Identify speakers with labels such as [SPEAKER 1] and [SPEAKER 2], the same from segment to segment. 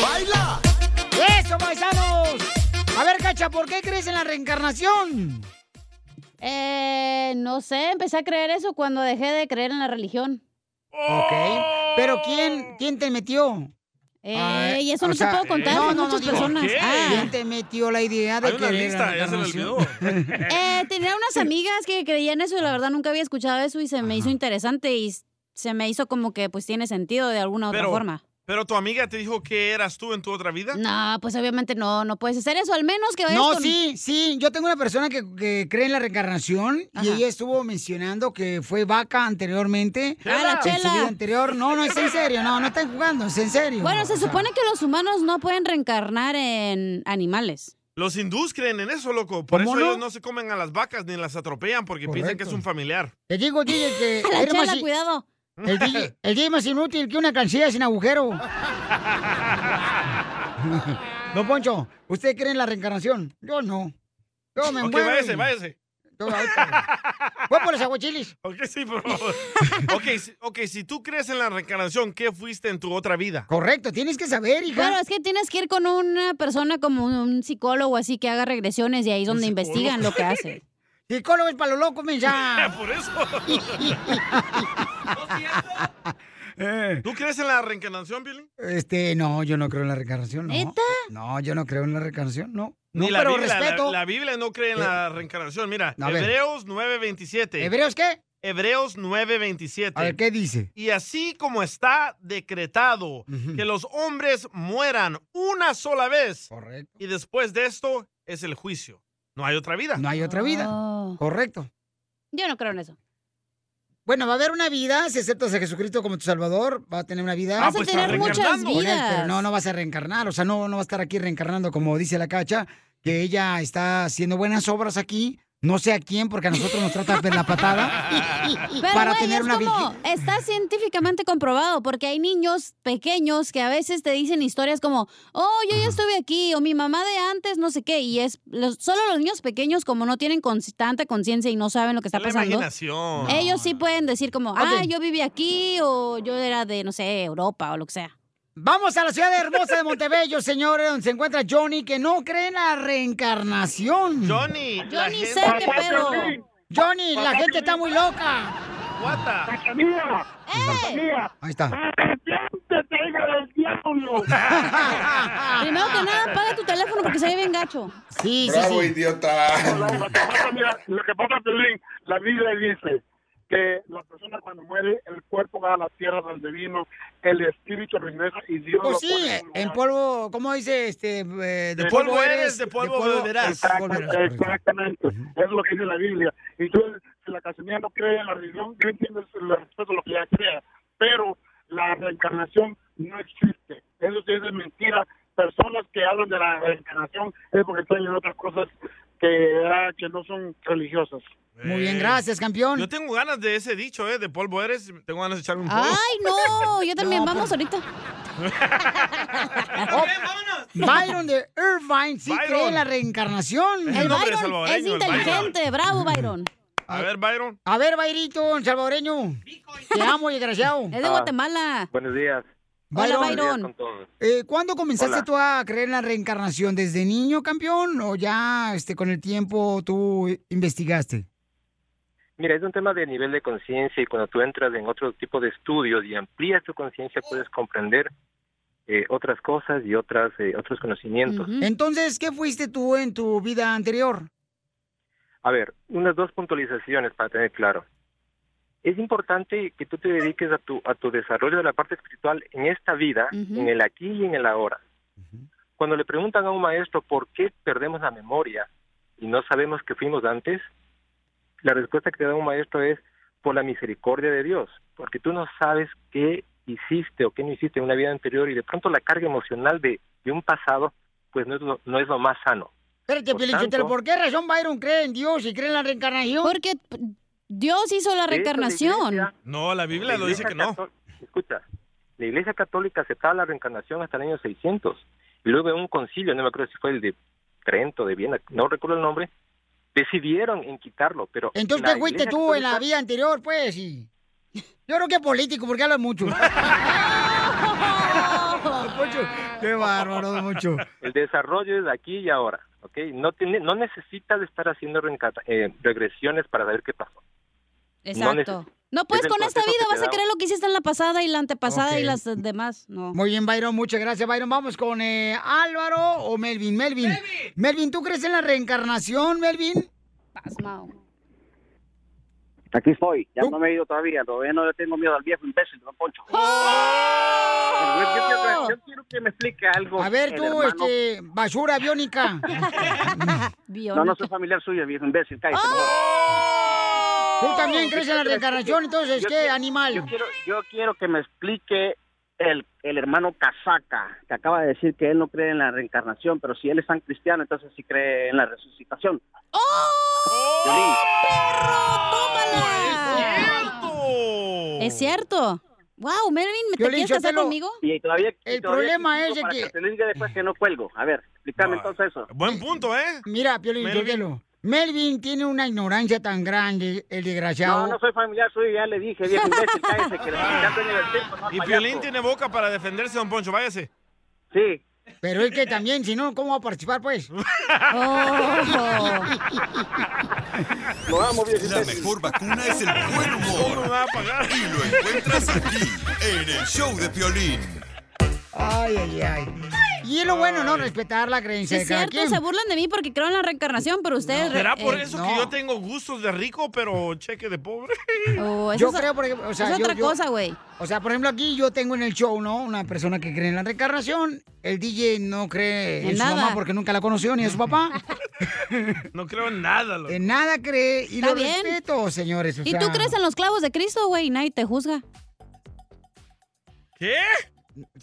[SPEAKER 1] ¡Baila!
[SPEAKER 2] ¡Eso, paisanos! A ver, Cacha, ¿por qué crees en la reencarnación?
[SPEAKER 3] Eh, no sé, empecé a creer eso cuando dejé de creer en la religión.
[SPEAKER 2] Ok. Pero ¿quién, quién te metió? Ah,
[SPEAKER 3] Eh, y eso no te puedo contar, son muchas
[SPEAKER 2] digo,
[SPEAKER 3] personas.
[SPEAKER 2] ¿qué?
[SPEAKER 3] Ah.
[SPEAKER 2] ¿Quién te metió la idea de
[SPEAKER 4] Hay
[SPEAKER 2] que
[SPEAKER 4] una
[SPEAKER 2] era
[SPEAKER 4] lista,
[SPEAKER 2] la
[SPEAKER 4] ya se me olvidó.
[SPEAKER 3] Eh, tenía unas amigas que creían eso y la verdad nunca había escuchado eso y se me hizo interesante y s- se me hizo como que pues tiene sentido de alguna otra
[SPEAKER 4] Pero,
[SPEAKER 3] forma.
[SPEAKER 4] pero tu amiga te dijo que eras tú en tu otra vida.
[SPEAKER 3] No, pues obviamente no, no puedes hacer eso, al menos que vayas
[SPEAKER 2] No,
[SPEAKER 3] con-
[SPEAKER 2] sí, sí. Yo tengo una persona que, que cree en la reencarnación y ella estuvo mencionando que fue vaca anteriormente.
[SPEAKER 3] Ah, la
[SPEAKER 2] En su
[SPEAKER 3] Chela.
[SPEAKER 2] vida anterior. No, no, es en serio. No, no están jugando, es en serio.
[SPEAKER 3] Bueno, se
[SPEAKER 2] O sea,
[SPEAKER 3] supone que los humanos no pueden reencarnar en animales.
[SPEAKER 4] Los hindús creen en eso, loco. Por
[SPEAKER 3] ¿Cómo
[SPEAKER 4] eso
[SPEAKER 3] no?
[SPEAKER 4] ellos no se comen a las vacas ni las atropellan porque piensan que es un familiar.
[SPEAKER 2] Te digo, DJ, que...
[SPEAKER 4] A la
[SPEAKER 2] eres más
[SPEAKER 4] Chela,
[SPEAKER 2] i-
[SPEAKER 3] cuidado.
[SPEAKER 2] El DJ, el DJ más inútil que una cancilla sin agujero. Don Poncho, ¿usted cree en la reencarnación? Yo no. Yo me
[SPEAKER 4] Ok,
[SPEAKER 2] muero.
[SPEAKER 4] váyase,
[SPEAKER 2] y-
[SPEAKER 4] váyase.
[SPEAKER 2] Yo- ahí está. Voy por los aguachiles.
[SPEAKER 4] Ok, sí, por favor. ok, si, ok, si tú crees en la reencarnación, ¿qué fuiste en tu otra vida?
[SPEAKER 2] Correcto, tienes que saber, hija.
[SPEAKER 3] Pero es que tienes que ir con una persona como un psicólogo así que haga regresiones y ahí es donde investigan lo que hace.
[SPEAKER 2] Psicólogo es para los locos, men, ya.
[SPEAKER 4] Por eso. ¿Tú crees en la reencarnación, Billy?
[SPEAKER 2] Eh. Este, no, yo no creo en la reencarnación. No. No, yo no creo en la reencarnación, no. No,
[SPEAKER 4] Ni la
[SPEAKER 2] pero
[SPEAKER 4] Biblia, la-
[SPEAKER 2] respeto. Eh,
[SPEAKER 4] La, Biblia no cree en la reencarnación. Mira,
[SPEAKER 2] A ver.
[SPEAKER 4] Hebreos 9:27.
[SPEAKER 2] ¿Hebreos qué?
[SPEAKER 4] Hebreos 9:27.
[SPEAKER 2] A ver, ¿qué dice?
[SPEAKER 4] Y así como está decretado que los hombres mueran una sola vez. Y después de esto es el juicio. No hay otra vida.
[SPEAKER 2] No hay otra vida. Correcto.
[SPEAKER 3] Ah. Yo no creo en eso.
[SPEAKER 2] Bueno, va a haber una vida, si aceptas a Jesucristo como tu Salvador, va a tener una vida.
[SPEAKER 4] Ah,
[SPEAKER 3] Vas a Pues está tener muchas reencarnando.
[SPEAKER 2] Con él, pero
[SPEAKER 3] vidas.
[SPEAKER 2] no, no vas a reencarnar, o sea, no, no va a estar aquí reencarnando, como dice la cacha, que ella está haciendo buenas obras aquí, no sé a quién, porque a nosotros nos trata de la patada,
[SPEAKER 3] Pero
[SPEAKER 2] para
[SPEAKER 3] güey,
[SPEAKER 2] tener
[SPEAKER 3] es
[SPEAKER 2] una
[SPEAKER 3] como-
[SPEAKER 2] vida.
[SPEAKER 3] está científicamente comprobado porque hay niños pequeños que a veces te dicen historias como, oh, yo ya estuve aquí o mi mamá de antes, no sé qué, y es los- solo los niños pequeños como no tienen cons- tanta conciencia y no saben lo que está
[SPEAKER 4] La
[SPEAKER 3] pasando.
[SPEAKER 4] imaginación.
[SPEAKER 3] Ellos sí pueden decir como, ah,
[SPEAKER 4] Ok.
[SPEAKER 3] yo viví aquí o yo era de, no sé, Europa o lo que sea.
[SPEAKER 2] Vamos a la ciudad hermosa de Montebello, señores, donde se encuentra Johnny, que no cree en la reencarnación.
[SPEAKER 4] Johnny, la Johnny, gente-
[SPEAKER 3] séte, pero-
[SPEAKER 2] Johnny, la gente está muy loca. ¡Eh!
[SPEAKER 4] Guata.
[SPEAKER 2] Ahí está.
[SPEAKER 3] Primero que nada, apaga tu teléfono porque se ve bien gacho.
[SPEAKER 2] Sí,
[SPEAKER 5] Bravo, idiota. Lo que pasa, mira, lo que pasa, Piolín, la Biblia dice que la persona cuando muere, el cuerpo va a la tierra donde vino, el espíritu regresa y Dios
[SPEAKER 2] Pues
[SPEAKER 5] lo
[SPEAKER 2] sí,
[SPEAKER 5] pone.
[SPEAKER 2] en polvo, ¿cómo dice este? eh, de,
[SPEAKER 5] De
[SPEAKER 2] polvo,
[SPEAKER 5] polvo
[SPEAKER 2] eres,
[SPEAKER 5] eres, de polvo volverás.
[SPEAKER 2] volverás,
[SPEAKER 5] Exactamente,
[SPEAKER 2] correcto.
[SPEAKER 5] exactamente. Es lo que dice la Biblia. Entonces, si la casanía no cree en la religión, yo entiendo el respeto a lo que ella crea, pero la reencarnación no existe. Eso sí es de mentira. Personas que hablan de la reencarnación es porque están en otras cosas que, ah, que no son religiosas.
[SPEAKER 2] Muy bien, gracias, campeón.
[SPEAKER 4] Eh, Yo tengo ganas de ese dicho, ¿eh? De polvo eres, tengo ganas de echarme un polvo.
[SPEAKER 3] Ay, no, Oh, yo también, vamos ahorita.
[SPEAKER 2] Byron de Irvine sí
[SPEAKER 4] Byron.
[SPEAKER 2] cree en la reencarnación.
[SPEAKER 4] Es un El hombre Byron salvadoreño, es el inteligente.
[SPEAKER 3] bravo, Byron.
[SPEAKER 4] A ver, Byron.
[SPEAKER 2] A ver, Bayrito, el salvadoreño. Te amo, desgraciado.
[SPEAKER 3] Es de Guatemala.
[SPEAKER 6] Buenos días.
[SPEAKER 2] Byron.
[SPEAKER 6] Buenos días con todos.
[SPEAKER 2] Eh, ¿Cuándo comenzaste
[SPEAKER 6] Hola.
[SPEAKER 2] tú a creer en la reencarnación? ¿Desde niño, campeón? ¿O ya este, con el tiempo tú investigaste?
[SPEAKER 6] Mira, es un tema de nivel de conciencia y cuando tú entras en otro tipo de estudios y amplías tu conciencia puedes comprender eh, otras cosas y otras eh, otros conocimientos.
[SPEAKER 2] Entonces, ¿qué fuiste tú en tu vida anterior?
[SPEAKER 6] A ver, unas dos puntualizaciones para tener claro. Es importante que tú te dediques a tu, a tu desarrollo de la parte espiritual en esta vida,
[SPEAKER 7] Ujú.
[SPEAKER 6] en el aquí y en el ahora. Cuando le preguntan a un maestro por qué perdemos la memoria y no sabemos que fuimos antes, la respuesta que te da un maestro es por la misericordia de Dios, porque tú no sabes qué hiciste o qué no hiciste en una vida anterior y de pronto la carga emocional de, de un pasado pues no es lo, no es lo más sano.
[SPEAKER 2] Espérate,
[SPEAKER 6] Por
[SPEAKER 2] Pelichotelo,
[SPEAKER 6] Pues tanto-
[SPEAKER 2] ¿por qué razón Byron cree en Dios y cree en la reencarnación?
[SPEAKER 3] Porque Dios hizo la reencarnación.
[SPEAKER 4] No, la Biblia lo dice que no.
[SPEAKER 6] Escucha, la Iglesia Católica aceptaba la reencarnación hasta el año 600. Y luego en un concilio, no me acuerdo si fue el de Trento, de Viena, no recuerdo el nombre, decidieron en quitarlo, pero...
[SPEAKER 2] Entonces,
[SPEAKER 6] la
[SPEAKER 2] ¿qué fuiste
[SPEAKER 6] Iglesia
[SPEAKER 2] tú en la
[SPEAKER 6] Católica-
[SPEAKER 2] vida anterior, pues? Y... Yo creo que político, porque hablas mucho. Don Poncho, ¡Qué bárbaro, don Poncho.
[SPEAKER 6] El desarrollo es de aquí y ahora, ¿ok? No, tiene, no necesitas estar haciendo reencarna- eh, regresiones para saber qué pasó.
[SPEAKER 3] Exacto.
[SPEAKER 6] neces-
[SPEAKER 3] No, pues
[SPEAKER 6] es el
[SPEAKER 3] con esta
[SPEAKER 6] consejo
[SPEAKER 3] vida
[SPEAKER 6] que te
[SPEAKER 3] vas a
[SPEAKER 6] da-
[SPEAKER 3] creer lo que hiciste en la pasada y la antepasada y
[SPEAKER 2] Ok.
[SPEAKER 3] las demás. No.
[SPEAKER 2] Muy bien, Byron, muchas gracias, Byron. Vamos con eh, Álvaro o Melvin. Melvin. Melvin. ¿tú crees en la reencarnación, Melvin?
[SPEAKER 8] Aquí estoy, ya no me he ido todavía, todavía no le tengo miedo al viejo imbécil, don Poncho. Yo, Pues yo quiero que- yo quiero que me explique algo.
[SPEAKER 2] Oh. A ver,
[SPEAKER 8] el
[SPEAKER 2] tú,
[SPEAKER 8] hermano.
[SPEAKER 2] este, basura biónica.
[SPEAKER 8] No, no soy familiar suyo, viejo imbécil, cállate.
[SPEAKER 2] ¡Oh! ¿Tú también crees en la reencarnación? Entonces, ¿qué animal?
[SPEAKER 8] Yo, yo quiero que me explique el, el hermano Casaca, que acaba de decir que él no cree en la reencarnación, pero si él es tan cristiano, entonces sí cree en la resucitación.
[SPEAKER 2] ¡Oh!
[SPEAKER 8] Violín.
[SPEAKER 9] Ah.
[SPEAKER 2] Oh.
[SPEAKER 3] ¿Es cierto? Wow, Melvin, ¿me te
[SPEAKER 8] Violín,
[SPEAKER 3] quieres casar
[SPEAKER 8] Sotelo.
[SPEAKER 3] conmigo?
[SPEAKER 8] Y todavía, y
[SPEAKER 2] El
[SPEAKER 8] todavía
[SPEAKER 2] problema
[SPEAKER 8] aquí
[SPEAKER 2] es
[SPEAKER 8] sigo
[SPEAKER 2] de
[SPEAKER 8] para
[SPEAKER 2] que-
[SPEAKER 8] te diga después que no cuelgo. A ver, explícame entonces eso.
[SPEAKER 4] Ah, Buen punto, ¿eh?
[SPEAKER 2] Mira, Piolín,
[SPEAKER 8] Melvin.
[SPEAKER 2] Melvin. Melvin tiene una ignorancia tan grande, el desgraciado.
[SPEAKER 8] No, no soy familiar suyo, ya le dije, viejo imbécil, cállese, que le encanta en el tiempo, no al
[SPEAKER 4] Y
[SPEAKER 8] payaso.
[SPEAKER 4] Piolín tiene boca para defenderse, don Poncho, váyase.
[SPEAKER 8] Sí.
[SPEAKER 2] Pero es que también, si no, ¿cómo va a participar, pues?
[SPEAKER 8] Lo amo, viejo
[SPEAKER 10] La mejor vacuna es el buen humor. Y lo encuentras aquí, en el show de Piolín.
[SPEAKER 2] Ay, ay, ay. Y es lo bueno, ¿no? Respetar la creencia
[SPEAKER 3] Sí, es
[SPEAKER 2] de cada
[SPEAKER 3] cierto,
[SPEAKER 2] quien.
[SPEAKER 3] se burlan de mí porque creo en la reencarnación, pero ustedes... re-
[SPEAKER 4] ¿Será por
[SPEAKER 3] eh,
[SPEAKER 4] eso
[SPEAKER 3] no.
[SPEAKER 4] que yo tengo gustos de rico, pero cheque de pobre?
[SPEAKER 3] Oh, eso
[SPEAKER 2] Yo
[SPEAKER 3] es-
[SPEAKER 2] creo, por ejemplo, o sea,
[SPEAKER 3] es
[SPEAKER 2] yo-
[SPEAKER 3] otra
[SPEAKER 2] yo-
[SPEAKER 3] cosa, güey.
[SPEAKER 2] O sea, por ejemplo, aquí yo tengo en el show, ¿no? Una persona que cree en la reencarnación. El DJ no cree en,
[SPEAKER 4] En
[SPEAKER 2] su
[SPEAKER 4] nada.
[SPEAKER 2] mamá porque nunca la conoció ni a su papá.
[SPEAKER 4] No creo en nada, loco.
[SPEAKER 2] en nada cree y
[SPEAKER 3] Está
[SPEAKER 2] lo
[SPEAKER 3] bien.
[SPEAKER 2] respeto, señores. o
[SPEAKER 3] ¿Y
[SPEAKER 2] sea.
[SPEAKER 3] tú crees en los clavos de Cristo, güey? Nadie te juzga.
[SPEAKER 4] ¿Qué?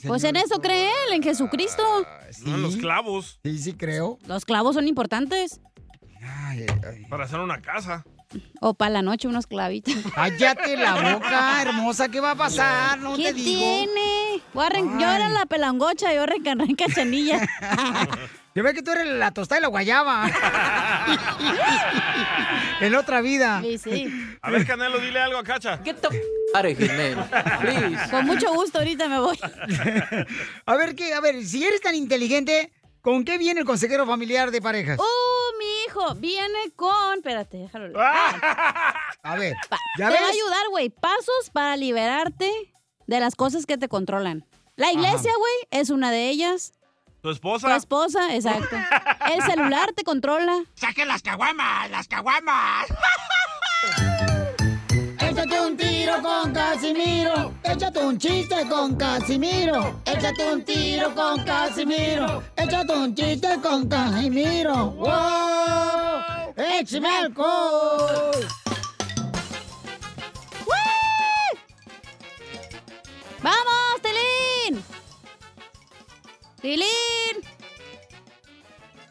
[SPEAKER 3] Pues en eso cree él, en Jesucristo.
[SPEAKER 4] No, en los clavos.
[SPEAKER 2] Sí, sí creo.
[SPEAKER 3] Los clavos son importantes.
[SPEAKER 4] Para hacer una casa.
[SPEAKER 3] O para la noche unos clavitos.
[SPEAKER 2] Cállate la boca, hermosa. ¿Qué va a pasar? No
[SPEAKER 3] ¿Qué
[SPEAKER 2] te digo.
[SPEAKER 3] tiene? Voy a ren- Yo era la pelangocha, yo reencarné en cachanilla.
[SPEAKER 2] Yo veo que tú eres la tostada y la guayaba. en otra vida.
[SPEAKER 3] Sí, sí.
[SPEAKER 4] A ver, Canelo, dile algo a Cacha. ¿Qué
[SPEAKER 3] Con mucho gusto ahorita me voy.
[SPEAKER 2] A ver, ¿qué? A ver, si eres tan inteligente, ¿con qué viene el consejero familiar de parejas?
[SPEAKER 3] ¡Uh, mi hijo! Viene con... Espérate, déjalo. leer.
[SPEAKER 2] A ver,
[SPEAKER 3] Te
[SPEAKER 2] Ah, ¿ya
[SPEAKER 3] va
[SPEAKER 2] ves?
[SPEAKER 3] a ayudar, güey. Pasos para liberarte de las cosas que te controlan. La iglesia, güey, es una de ellas.
[SPEAKER 4] ¿Tu
[SPEAKER 3] Tu
[SPEAKER 4] esposa?
[SPEAKER 3] esposa, exacto. El celular te controla.
[SPEAKER 2] ¡Saquen las caguamas! ¡Las caguamas! Échate un tiro con Casimiro. Échate un chiste con Casimiro. Échate un tiro con Casimiro. Échate un chiste con Casimiro. ¡Wow! ¡Échame alcohol!
[SPEAKER 3] ¡Woo! ¡Vamos, Tilín! ¡Tilín!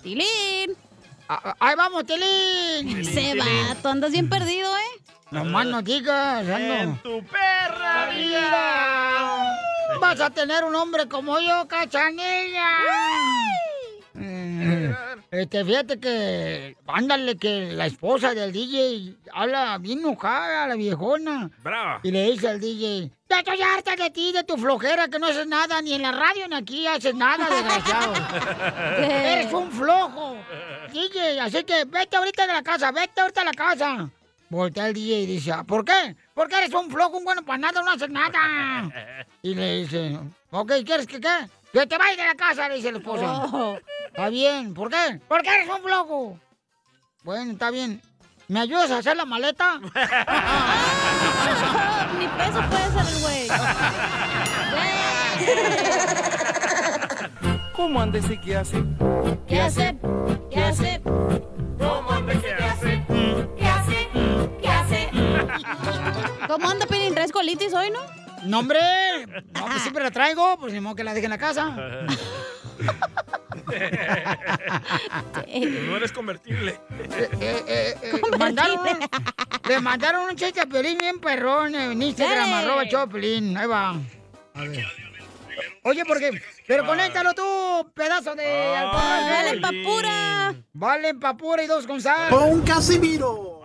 [SPEAKER 3] ¡Tilín!
[SPEAKER 2] Ah, ¡Ahí vamos, Tilín!
[SPEAKER 3] Se va, tú andas bien perdido, ¿eh?
[SPEAKER 2] Nomás no digas,
[SPEAKER 3] En
[SPEAKER 2] ando.
[SPEAKER 4] tu perra
[SPEAKER 2] vida. Vas a tener un hombre como yo, cachanilla. Eh, Este, fíjate que, ándale, que la esposa del DJ habla bien enojada, la viejona.
[SPEAKER 4] Brava.
[SPEAKER 2] Y le dice al DJ, ya estoy harta de ti, de tu flojera, que no haces nada, ni en la radio ni aquí haces nada, desgraciado. Eres un flojo. DJ, así que vete ahorita de la casa, vete ahorita de la casa. Voltea el DJ y dice, "Ah, ¿por qué? Porque eres un flojo, un bueno para nada, no haces nada. Y le dice, ok, ¿quieres que qué? Que te vayas de la casa, le dice la esposa.
[SPEAKER 11] Oh.
[SPEAKER 2] Está bien, ¿por qué? Porque eres un flojo. Bueno, está bien. ¿Me ayudas a hacer la maleta?
[SPEAKER 11] Ni peso puede ser el güey.
[SPEAKER 12] ¿Cómo anda ese que hace?
[SPEAKER 9] ¿Qué hace? ¿Qué hace? ¿Cómo anda? ¿Qué hace? ¿Qué hace? ¿Qué hace?
[SPEAKER 11] ¿Cómo anda, Pirín? ¿Traes colitis hoy, no?
[SPEAKER 2] No, hombre. No, pues siempre la traigo, pues ni modo que la deje en la casa.
[SPEAKER 3] eh.
[SPEAKER 13] no eres convertible.
[SPEAKER 2] Eh, eh, eh, mandaron un- le mandaron un chiste a Pelín bien perrón en Instagram,
[SPEAKER 9] Dale.
[SPEAKER 2] arroba el show de Piolín. Ahí va. A ver. Oye, ¿por qué?
[SPEAKER 9] Ah.
[SPEAKER 2] Pero conéctalo tú, pedazo de alcohol. Vale papura. Vale papura y dos González.
[SPEAKER 9] Con un Casimiro.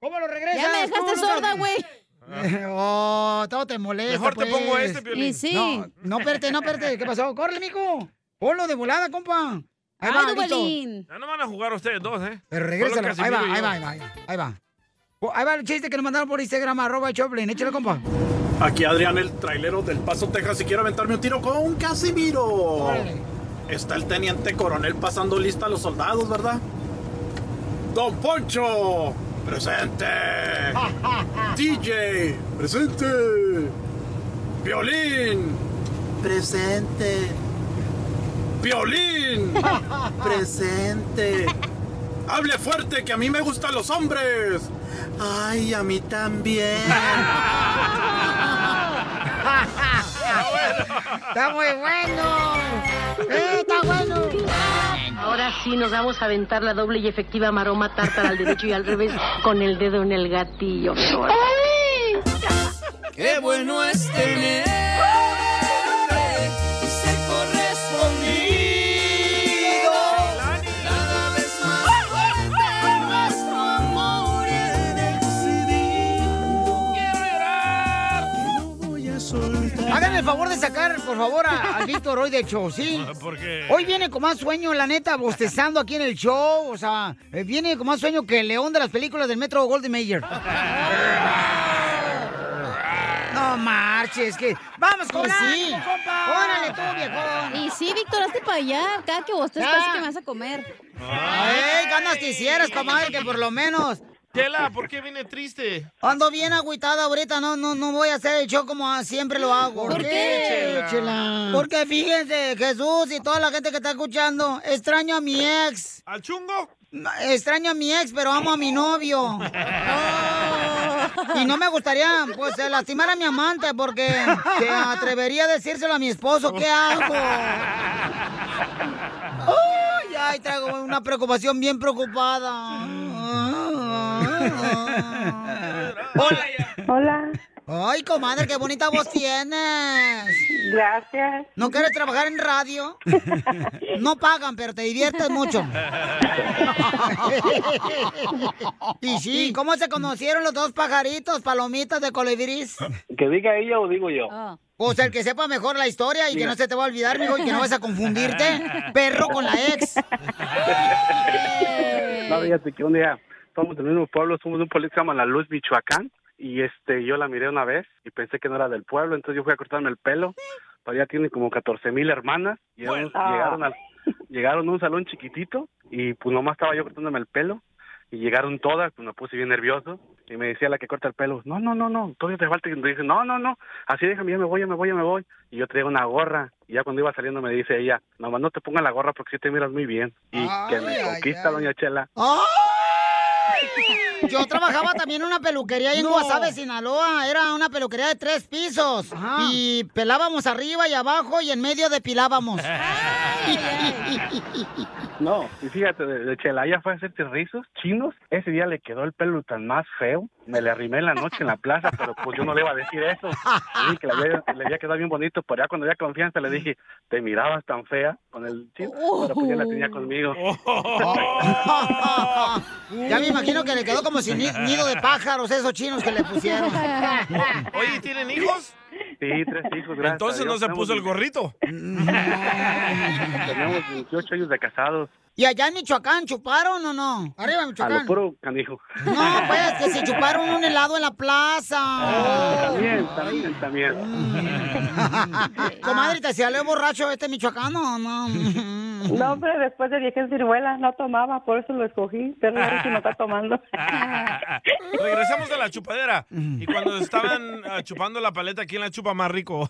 [SPEAKER 2] ¿Cómo lo regresas?
[SPEAKER 9] Ya me dejaste
[SPEAKER 2] Tú,
[SPEAKER 9] sorda,
[SPEAKER 2] Lucas. oh, todo te molesta.
[SPEAKER 9] Mejor te
[SPEAKER 2] pues.
[SPEAKER 9] pongo este, Piolín. Y sí.
[SPEAKER 2] No, no, espérate, no, espérate. ¿Qué pasó? ¡Córrele, mijo! Ponlo de volada, compa. Ahí va, listo.
[SPEAKER 13] Ya no van a jugar ustedes dos, ¿eh?
[SPEAKER 2] Pero regrésalo.
[SPEAKER 13] Solo
[SPEAKER 2] Ahí va,
[SPEAKER 13] Casimiro y
[SPEAKER 2] ahí
[SPEAKER 13] yo.
[SPEAKER 2] va, ahí va, ahí va. Ahí va. Oh, ahí va el chiste que nos mandaron por Instagram, arroba Choplin. Échale, compa.
[SPEAKER 4] Aquí Adrián, el trailero del Paso, Texas, y quiero aventarme un tiro con un Casimiro. Está el teniente coronel pasando lista a los soldados, ¿verdad? Don Poncho, presente. DJ, presente. Violín, presente. Violín, presente. Hable fuerte, que a mí me gustan los hombres. Ay, a mí también.
[SPEAKER 2] Está muy bueno. Eh, está bueno.
[SPEAKER 3] Ahora sí nos vamos a aventar la doble y efectiva maroma tártara al derecho y al revés con el dedo en el gatillo.
[SPEAKER 9] Qué bueno es tener y ser correspondido. Cada vez más fuerte nuestro amor en exhibido. Quiero llorar. No voy a soltar.
[SPEAKER 2] Háganme el favor de sacar, por favor, a, a Víctor hoy del show, ¿sí?
[SPEAKER 13] Ah, ¿Por qué?
[SPEAKER 2] Hoy viene con más sueño, la neta, bostezando aquí en el show. O sea, eh, viene con más sueño que el león de las películas del Metro Golden Mayer. No marches, que. ¡Vamos con sí! ¡Órale tú, viejón!
[SPEAKER 11] Y sí, Víctor, hazte para allá. Cada que vos te
[SPEAKER 2] Ya.
[SPEAKER 11] parece que me vas a comer.
[SPEAKER 2] ¡Ey, Eh, ganas te hicieras, comadre, que por lo menos!
[SPEAKER 13] Tela, ¿por qué viene triste?
[SPEAKER 2] Ando bien agüitada ahorita, no, no, no voy a hacer el show como ah, siempre lo hago.
[SPEAKER 13] ¿Por qué, Chela?
[SPEAKER 2] Porque fíjense, Jesús y toda la gente que está escuchando, extraño a mi ex.
[SPEAKER 13] ¿Al chungo?
[SPEAKER 2] Extraño a mi ex, pero amo a mi novio. Y no me gustaría, pues, eh, lastimar a mi amante porque se atrevería a decírselo a mi esposo. ¿Qué hago? Ay, ay, traigo una preocupación bien preocupada. Hola.
[SPEAKER 14] Hola.
[SPEAKER 2] Ay, comadre, qué bonita voz tienes.
[SPEAKER 14] Gracias.
[SPEAKER 2] ¿No quieres trabajar en radio? No pagan, pero te diviertes mucho. Y sí, ¿cómo se conocieron los dos pajaritos, palomitas de colibrís?
[SPEAKER 15] Que diga ella o digo yo.
[SPEAKER 2] Pues el que sepa mejor la historia y que no se te va a olvidar, mijo, y que no vas a confundirte, perro con la ex. Eh,
[SPEAKER 15] No, fíjate que un día somos del mismo pueblo, somos de un pueblo que se llama La Luz, Michoacán. Y este, yo la miré una vez y pensé que no era del pueblo, entonces yo fui a cortarme el pelo. Todavía tiene como 14 mil hermanas. Y eran-
[SPEAKER 14] Ah.
[SPEAKER 15] llegaron, al- llegaron a un salón chiquitito y pues nomás estaba yo cortándome el pelo. Y llegaron todas, pues me puse bien nervioso. Y me decía la que corta el pelo, no, no, no, no, todavía te falta. Y me dice, no, no, no, así déjame, ya me voy, ya me voy, ya me voy. Y yo traía una gorra. Y ya cuando iba saliendo me dice ella, nomás no te pongas la gorra porque si te miras muy bien. Y que
[SPEAKER 2] Ay,
[SPEAKER 15] me
[SPEAKER 2] ay,
[SPEAKER 15] conquista,
[SPEAKER 2] ay.
[SPEAKER 15] doña Chela.
[SPEAKER 2] ¡Ay! Yo trabajaba también en una peluquería ahí en
[SPEAKER 9] No.
[SPEAKER 2] Guasave, Sinaloa. Era una peluquería de tres pisos. Y pelábamos arriba y abajo y en medio depilábamos.
[SPEAKER 15] No, y fíjate, de, de Chelaya fue a hacerte rizos chinos. Ese día le quedó el pelo tan más feo. Me le arrimé en la noche en la plaza, pero pues yo no le iba a decir eso. Le dije que le había, le había quedado bien bonito, pero ya cuando había confianza le dije, te mirabas tan fea con el chino, pero pues ya la tenía conmigo.
[SPEAKER 2] ya me imagino que le quedó como si ni- nido de pájaros esos chinos que le pusieron.
[SPEAKER 13] Oye, ¿tienen hijos?
[SPEAKER 15] Sí, tres hijos, gracias.
[SPEAKER 4] Entonces
[SPEAKER 15] a
[SPEAKER 4] no
[SPEAKER 15] Dios.
[SPEAKER 4] se
[SPEAKER 15] Tenemos
[SPEAKER 4] puso el gorrito.
[SPEAKER 15] Tenemos 28 años de casados.
[SPEAKER 2] ¿Y allá en Michoacán chuparon o no? Arriba
[SPEAKER 15] A
[SPEAKER 2] Michoacán.
[SPEAKER 15] lo puro canijo.
[SPEAKER 2] No, pues, que se chuparon un helado en la
[SPEAKER 15] Ah.
[SPEAKER 2] plaza.
[SPEAKER 15] También, también, también.
[SPEAKER 2] Comadre, ¿te salió borracho este michoacano o no?
[SPEAKER 16] No, pero después de viejas ciruelas no tomaba, por eso lo escogí. Pero ahora sí no está tomando.
[SPEAKER 4] Regresamos de la chupadera. Y cuando estaban ah, chupando la paleta, ¿quién la chupa más rico?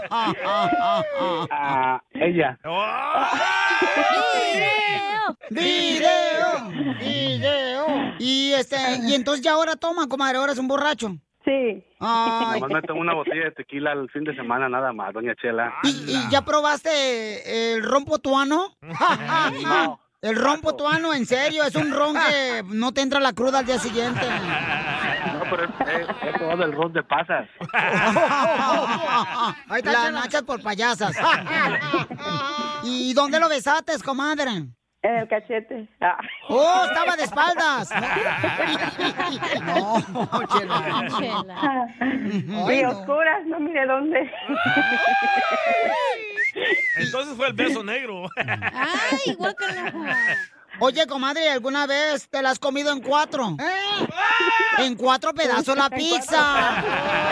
[SPEAKER 15] Ah, ella.
[SPEAKER 2] ¡Video! ¡Video! Y, este, y entonces ya ahora toma, comadre, ahora es un borracho.
[SPEAKER 16] Sí.
[SPEAKER 2] Ay,
[SPEAKER 15] Nomás me tomo una botella de tequila el fin de semana, nada más, doña Chela.
[SPEAKER 2] ¿Y ya probaste el rompo tuano?
[SPEAKER 15] No.
[SPEAKER 2] El rompo tuano, en serio, es un ron que no te entra la cruda al día siguiente.
[SPEAKER 15] No, pero he, he probado el ron de pasas.
[SPEAKER 2] Ahí está, Las nachas por payasas. ¿Y dónde lo besaste, comadre?
[SPEAKER 16] En el cachete. Ah.
[SPEAKER 2] ¡Oh, estaba de espaldas! No,
[SPEAKER 16] Chela.
[SPEAKER 2] Chela.
[SPEAKER 16] Y oscuras, no mire dónde.
[SPEAKER 4] Entonces fue el beso negro.
[SPEAKER 2] ¡Ay, Oye, comadre, ¿alguna vez te la has comido en cuatro? ¡Eh! En cuatro pedazos la pizza. Ay,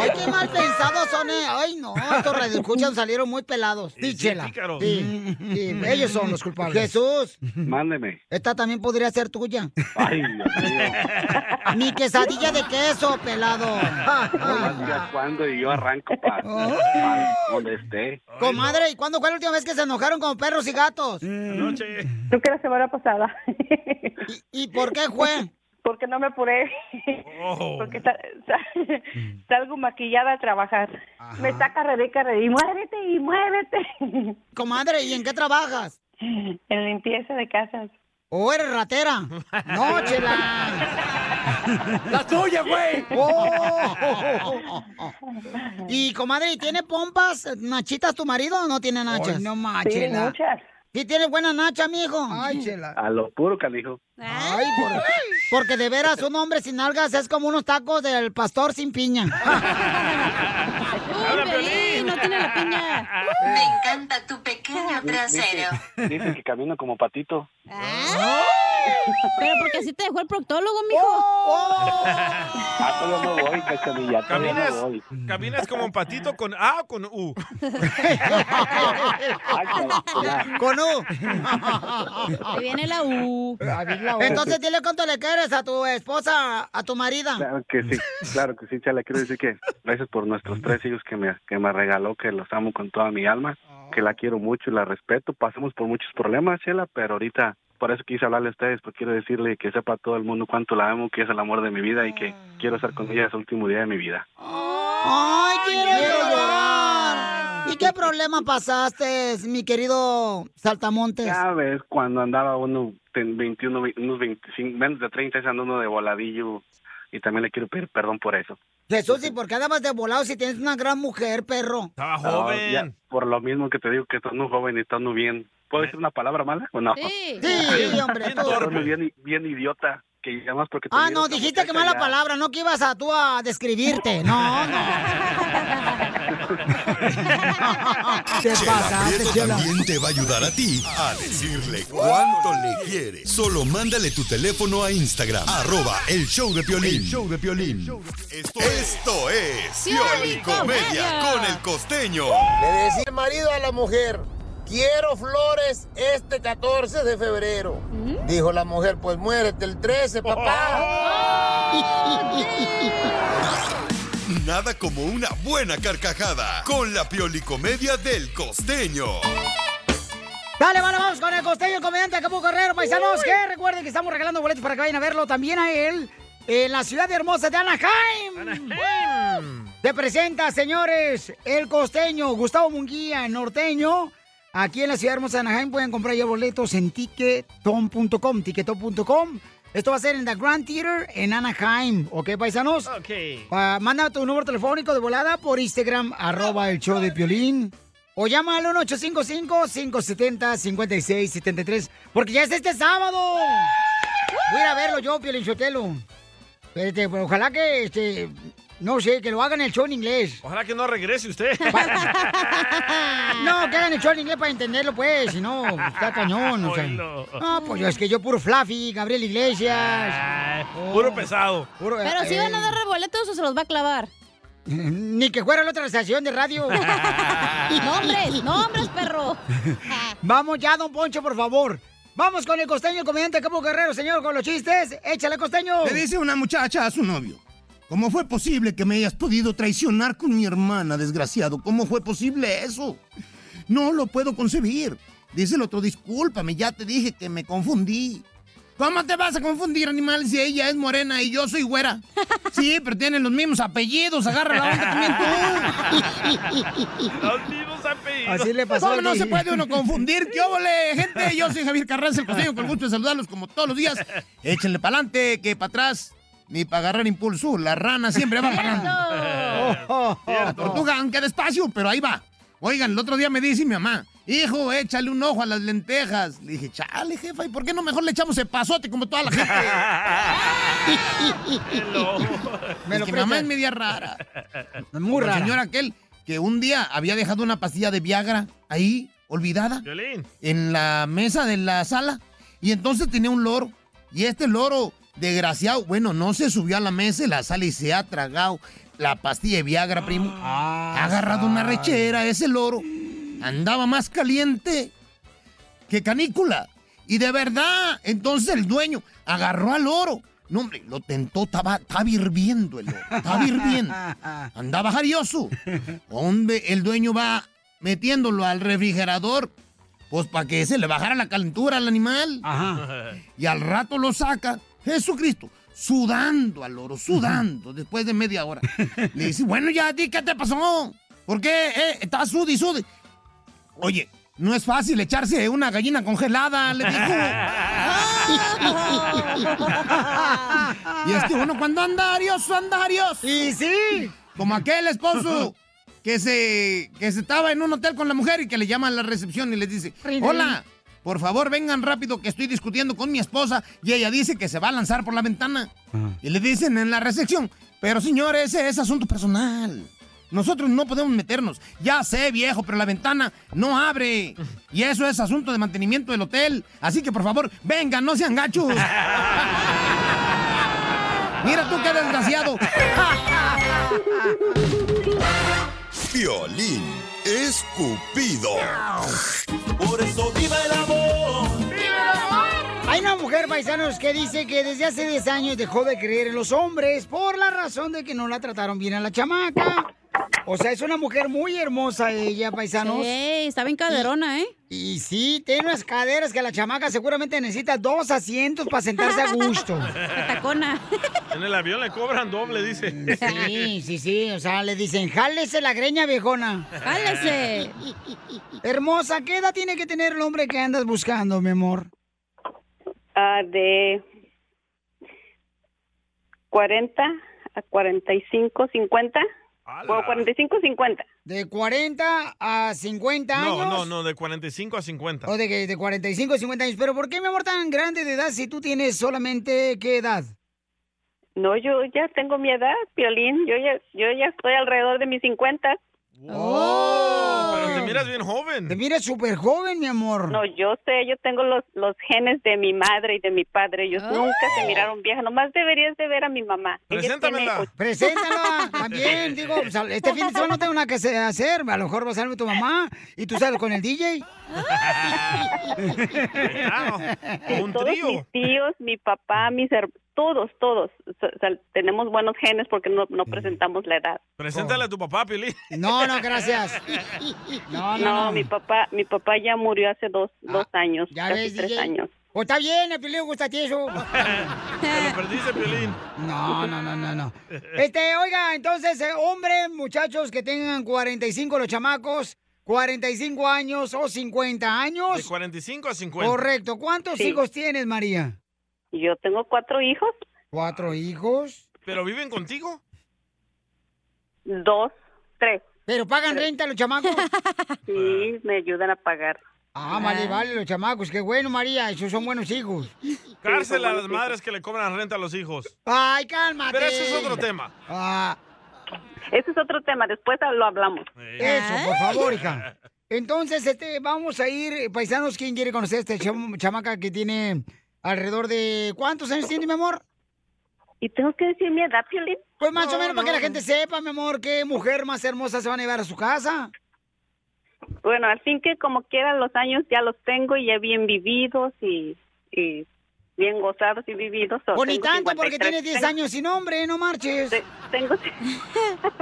[SPEAKER 2] ay, qué mal pensados son, eh. Ay, no, estos radioescuchas salieron muy pelados. Sí, Chela. Sí, sí, ellos son los culpables. Jesús,
[SPEAKER 15] Mándeme.
[SPEAKER 2] esta también podría ser tuya.
[SPEAKER 15] Ay, Dios mío.
[SPEAKER 2] Mi quesadilla de queso, pelado.
[SPEAKER 15] Nomás digas cuándo y yo arranco para donde esté.
[SPEAKER 2] Comadre, ¿y cuándo fue la última vez que se enojaron como perros y gatos?
[SPEAKER 4] Anoche.
[SPEAKER 16] Creo que la semana pasada.
[SPEAKER 2] ¿Y, por qué fue?
[SPEAKER 16] Porque no me apuré. Porque sa- sa- salgo maquillada a trabajar. Me está carreré, carreré. Y muévete, y muévete.
[SPEAKER 2] Comadre, ¿y en qué trabajas?
[SPEAKER 16] En limpieza de casas.
[SPEAKER 2] ¿O eres ratera? No, chela.
[SPEAKER 1] ¡La tuya, güey!
[SPEAKER 2] Oh. Y comadre, ¿y ¿tiene pompas, nachitas tu marido o no tiene nachas?
[SPEAKER 15] Ay, no
[SPEAKER 2] más,
[SPEAKER 15] Sí, Chela. muchas.
[SPEAKER 2] ¿Sí tiene buena nacha, mijo? Ay, chela.
[SPEAKER 15] A lo puro canijo.
[SPEAKER 2] Ay, por- porque de veras un hombre sin algas es como unos tacos del pastor sin piña.
[SPEAKER 1] ¡Habla, Piolín!
[SPEAKER 2] no tiene la
[SPEAKER 1] piña!
[SPEAKER 17] Me encanta tu pequeño
[SPEAKER 15] Dice, dice que camino como patito.
[SPEAKER 3] Pero porque así te dejó el proctólogo, mijo.
[SPEAKER 2] ¡Oh!
[SPEAKER 15] Ah, todavía no voy, cachanilla. Todavía
[SPEAKER 4] Caminas,
[SPEAKER 15] no voy.
[SPEAKER 4] caminas como un patito con A o con U.
[SPEAKER 2] Con U.
[SPEAKER 3] Ahí viene la U.
[SPEAKER 2] Entonces dile cuánto le quieres a tu esposa, a tu marida.
[SPEAKER 15] Claro que sí, claro que sí, Chala. Quiero decir que gracias por nuestros tres hijos que me, que me regaló, que los amo con toda mi alma, que la quiero mucho y la respeto. Pasamos por muchos problemas, Chela, pero ahorita por eso quise hablarle a ustedes, porque quiero decirle que sepa todo el mundo cuánto la amo, que es el amor de mi vida y que quiero estar con ella hasta el último día de mi vida.
[SPEAKER 2] Ay, quiero llorar. ¿Y qué problema pasaste, mi querido Saltamontes?
[SPEAKER 15] ¿Sabes? Cuando andaba uno ten- 21, ve- unos 25, menos de 30, ese andando de voladillo y también le quiero pedir perdón por eso.
[SPEAKER 2] Jesús, ¿y por qué andabas de volado si tienes una gran mujer, perro?
[SPEAKER 4] Estaba
[SPEAKER 15] No, Ah, ya, por lo mismo que te digo que estás muy joven y estás muy bien. ¿Puedo decir una palabra mala o no?
[SPEAKER 2] Sí, sí, hombre, tú.
[SPEAKER 15] Estás muy bien, bien idiota. Que llamas porque te
[SPEAKER 2] Ah,
[SPEAKER 15] miro
[SPEAKER 2] no,
[SPEAKER 15] otra
[SPEAKER 2] dijiste que
[SPEAKER 15] muchacha
[SPEAKER 2] mala
[SPEAKER 15] ya.
[SPEAKER 2] palabra, no que ibas a tú a describirte. No, no. Te
[SPEAKER 10] Chela
[SPEAKER 2] pasaste,
[SPEAKER 10] Prieto
[SPEAKER 2] Chela.
[SPEAKER 10] también te va a ayudar a ti a decirle cuánto le quieres. Solo mándale tu teléfono a Instagram, arroba el show de Piolín. show de Piolín. Esto, esto es Pioli Comedia con el costeño.
[SPEAKER 6] Le decía el marido a la mujer, quiero flores este 14 de febrero. Dijo la mujer, pues muérete el 13, papá.
[SPEAKER 9] Oh.
[SPEAKER 10] Nada como una buena carcajada con la Pioli Comedia del costeño.
[SPEAKER 2] Dale, vale, vamos con el costeño, el comediante Capu Guerrero, paisanos,
[SPEAKER 10] Uy.
[SPEAKER 2] que recuerden que estamos regalando boletos para que vayan a verlo también a él en la ciudad hermosa de Anaheim. Anaheim. Te presenta, señores, el costeño, Gustavo Munguía, el norteño. Aquí en la ciudad hermosa de Anaheim pueden comprar ya boletos en ticketon.com, ticketon.com. Esto va a ser en The Grand Theater en Anaheim, ¿ok, paisanos?
[SPEAKER 4] Ok.
[SPEAKER 2] Ah, manda tu número telefónico de volada por Instagram, arroba el show de Piolín. O llama al 1-855-570-5673. Porque ya es este sábado. Voy a ir a verlo yo, Piolín Sotelo. Este, pues, ojalá que este, No sé, que lo hagan el show en inglés.
[SPEAKER 4] Ojalá que no regrese usted.
[SPEAKER 2] No, que hagan el show en inglés para entenderlo, pues. Si no, está cañón. o sea.
[SPEAKER 4] Oilo.
[SPEAKER 2] No, pues yo es que yo puro Fluffy, Gabriel Iglesias. Oh.
[SPEAKER 4] Puro pesado.
[SPEAKER 2] Puro-
[SPEAKER 3] Pero si
[SPEAKER 2] eh,
[SPEAKER 3] van a dar boletos o se los va a clavar.
[SPEAKER 2] Ni que fuera la otra estación de radio.
[SPEAKER 3] Nombres, nombres, perro.
[SPEAKER 2] Vamos ya, don Poncho, por favor. Vamos con el costeño, el comediante Capo Guerrero, señor, con los chistes. Échale, costeño.
[SPEAKER 18] Le dice una muchacha a su novio. ¿Cómo fue posible que me hayas podido traicionar con mi hermana, desgraciado? ¿Cómo fue posible eso? No lo puedo concebir. Dice el otro, discúlpame, ya te dije que me confundí. ¿Cómo te vas a confundir, animal, si ella es morena y yo soy güera? Sí, pero tienen los mismos apellidos, agarra la onda también tú.
[SPEAKER 4] Los mismos apellidos.
[SPEAKER 2] Así le pasó
[SPEAKER 18] ¿Cómo
[SPEAKER 2] a
[SPEAKER 18] no
[SPEAKER 2] ti?
[SPEAKER 18] se puede uno confundir? ¿Qué óvole, gente? Yo soy Javier Carranza, el costeño, con el gusto de saludarlos como todos los días. Échenle para adelante, que para atrás, ni para agarrar impulso. La rana siempre va para adelante. La tortuga, aunque despacio, pero ahí va. Oigan, el otro día me dice mi mamá, hijo, échale un ojo a las lentejas. Le dije, chale, jefa, ¿y por qué no mejor le echamos pasote como toda la gente?
[SPEAKER 1] Me
[SPEAKER 18] Es
[SPEAKER 1] lo
[SPEAKER 18] que mi mamá es
[SPEAKER 1] prestan.
[SPEAKER 18] media rara.
[SPEAKER 2] Muy
[SPEAKER 18] Como el
[SPEAKER 2] rara.
[SPEAKER 18] señor aquel que un día había dejado una pastilla de Viagra ahí, olvidada, en la mesa de la sala. Y entonces tenía un loro. Y este loro, desgraciado, bueno, no se subió a la mesa de la sala y se ha tragado la pastilla de Viagra, primo.
[SPEAKER 2] Ah,
[SPEAKER 18] ha agarrado una rechera ese loro. Andaba más caliente que canícula. Y de verdad, entonces el dueño agarró al oro. No, hombre, lo tentó, estaba, estaba hirviendo el oro, estaba hirviendo.
[SPEAKER 2] Ah.
[SPEAKER 18] Andaba jarioso. Hombre, el dueño va metiéndolo al refrigerador, pues para que se le bajara la calentura al animal. Y al rato lo saca Jesucristo, sudando al oro, sudando, después de media hora. Le dice, bueno, ya a ti, ¿qué te pasó? ¿Por qué eh, estás sudi, sudi? Oye, no es fácil echarse una gallina congelada, le dijo. y es que uno cuando anda arioso, anda arioso.
[SPEAKER 2] Y sí.
[SPEAKER 18] Como aquel esposo que se, que se estaba en un hotel con la mujer y que le llama a la recepción y les dice, hola, por favor vengan rápido que estoy discutiendo con mi esposa y ella dice que se va a lanzar por la ventana. Y le dicen en la recepción, pero señor, ese es asunto personal. Nosotros no podemos meternos. Ya sé, viejo, pero la ventana no abre. Y eso es asunto de mantenimiento del hotel. Así que, por favor, vengan, no sean gachos. Mira tú qué desgraciado.
[SPEAKER 10] Violín escupido.
[SPEAKER 2] Por eso viva el amor. Hay una mujer, paisanos, que dice que desde hace 10 años dejó de creer en los hombres por la razón de que no la trataron bien a la chamaca. O sea, es una mujer muy hermosa ella, paisanos.
[SPEAKER 3] Sí, está bien caderona, ¿eh?
[SPEAKER 2] Y sí, tiene unas caderas que la chamaca seguramente necesita dos asientos para sentarse a gusto.
[SPEAKER 3] Tacona.
[SPEAKER 4] En el avión le cobran doble, dice.
[SPEAKER 2] Sí, sí, sí. O sea, le dicen, jálese la greña, viejona.
[SPEAKER 4] Jálese.
[SPEAKER 2] Hermosa, ¿qué edad tiene que tener el hombre que andas buscando, mi amor?
[SPEAKER 16] Ah, de 40 a 45, 50. O 45, 50.
[SPEAKER 2] ¿De 40 a 50 años?
[SPEAKER 4] No, no, no, de 45 a 50.
[SPEAKER 2] O de, que- de 45 a 50 años. Pero ¿por qué, mi amor, tan grande de edad si tú tienes solamente qué edad?
[SPEAKER 16] No, yo ya tengo mi edad, Piolín. Yo ya, yo ya estoy alrededor de mis 50.
[SPEAKER 2] ¡Oh!
[SPEAKER 4] Pero te miras bien joven.
[SPEAKER 2] Te miras súper joven, mi amor.
[SPEAKER 16] No, yo sé, yo tengo los, los genes de mi madre y de mi padre.
[SPEAKER 2] Ah.
[SPEAKER 16] Ellos nunca se miraron vieja. Nomás deberías de ver a mi mamá. Ella tiene och-
[SPEAKER 2] Preséntala. También, digo, pues, al- este fin de semana no tengo nada que se- hacer. A lo mejor va a salir tu mamá y tú sales con el DJ.
[SPEAKER 16] Sí, todos mis tíos, mi papá, mis her- todos, todos. O sea, tenemos buenos genes porque no,
[SPEAKER 2] Mm.
[SPEAKER 16] no presentamos la edad.
[SPEAKER 4] Preséntale a tu papá, Pili.
[SPEAKER 2] No, no, gracias. No, no, no. Ah.
[SPEAKER 16] mi papá, mi papá ya murió hace dos, dos años,
[SPEAKER 2] Ya
[SPEAKER 16] casi
[SPEAKER 2] ves,
[SPEAKER 16] tres
[SPEAKER 2] DJ.
[SPEAKER 16] años.
[SPEAKER 2] O está bien, el Piolín gusta a ti eso.
[SPEAKER 4] Te lo perdiste, Piolín.
[SPEAKER 2] No, no, no, no, no. Este, oiga, entonces, eh, hombres, muchachos que tengan 45 los chamacos, 45 años o 50 años.
[SPEAKER 4] De 45 a 50.
[SPEAKER 2] Correcto. ¿Cuántos
[SPEAKER 4] Sí.
[SPEAKER 2] hijos tienes, María?
[SPEAKER 16] Yo tengo cuatro hijos.
[SPEAKER 2] ¿Cuatro hijos?
[SPEAKER 4] ¿Pero viven contigo?
[SPEAKER 16] Dos, tres.
[SPEAKER 2] ¿Pero pagan renta los chamacos?
[SPEAKER 16] Sí, me ayudan a pagar.
[SPEAKER 2] Ah, vale, vale, los chamacos. Qué bueno, María. Esos son buenos hijos.
[SPEAKER 4] Cárcel a las madres que le cobran renta a los hijos.
[SPEAKER 2] Ay, cálmate.
[SPEAKER 4] Pero ese es otro tema.
[SPEAKER 2] Ah,
[SPEAKER 16] Ese es otro tema, después lo hablamos.
[SPEAKER 2] Eh. Eso, por favor, hija. Entonces, este, vamos a ir, eh, paisanos, ¿quién quiere conocer a esta cham- chamaca que tiene alrededor de... ¿Cuántos años tiene, mi amor?
[SPEAKER 16] ¿Y tengo que decir mi edad, Piolín?
[SPEAKER 2] Pues más o
[SPEAKER 16] No,
[SPEAKER 2] menos para que
[SPEAKER 16] no.
[SPEAKER 2] la gente sepa, mi amor, qué mujer más hermosa se van a llevar a su casa.
[SPEAKER 16] Bueno, al fin que como quiera los años ya los tengo y ya bien vividos y, y bien gozados y vividos. So,
[SPEAKER 2] O ni
[SPEAKER 16] tengo
[SPEAKER 2] tanto, porque tienes
[SPEAKER 16] 53.
[SPEAKER 2] 10
[SPEAKER 16] Tengo-
[SPEAKER 2] años sin hombre, no marches.
[SPEAKER 16] Tengo... Eso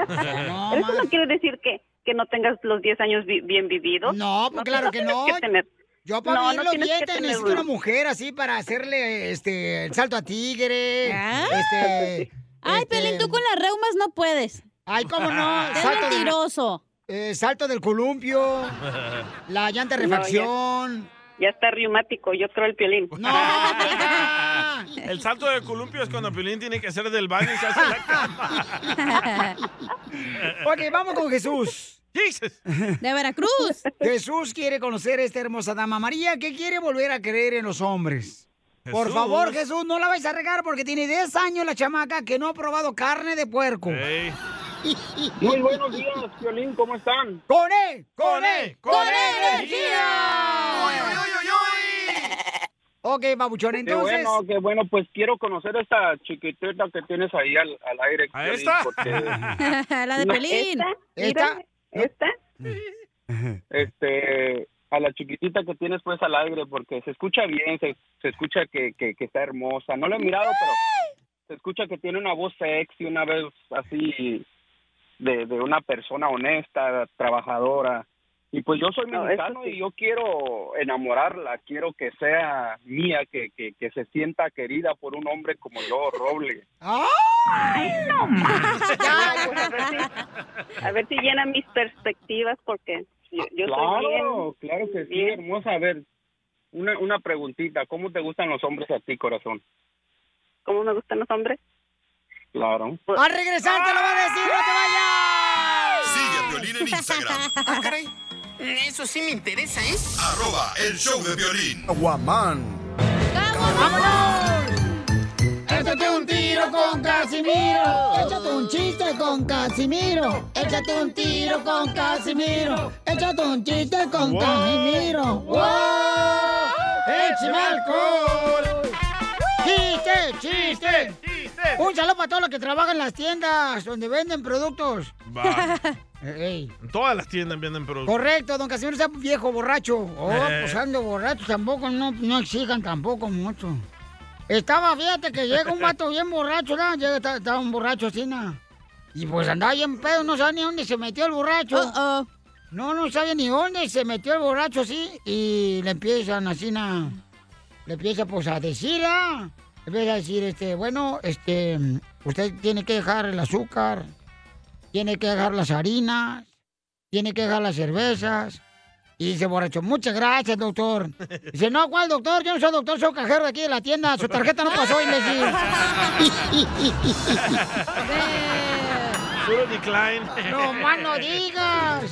[SPEAKER 16] no quiere decir que, que no tengas los 10 años vi- bien vividos.
[SPEAKER 2] No, pues, claro que
[SPEAKER 16] tienes
[SPEAKER 2] no.
[SPEAKER 16] tener-
[SPEAKER 2] Yo para
[SPEAKER 16] No,
[SPEAKER 2] vivir
[SPEAKER 16] no
[SPEAKER 2] Oh, los
[SPEAKER 16] tienes que
[SPEAKER 2] 10
[SPEAKER 16] tener
[SPEAKER 2] necesito
[SPEAKER 16] uno.
[SPEAKER 2] una mujer así para hacerle este, el salto a tigre. Este,
[SPEAKER 3] Ah, pues Ay, Pelín, tú con las reumas no puedes.
[SPEAKER 2] Ay, ¿cómo no?
[SPEAKER 3] Es
[SPEAKER 2] Salto del-
[SPEAKER 3] mentiroso.
[SPEAKER 2] eh, salto del columpio, la llanta de
[SPEAKER 16] No, ya-
[SPEAKER 2] refacción.
[SPEAKER 16] Ya está reumático, yo creo el piolín.
[SPEAKER 4] El salto de columpio es cuando Piolín tiene que hacer del baño y se hace la cama.
[SPEAKER 2] Ok, vamos con Jesús.
[SPEAKER 3] De Veracruz.
[SPEAKER 2] Jesús quiere conocer a esta hermosa dama María que quiere volver a creer en los hombres. Por
[SPEAKER 9] Jesús.
[SPEAKER 2] favor, Jesús, no la vais a regar porque tiene 10 años la chamaca que no ha probado carne de puerco.
[SPEAKER 8] Muy buenos días, Piolín, ¿cómo están?
[SPEAKER 2] ¡Con él!
[SPEAKER 8] ¡Con él!
[SPEAKER 2] ¡Con E, energía! Ok, babuchón, entonces...
[SPEAKER 8] Qué bueno, qué bueno, pues quiero conocer a esta chiquitita que tienes ahí al, al aire.
[SPEAKER 4] ¿A
[SPEAKER 8] Piolín,
[SPEAKER 4] esta?
[SPEAKER 8] porque-
[SPEAKER 3] La de
[SPEAKER 8] No,
[SPEAKER 3] Pelín.
[SPEAKER 8] ¿Esta? Este, a la chiquitita que tienes pues al aire, porque se escucha bien, se, se escucha que, que, que está hermosa. No la he mirado, pero se escucha que tiene una voz sexy, una voz así de, de una persona honesta, trabajadora. Y pues yo soy
[SPEAKER 16] No, eso
[SPEAKER 8] mexicano y yo quiero enamorarla, quiero que sea mía, que, que, que se sienta querida por un hombre como yo, Roble.
[SPEAKER 16] ¡Ay, no más! a, ver si, a ver si llena mis perspectivas porque yo, yo soy bien.
[SPEAKER 8] claro, claro que sí, hermosa. A ver, una, una preguntita, ¿cómo te gustan los hombres a ti, corazón?
[SPEAKER 16] ¿Cómo me gustan los hombres? pues,
[SPEAKER 8] Claro.
[SPEAKER 2] ¡A regresar te lo va a decir! ¡No te
[SPEAKER 9] Ah,
[SPEAKER 2] vayas!
[SPEAKER 10] Sigue a Piolín en Instagram.
[SPEAKER 9] Eso sí me interesa, ¿eh?
[SPEAKER 10] Arroba el show de violín.
[SPEAKER 19] Guamán.
[SPEAKER 2] ¡Vámonos! Échate un tiro con Casimiro. Échate un chiste con Casimiro. Échate un tiro con Casimiro. Échate un chiste con Casimiro. ¡Wow! ¡Échame alcohol! ¡Chiste, chiste! Un saludo para todos los que trabajan en las tiendas donde venden productos.
[SPEAKER 4] Va.
[SPEAKER 2] Ey.
[SPEAKER 4] En todas las tiendas venden productos.
[SPEAKER 2] Correcto, don Casimiro sea viejo borracho. Oh, pues ando borracho, tampoco, no, no exijan tampoco mucho. Estaba, fíjate que llega un vato bien borracho, ¿no? Llega, está- estaba un borracho así, ¿no? Y pues andaba bien pedo, no sabía ni dónde se metió el borracho. No, no sabía ni dónde se metió el borracho así. Y le empiezan así, ¿no? Le empieza pues a decir, ¿ah? Le Empieza a decir, este, bueno, este, usted tiene que dejar el azúcar, tiene que dejar las harinas, tiene que dejar las cervezas. Y dice, borracho, muchas gracias, doctor. Dice, no, ¿cuál doctor? Yo no soy doctor, soy cajero de aquí de la tienda. Su tarjeta no pasó, imbécil.
[SPEAKER 4] Puro decline.
[SPEAKER 2] No más no digas.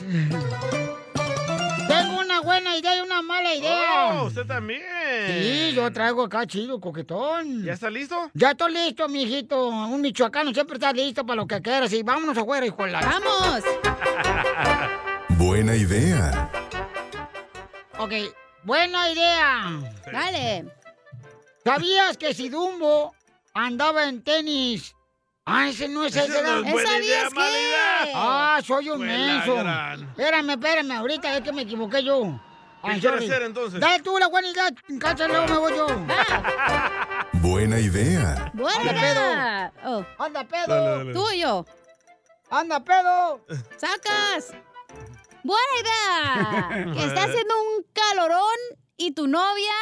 [SPEAKER 2] Tengo una buena idea y una mala idea.
[SPEAKER 4] Oh, usted también.
[SPEAKER 2] Sí, yo traigo acá chido, coquetón.
[SPEAKER 4] ¿Ya está listo?
[SPEAKER 2] Ya estoy listo, mijito. Un michoacano siempre está listo para lo que quieras. Y vámonos afuera, hijo de la... ¡Vamos!
[SPEAKER 20] né?
[SPEAKER 10] Buena idea.
[SPEAKER 2] Ok, buena idea. Dale. ¿Sabías que si Dumbo andaba en tenis? Ah, ese no es
[SPEAKER 9] Esa
[SPEAKER 2] ese.
[SPEAKER 9] no es buena ¿Esa idea,
[SPEAKER 2] ¿Sabías
[SPEAKER 9] sabías mala qué? idea.
[SPEAKER 2] Ah, soy un
[SPEAKER 9] Fue la
[SPEAKER 2] menso.
[SPEAKER 9] gran.
[SPEAKER 2] Espérame, espérame, ahorita es que me equivoqué yo.
[SPEAKER 4] ¿Qué quiere
[SPEAKER 2] I'm sorry.
[SPEAKER 4] hacer, entonces?
[SPEAKER 2] Dale tú la buena idea, cacha, luego me voy yo.
[SPEAKER 10] Buena idea.
[SPEAKER 2] Ah. ¡Buena! Oh. Anda pedo. Anda pedo.
[SPEAKER 10] Dale, dale. Tú
[SPEAKER 2] y yo. Anda pedo.
[SPEAKER 3] ¡Sacas! ¡Buena idea! Que está haciendo un calorón y tu novia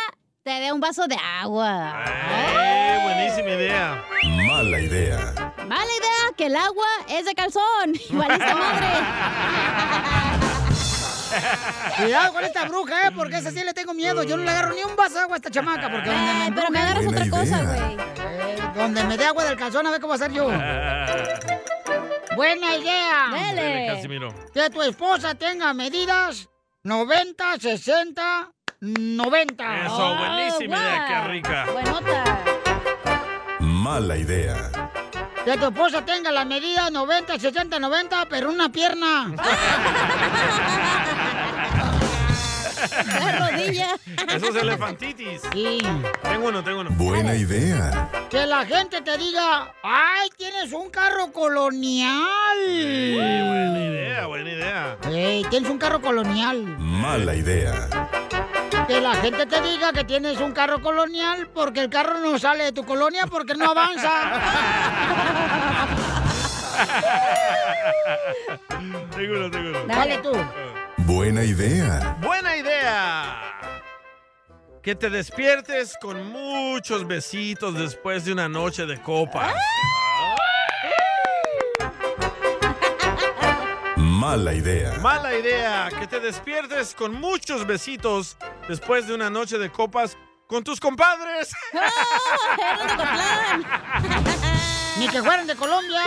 [SPEAKER 3] te dé un vaso de agua.
[SPEAKER 4] Eh, buenísima idea.
[SPEAKER 10] Mala idea.
[SPEAKER 3] Mala idea que el agua es de calzón. Igual esta madre.
[SPEAKER 2] Cuidado con esta bruja, ¿eh? Porque a esa sí le tengo miedo. Yo no le agarro ni un vaso de agua a esta chamaca. Porque donde me pero me agarras otra cosa, güey. donde me dé agua del calzón, a ver cómo hacer yo. Buena idea.
[SPEAKER 4] Dale, Casimiro.
[SPEAKER 2] Que tu esposa tenga medidas 90, 60, 90.
[SPEAKER 4] Eso, buenísima idea, qué rica.
[SPEAKER 10] Mala idea.
[SPEAKER 2] Que tu esposa tenga la medida 90, 60, 90, pero una pierna.
[SPEAKER 4] La rodilla. Eso es elefantitis. Tengo uno, tengo uno.
[SPEAKER 10] Buena idea.
[SPEAKER 2] Que la gente te diga, ay, tienes un carro colonial. buena
[SPEAKER 4] idea, buena idea.
[SPEAKER 2] tienes un carro colonial.
[SPEAKER 10] Mala idea.
[SPEAKER 2] Que la gente te diga que tienes un carro colonial porque el carro no sale de tu colonia porque no avanza.
[SPEAKER 4] Tengo uno, tengo uno.
[SPEAKER 2] Dale tú.
[SPEAKER 10] Buena idea.
[SPEAKER 4] Buena idea. Que te despiertes con muchos besitos después de una noche de copa.
[SPEAKER 10] Mala idea.
[SPEAKER 4] Mala idea. Que te despiertes con muchos besitos después de una noche de copas con tus compadres.
[SPEAKER 2] Ni que fueran de Colombia.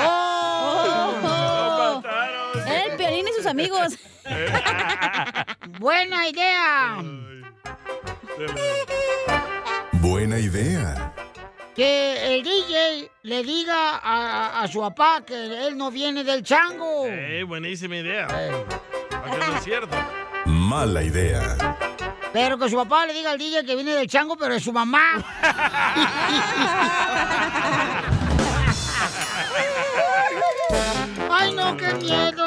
[SPEAKER 2] ¡Oh!
[SPEAKER 3] Era el Piolín y sus amigos.
[SPEAKER 2] Buena idea.
[SPEAKER 10] Buena idea.
[SPEAKER 2] Que el DJ le diga a, a su papá que él no viene del chango.
[SPEAKER 4] Eh, buenísima idea. ¿A qué no es cierto?
[SPEAKER 10] Mala idea.
[SPEAKER 2] Pero que su papá le diga al DJ que viene del chango, pero es su mamá. ¡Ay, no, qué miedo!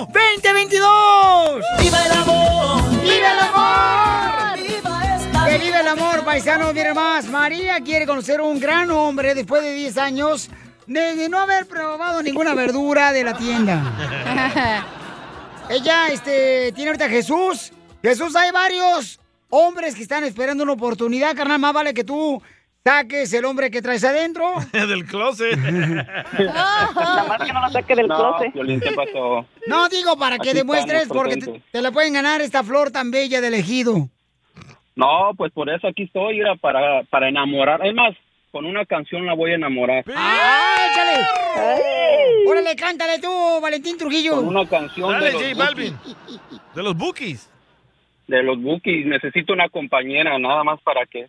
[SPEAKER 2] 2022! ¡Viva el amor! ¡Viva el amor! ¡Que viva el amor, paisano! Mira más, María quiere conocer un gran hombre después de 10 años de, de no haber probado ninguna verdura de la tienda. Ella, este, tiene ahorita a Jesús. Jesús, hay varios hombres que están esperando una oportunidad, carnal. Más vale que tú saques el hombre que traes adentro.
[SPEAKER 4] Del closet.
[SPEAKER 2] Nada más que no la saque del closet.
[SPEAKER 8] Violín, ¿qué pasó?
[SPEAKER 2] No, digo, para que
[SPEAKER 8] Aquí
[SPEAKER 2] demuestres,
[SPEAKER 8] estamos
[SPEAKER 2] porque te,
[SPEAKER 8] presentes.
[SPEAKER 2] te la pueden ganar esta flor tan bella del ejido.
[SPEAKER 8] No, pues por eso aquí estoy, era para, para enamorar. Es más, con una canción la voy a enamorar.
[SPEAKER 2] ¡Ah, échale! ¡Órale, cántale tú, Valentín Trujillo!
[SPEAKER 8] Con una canción de los Bukis.
[SPEAKER 4] De los Bookies.
[SPEAKER 8] De los Bukis. Necesito una compañera, nada más para que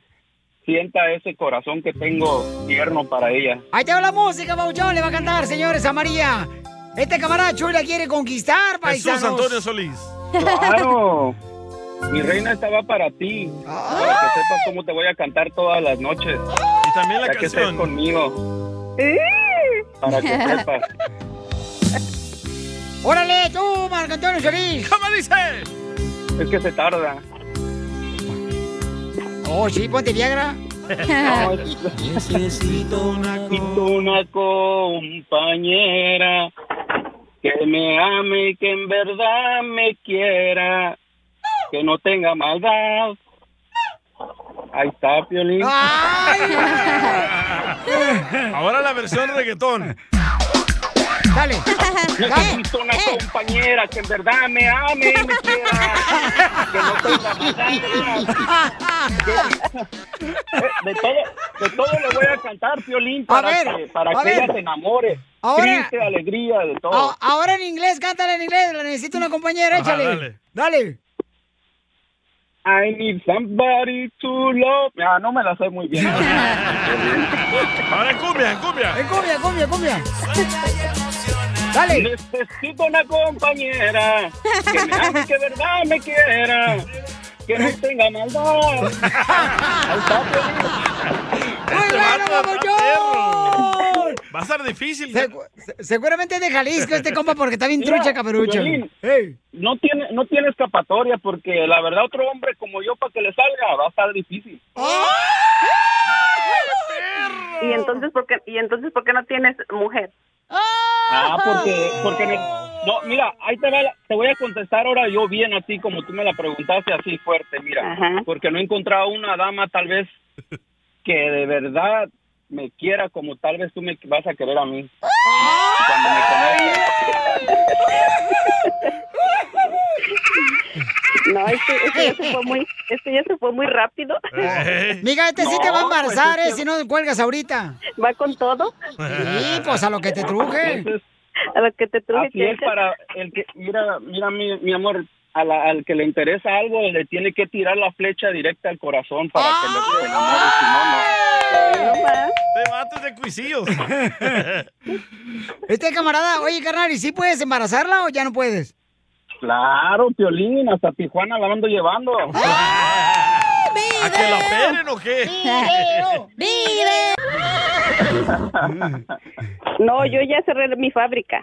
[SPEAKER 8] sienta ese corazón que tengo tierno para ella.
[SPEAKER 2] Ahí te va la música, Bauchón, le va a cantar, señores, a María. Este camarada chulo la quiere conquistar, paisanos.
[SPEAKER 4] Jesús Antonio Solís.
[SPEAKER 8] ¡Claro! Mi reina, esta va para ti. Para que sepas cómo te voy a cantar todas las noches.
[SPEAKER 4] Y también la
[SPEAKER 8] para que estés
[SPEAKER 4] canción.
[SPEAKER 8] conmigo. Para que sepas.
[SPEAKER 2] ¡Órale, tú, Marco Antonio Solís!
[SPEAKER 4] ¿Cómo dice?
[SPEAKER 8] Es que se tarda.
[SPEAKER 2] Oh, sí, ponte Viagra.
[SPEAKER 8] Necesito una, compañera que me ame y que en verdad me quiera, que no tenga maldad. Ahí está, Piolín.
[SPEAKER 4] Ahora la versión reggaetón.
[SPEAKER 2] Dale. Eh.
[SPEAKER 8] Necesito una compañera que en verdad me ame y me quiera, que no tenga maldad. Eh, De todo, de todo le voy a cantar, Piolín, para
[SPEAKER 2] ver,
[SPEAKER 8] que, para
[SPEAKER 2] a
[SPEAKER 8] que
[SPEAKER 2] ver.
[SPEAKER 8] ella se enamore.
[SPEAKER 2] Ahora-
[SPEAKER 8] Triste, alegría, de todo.
[SPEAKER 2] A- Ah, ahora en inglés, cántale en inglés. La necesito una compañera,
[SPEAKER 8] Ajá,
[SPEAKER 2] échale.
[SPEAKER 8] dale.
[SPEAKER 2] Dale.
[SPEAKER 8] I need somebody to love. Ah, no me la sé muy bien.
[SPEAKER 4] Ahora en cumbia, en cumbia.
[SPEAKER 2] En cumbia, cumbia, cumbia. Dale.
[SPEAKER 8] Necesito una compañera que me ame, que de verdad me quiera, que no tenga maldad. Ahí está,
[SPEAKER 4] Este
[SPEAKER 2] ¡Muy bueno, babuchón!
[SPEAKER 4] Va a estar difícil.
[SPEAKER 2] Se- Seguramente es de Jalisco este compa porque está bien
[SPEAKER 8] Mira,
[SPEAKER 2] trucha, caperucha.
[SPEAKER 8] Piolín, No tiene, no tiene escapatoria porque la verdad otro hombre como yo para que le salga va a estar difícil.
[SPEAKER 16] ¿Y entonces por qué, y entonces, ¿por qué no tienes mujer?
[SPEAKER 8] Ah, porque, porque me- no, mira, ahí te, va la- te voy a contestar ahora yo bien así como tú me la preguntaste así fuerte, mira, porque no he encontrado una dama tal vez que de verdad me quiera como tal vez tú me vas a querer a mí. Cuando me conozcas.
[SPEAKER 16] No, este, este ya se fue muy, este ya se fue muy rápido.
[SPEAKER 8] Eh.
[SPEAKER 2] Miga, este sí te va a
[SPEAKER 16] No, pues,
[SPEAKER 2] embarazar,
[SPEAKER 16] este-
[SPEAKER 2] ¿eh? Si no cuelgas ahorita.
[SPEAKER 16] ¿Va con todo?
[SPEAKER 2] Sí, pues a lo que te truje.
[SPEAKER 16] A lo que te truje.
[SPEAKER 8] Así es para el que, mira, mira mi, mi amor, a la- al que le interesa algo le tiene que tirar la flecha directa al corazón para que lo
[SPEAKER 16] ¡Ah!
[SPEAKER 8] se enamore, si no, no.
[SPEAKER 4] Te matas de cuisillos.
[SPEAKER 2] Este camarada, oye, carnal, ¿y sí puedes embarazarla o ya no puedes?
[SPEAKER 8] Claro, Piolín, hasta Tijuana la ando llevando.
[SPEAKER 4] ¿A que la operen o qué?
[SPEAKER 16] No, yo ya cerré mi fábrica.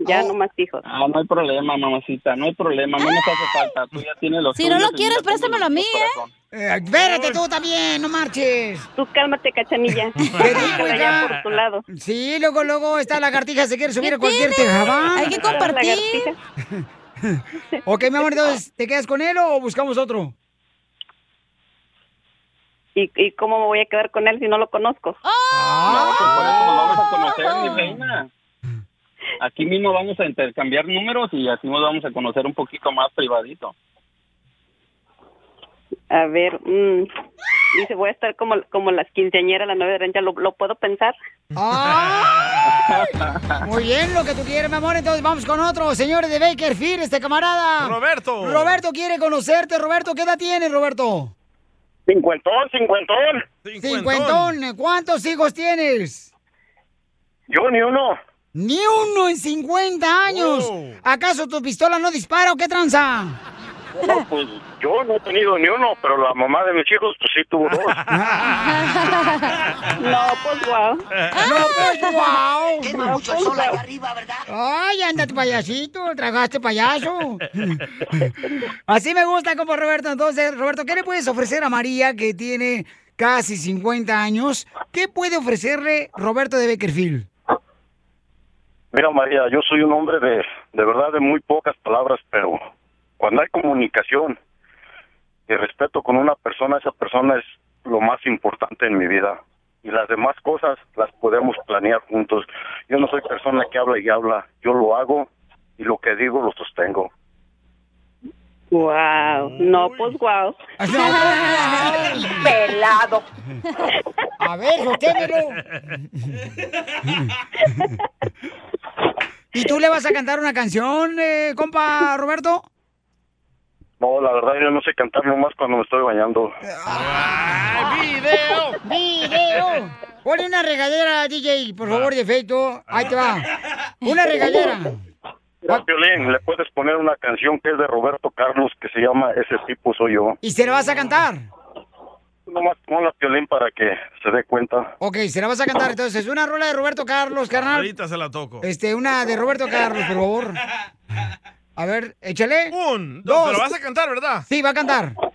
[SPEAKER 16] Ya
[SPEAKER 2] Oh.
[SPEAKER 16] no más hijos.
[SPEAKER 8] Ah, no hay problema, mamacita, no hay problema, no nos hace falta, tú ya tienes los
[SPEAKER 16] Si no
[SPEAKER 8] tuyos y
[SPEAKER 16] lo quieres,
[SPEAKER 8] yo tengo
[SPEAKER 16] préstamelo a
[SPEAKER 8] los
[SPEAKER 16] mí,
[SPEAKER 8] míos,
[SPEAKER 16] ¿eh?
[SPEAKER 8] corazón.
[SPEAKER 2] Espérate tú también, no marches.
[SPEAKER 16] Tú cálmate, cachanilla.
[SPEAKER 2] Te digo,
[SPEAKER 16] Allá
[SPEAKER 2] hija.
[SPEAKER 16] por tu lado.
[SPEAKER 2] Sí, luego, luego, esta lagartija se quiere subir
[SPEAKER 16] ¿Qué
[SPEAKER 2] a cualquier
[SPEAKER 16] tiene?
[SPEAKER 2] tejabán.
[SPEAKER 16] Hay que compartir.
[SPEAKER 2] ok, mi amor, entonces, ¿te quedas con él o buscamos otro?
[SPEAKER 16] ¿Y, y cómo me voy a quedar con él si no lo conozco?
[SPEAKER 2] Oh.
[SPEAKER 8] No, pues por eso nos vamos a conocer, mi reina. Aquí mismo vamos a intercambiar números y así nos vamos a conocer un poquito más privadito.
[SPEAKER 16] A ver, mm, dice, voy a estar como, como las quinceañeras, la novia de Arancha, ¿lo, lo puedo pensar?
[SPEAKER 2] Muy bien, lo que tú quieres, mi amor. Entonces vamos con otro, señores de Bakerfield, este camarada.
[SPEAKER 4] Roberto.
[SPEAKER 2] Roberto quiere conocerte, Roberto. ¿Qué edad tienes, Roberto?
[SPEAKER 21] Cincuentón, cincuentón.
[SPEAKER 2] Cincuentón. ¿Cuántos hijos tienes?
[SPEAKER 21] Yo ni uno.
[SPEAKER 2] Ni uno en 50 años. ¿Acaso tu pistola no dispara o qué tranza?
[SPEAKER 21] No, pues yo no he tenido ni uno, pero la mamá de mis hijos pues sí tuvo dos.
[SPEAKER 16] No, pues wow.
[SPEAKER 4] Ah.
[SPEAKER 2] No, pues wow.
[SPEAKER 9] Quema
[SPEAKER 2] No,
[SPEAKER 9] mucho
[SPEAKER 2] pues,
[SPEAKER 9] el sol ahí
[SPEAKER 2] guau.
[SPEAKER 9] arriba, ¿verdad?
[SPEAKER 2] Ay, ándate payasito, tragaste payaso. Así me gusta como Roberto. Entonces, Roberto, ¿qué le puedes ofrecer a María que tiene casi 50 años? ¿Qué puede ofrecerle Roberto de Beckerfield?
[SPEAKER 21] Mira, María, yo soy un hombre de, de verdad de muy pocas palabras, pero cuando hay comunicación y respeto con una persona, esa persona es lo más importante en mi vida. Y las demás cosas las podemos planear juntos. Yo no soy persona que habla y habla, yo lo hago y lo que digo lo sostengo.
[SPEAKER 16] Wow, no, pues wow. Pelado.
[SPEAKER 2] A ver, sosténelo. ¿Y tú le vas a cantar una canción, eh, compa Roberto?
[SPEAKER 21] No, la verdad yo no sé cantar nomás cuando me estoy bañando.
[SPEAKER 2] ¡Video! ¡Video! Ponle una regadera, DJ, por favor, de efecto. Ahí te va. Una regadera.
[SPEAKER 21] Mira, Piolín, le puedes poner una canción que es de Roberto Carlos que se llama Ese tipo soy yo.
[SPEAKER 2] ¿Y se la vas a cantar?
[SPEAKER 21] Nomás ponla Piolín para que se dé cuenta.
[SPEAKER 2] Ok, se la vas a cantar. Entonces, una rola de Roberto Carlos, carnal.
[SPEAKER 4] Ahorita se la toco.
[SPEAKER 2] Este, una de Roberto Carlos, por favor. A ver, échale. Un,
[SPEAKER 4] No, pero vas a cantar, ¿verdad?
[SPEAKER 2] Sí, va a cantar.
[SPEAKER 21] No,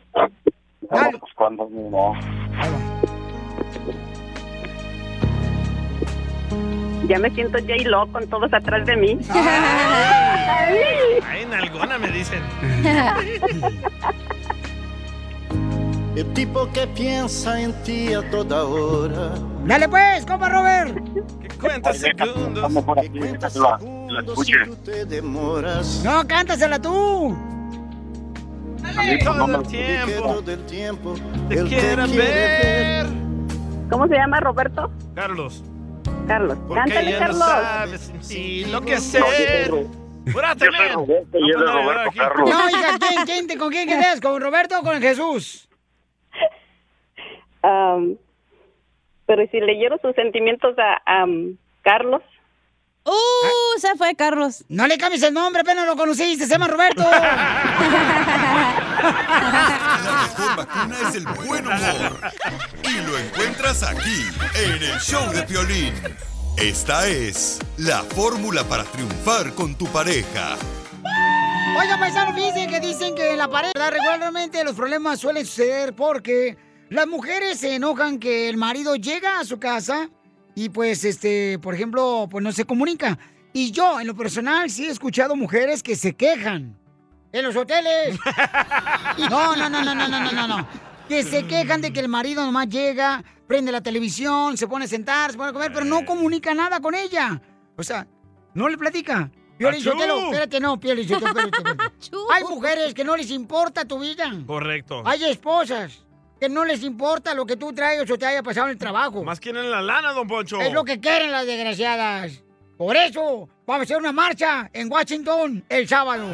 [SPEAKER 21] pues cuando no.
[SPEAKER 16] Ya me siento J-Lo con todos atrás de mí.
[SPEAKER 4] Ay, nalgona me dicen.
[SPEAKER 22] El tipo que piensa en ti a toda hora.
[SPEAKER 2] Dale pues, compa Robert.
[SPEAKER 4] Cuenta segundos. Vamos por aquí,
[SPEAKER 21] la, la escuche.
[SPEAKER 22] Te demoras.
[SPEAKER 2] No, cántasela tú.
[SPEAKER 22] Todo el tiempo. del tiempo. Él te quiere ver.
[SPEAKER 16] ¿Cómo se llama Roberto?
[SPEAKER 4] Carlos.
[SPEAKER 16] Carlos.
[SPEAKER 4] Porque
[SPEAKER 16] Cántale,
[SPEAKER 4] ya no
[SPEAKER 16] Carlos.
[SPEAKER 4] sabes si lo que hacer. Júrate, men.
[SPEAKER 21] Y él es
[SPEAKER 4] Vamos a
[SPEAKER 21] Roberto Carlos.
[SPEAKER 2] No, hija, ¿quién, quién te- ¿con quién quedas? ¿Con Roberto o con Jesús?
[SPEAKER 16] Am, pero si leyeron sus sentimientos a am, Carlos.
[SPEAKER 3] ¡Uh! Se fue Carlos.
[SPEAKER 2] No le cambies el nombre, apenas lo conociste, se llama Roberto.
[SPEAKER 10] Una es el buen humor. Y lo encuentras aquí, en el show de Piolín. Esta es la fórmula para triunfar con tu pareja.
[SPEAKER 2] Oiga, paisano, fíjense que dicen que en la pareja ¿verdad? regularmente los problemas suelen suceder porque las mujeres se enojan que el marido llega a su casa y pues, este, por ejemplo, pues no se comunica. Y yo, en lo personal, sí he escuchado mujeres que se quejan. En los hoteles. No, no, no, no, no, no, no, no, no. Que se quejan de que el marido nomás llega, prende la televisión, se pone a sentar, se pone a comer, pero no comunica nada con ella. O sea, no le platica. Piolín
[SPEAKER 4] Achú.
[SPEAKER 2] Sotelo, espérate, no, Piolín Sotelo, espérate, espérate. Hay mujeres que no les importa tu vida.
[SPEAKER 4] Correcto.
[SPEAKER 2] Hay esposas que no les importa lo que tú traes o te haya pasado en el trabajo.
[SPEAKER 4] Más quieren la lana, don Poncho.
[SPEAKER 2] Es lo que quieren las desgraciadas. Por eso, vamos a hacer una marcha en Washington el sábado.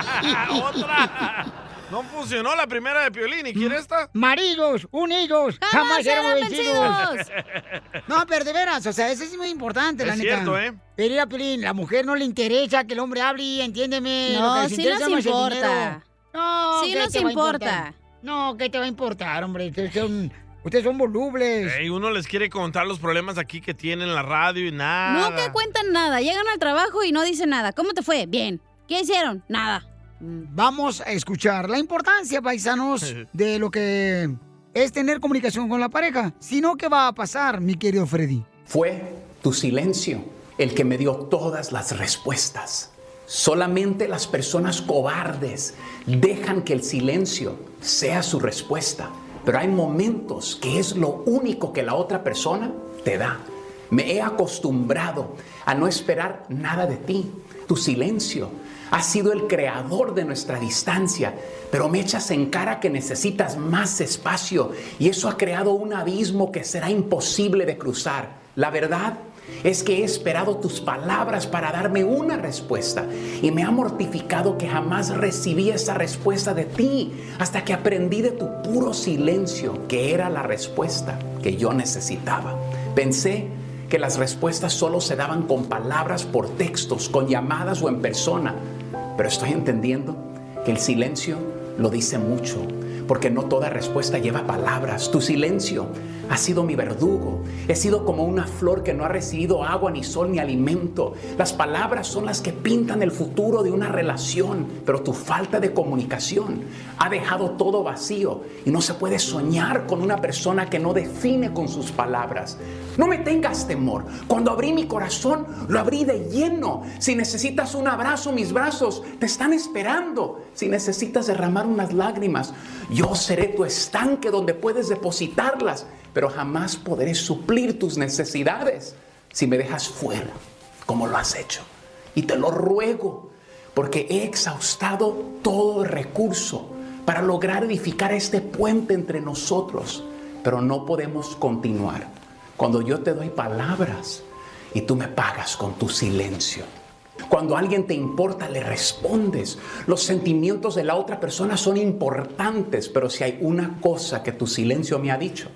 [SPEAKER 4] Otra. No funcionó la primera de Piolín. ¿Y quién esta?
[SPEAKER 2] Maridos, unidos, jamás, serán vencidos.
[SPEAKER 4] No.
[SPEAKER 2] No, pero de veras, o sea, eso sí es muy importante, la
[SPEAKER 4] Es
[SPEAKER 2] neta.
[SPEAKER 4] cierto, ¿eh?
[SPEAKER 2] Pero mira, Piolín, la mujer no le interesa que el hombre hable y entiéndeme.
[SPEAKER 3] No,
[SPEAKER 2] lo que les
[SPEAKER 3] sí
[SPEAKER 2] interesa
[SPEAKER 3] nos
[SPEAKER 2] no es el
[SPEAKER 3] importa.
[SPEAKER 2] dinero. No,
[SPEAKER 3] Sí
[SPEAKER 2] ¿qué
[SPEAKER 3] nos
[SPEAKER 2] te va a
[SPEAKER 3] importa.
[SPEAKER 2] importar? No, ¿qué te va a importar, hombre? Ustedes son, ustedes son volubles.
[SPEAKER 4] Ey, uno les quiere contar los problemas aquí que tienen en la radio y nada.
[SPEAKER 3] Nunca cuentan nada. Llegan al trabajo y no dicen nada. ¿Cómo te fue? Bien. ¿Qué hicieron? Nada.
[SPEAKER 2] Vamos a escuchar la importancia, paisanos, de lo que es tener comunicación con la pareja. Si no, ¿qué va a pasar, mi querido Freddy?
[SPEAKER 23] Fue tu silencio el que me dio todas las respuestas. Solamente las personas cobardes dejan que el silencio sea su respuesta. Pero hay momentos que es lo único que la otra persona te da. Me he acostumbrado a no esperar nada de ti. Tu silencio ha sido el creador de nuestra distancia, pero me echas en cara que necesitas más espacio y eso ha creado un abismo que será imposible de cruzar. La verdad es que he esperado tus palabras para darme una respuesta y me ha mortificado que jamás recibí esa respuesta de ti hasta que aprendí de tu puro silencio que era la respuesta que yo necesitaba. Pensé que las respuestas solo se daban con palabras, por textos, con llamadas o en persona, pero estoy entendiendo que el silencio lo dice mucho, porque no toda respuesta lleva palabras. Tu silencio ha sido mi verdugo. He sido como una flor que no ha recibido agua, ni sol, ni alimento. Las palabras son las que pintan el futuro de una relación, pero tu falta de comunicación ha dejado todo vacío y no se puede soñar con una persona que no define con sus palabras. No me tengas temor. Cuando abrí mi corazón, lo abrí de lleno. Si necesitas un abrazo, mis brazos te están esperando. Si necesitas derramar unas lágrimas, yo seré tu estanque donde puedes depositarlas, pero jamás podré suplir tus necesidades si me dejas fuera, como lo has hecho. Y te lo ruego, porque he exhaustado todo recurso para lograr edificar este puente entre nosotros, pero no podemos continuar cuando yo te doy palabras y tú me pagas con tu silencio. Cuando a alguien te importa, le respondes. Los sentimientos de la otra persona son importantes, pero si hay una cosa que tu silencio me ha dicho,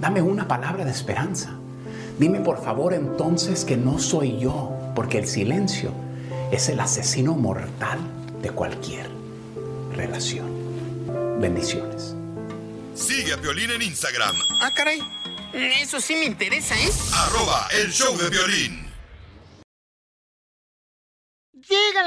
[SPEAKER 23] dame una palabra de esperanza. Dime por favor entonces que no soy yo, porque el silencio es el asesino mortal de cualquier relación. Bendiciones.
[SPEAKER 10] Sigue a Piolín en Instagram.
[SPEAKER 18] Ah, caray. Eso sí me interesa, ¿eh?
[SPEAKER 10] Arroba el show de Piolín.
[SPEAKER 2] Llegan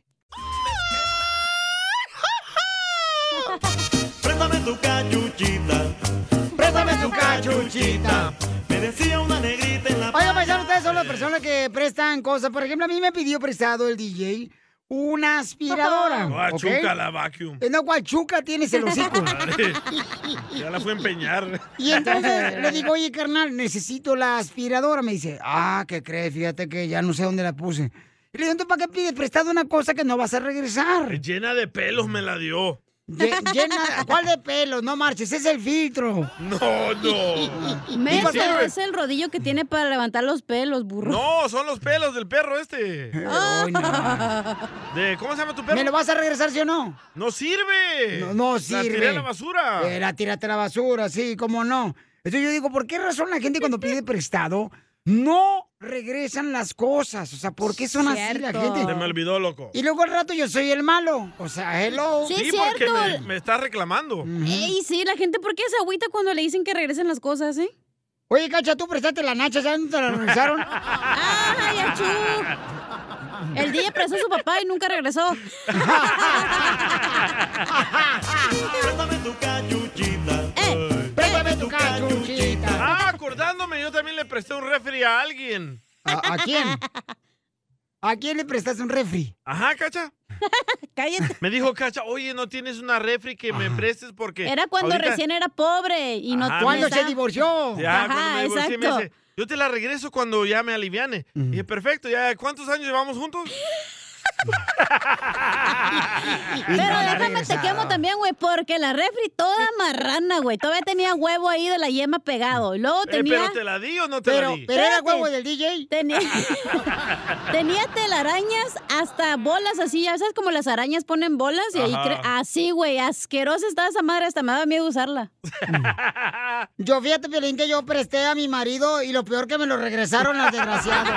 [SPEAKER 9] Préstame tu cachuchita, préstame tu cachuchita. Me decía una negrita en la
[SPEAKER 2] Oigan, paisanos, ustedes son las personas que prestan cosas. Por ejemplo, a mí me pidió prestado el DJ una aspiradora. ¿ok?
[SPEAKER 4] Guachuca la vacuum.
[SPEAKER 2] Eh, No, guachuca tienes el hocico.
[SPEAKER 4] ya la fue a empeñar.
[SPEAKER 2] Y entonces le digo, oye, carnal, necesito la aspiradora. Me dice, ah, ¿qué crees? Fíjate que ya no sé dónde la puse. Y le digo, ¿entonces para qué pides prestado una cosa que no vas a regresar?
[SPEAKER 4] Llena de pelos me la dio.
[SPEAKER 2] Ye- llena- ¿Cuál de pelo? No marches, es el filtro.
[SPEAKER 4] No, no.
[SPEAKER 3] Me
[SPEAKER 4] ¿Y sirve?
[SPEAKER 3] es el rodillo que tiene para levantar los pelos, burro.
[SPEAKER 4] No, son los pelos del perro este. De- ¿Cómo se llama tu perro?
[SPEAKER 2] ¿Me lo vas a regresar, sí o no?
[SPEAKER 4] No sirve.
[SPEAKER 2] No, no sirve.
[SPEAKER 4] La tiré a la basura.
[SPEAKER 2] Eh, la tiraste a la basura, sí, cómo no. Entonces yo digo, ¿por qué razón la gente cuando pide prestado no regresan las cosas? O sea, ¿por qué son así la
[SPEAKER 4] Se me
[SPEAKER 2] gente?
[SPEAKER 4] olvidó, loco.
[SPEAKER 2] Y luego al rato yo soy el malo. O sea, hello.
[SPEAKER 4] porque me, me está reclamando.
[SPEAKER 3] Ey, sí, la gente, ¿por qué se agüita cuando le dicen que regresen las cosas, eh?
[SPEAKER 2] Oye, Cacha, tú prestaste la nacha, ¿sabes dónde te la regresaron?
[SPEAKER 3] ¡Ay, achú! El DJ prestó a su papá y nunca regresó.
[SPEAKER 9] Préstame tu cachuchita. Eh, préstame tu cachuchita.
[SPEAKER 4] Ah, acordándome, yo también le presté un refri a alguien.
[SPEAKER 2] ¿A, a quién? ¿A quién le prestaste un refri?
[SPEAKER 4] Ajá, Cacha.
[SPEAKER 3] Cállate.
[SPEAKER 4] Me dijo Cacha, oye, ¿no tienes una refri que me prestes? Porque
[SPEAKER 3] Era cuando
[SPEAKER 4] ahorita-
[SPEAKER 3] recién era pobre y no
[SPEAKER 4] Ajá,
[SPEAKER 3] cuando
[SPEAKER 4] me- Ya, cuando
[SPEAKER 3] Ajá,
[SPEAKER 4] me divorcié, me
[SPEAKER 3] exacto.
[SPEAKER 4] dice, yo te la regreso cuando ya me aliviane. Y dije, perfecto, ¿ya cuántos años llevamos juntos?
[SPEAKER 3] Pero déjame te quemo también, güey, porque la refri
[SPEAKER 4] Eh.
[SPEAKER 3] toda marrana, güey. Todavía tenía huevo ahí de la yema pegado. Luego
[SPEAKER 4] Eh,
[SPEAKER 3] tenía.
[SPEAKER 4] ¿Pero te la di o no te la di?
[SPEAKER 3] Espérate. Tenía, tenía telarañas hasta bolas así, ya sabes como las arañas ponen bolas y ahí
[SPEAKER 2] Ajá.
[SPEAKER 3] cre- así, güey, asquerosa estaba esa madre, hasta me daba miedo usarla.
[SPEAKER 2] Yo fíjate, Piolín, que yo presté a mi marido y lo peor que me lo regresaron las desgraciadas.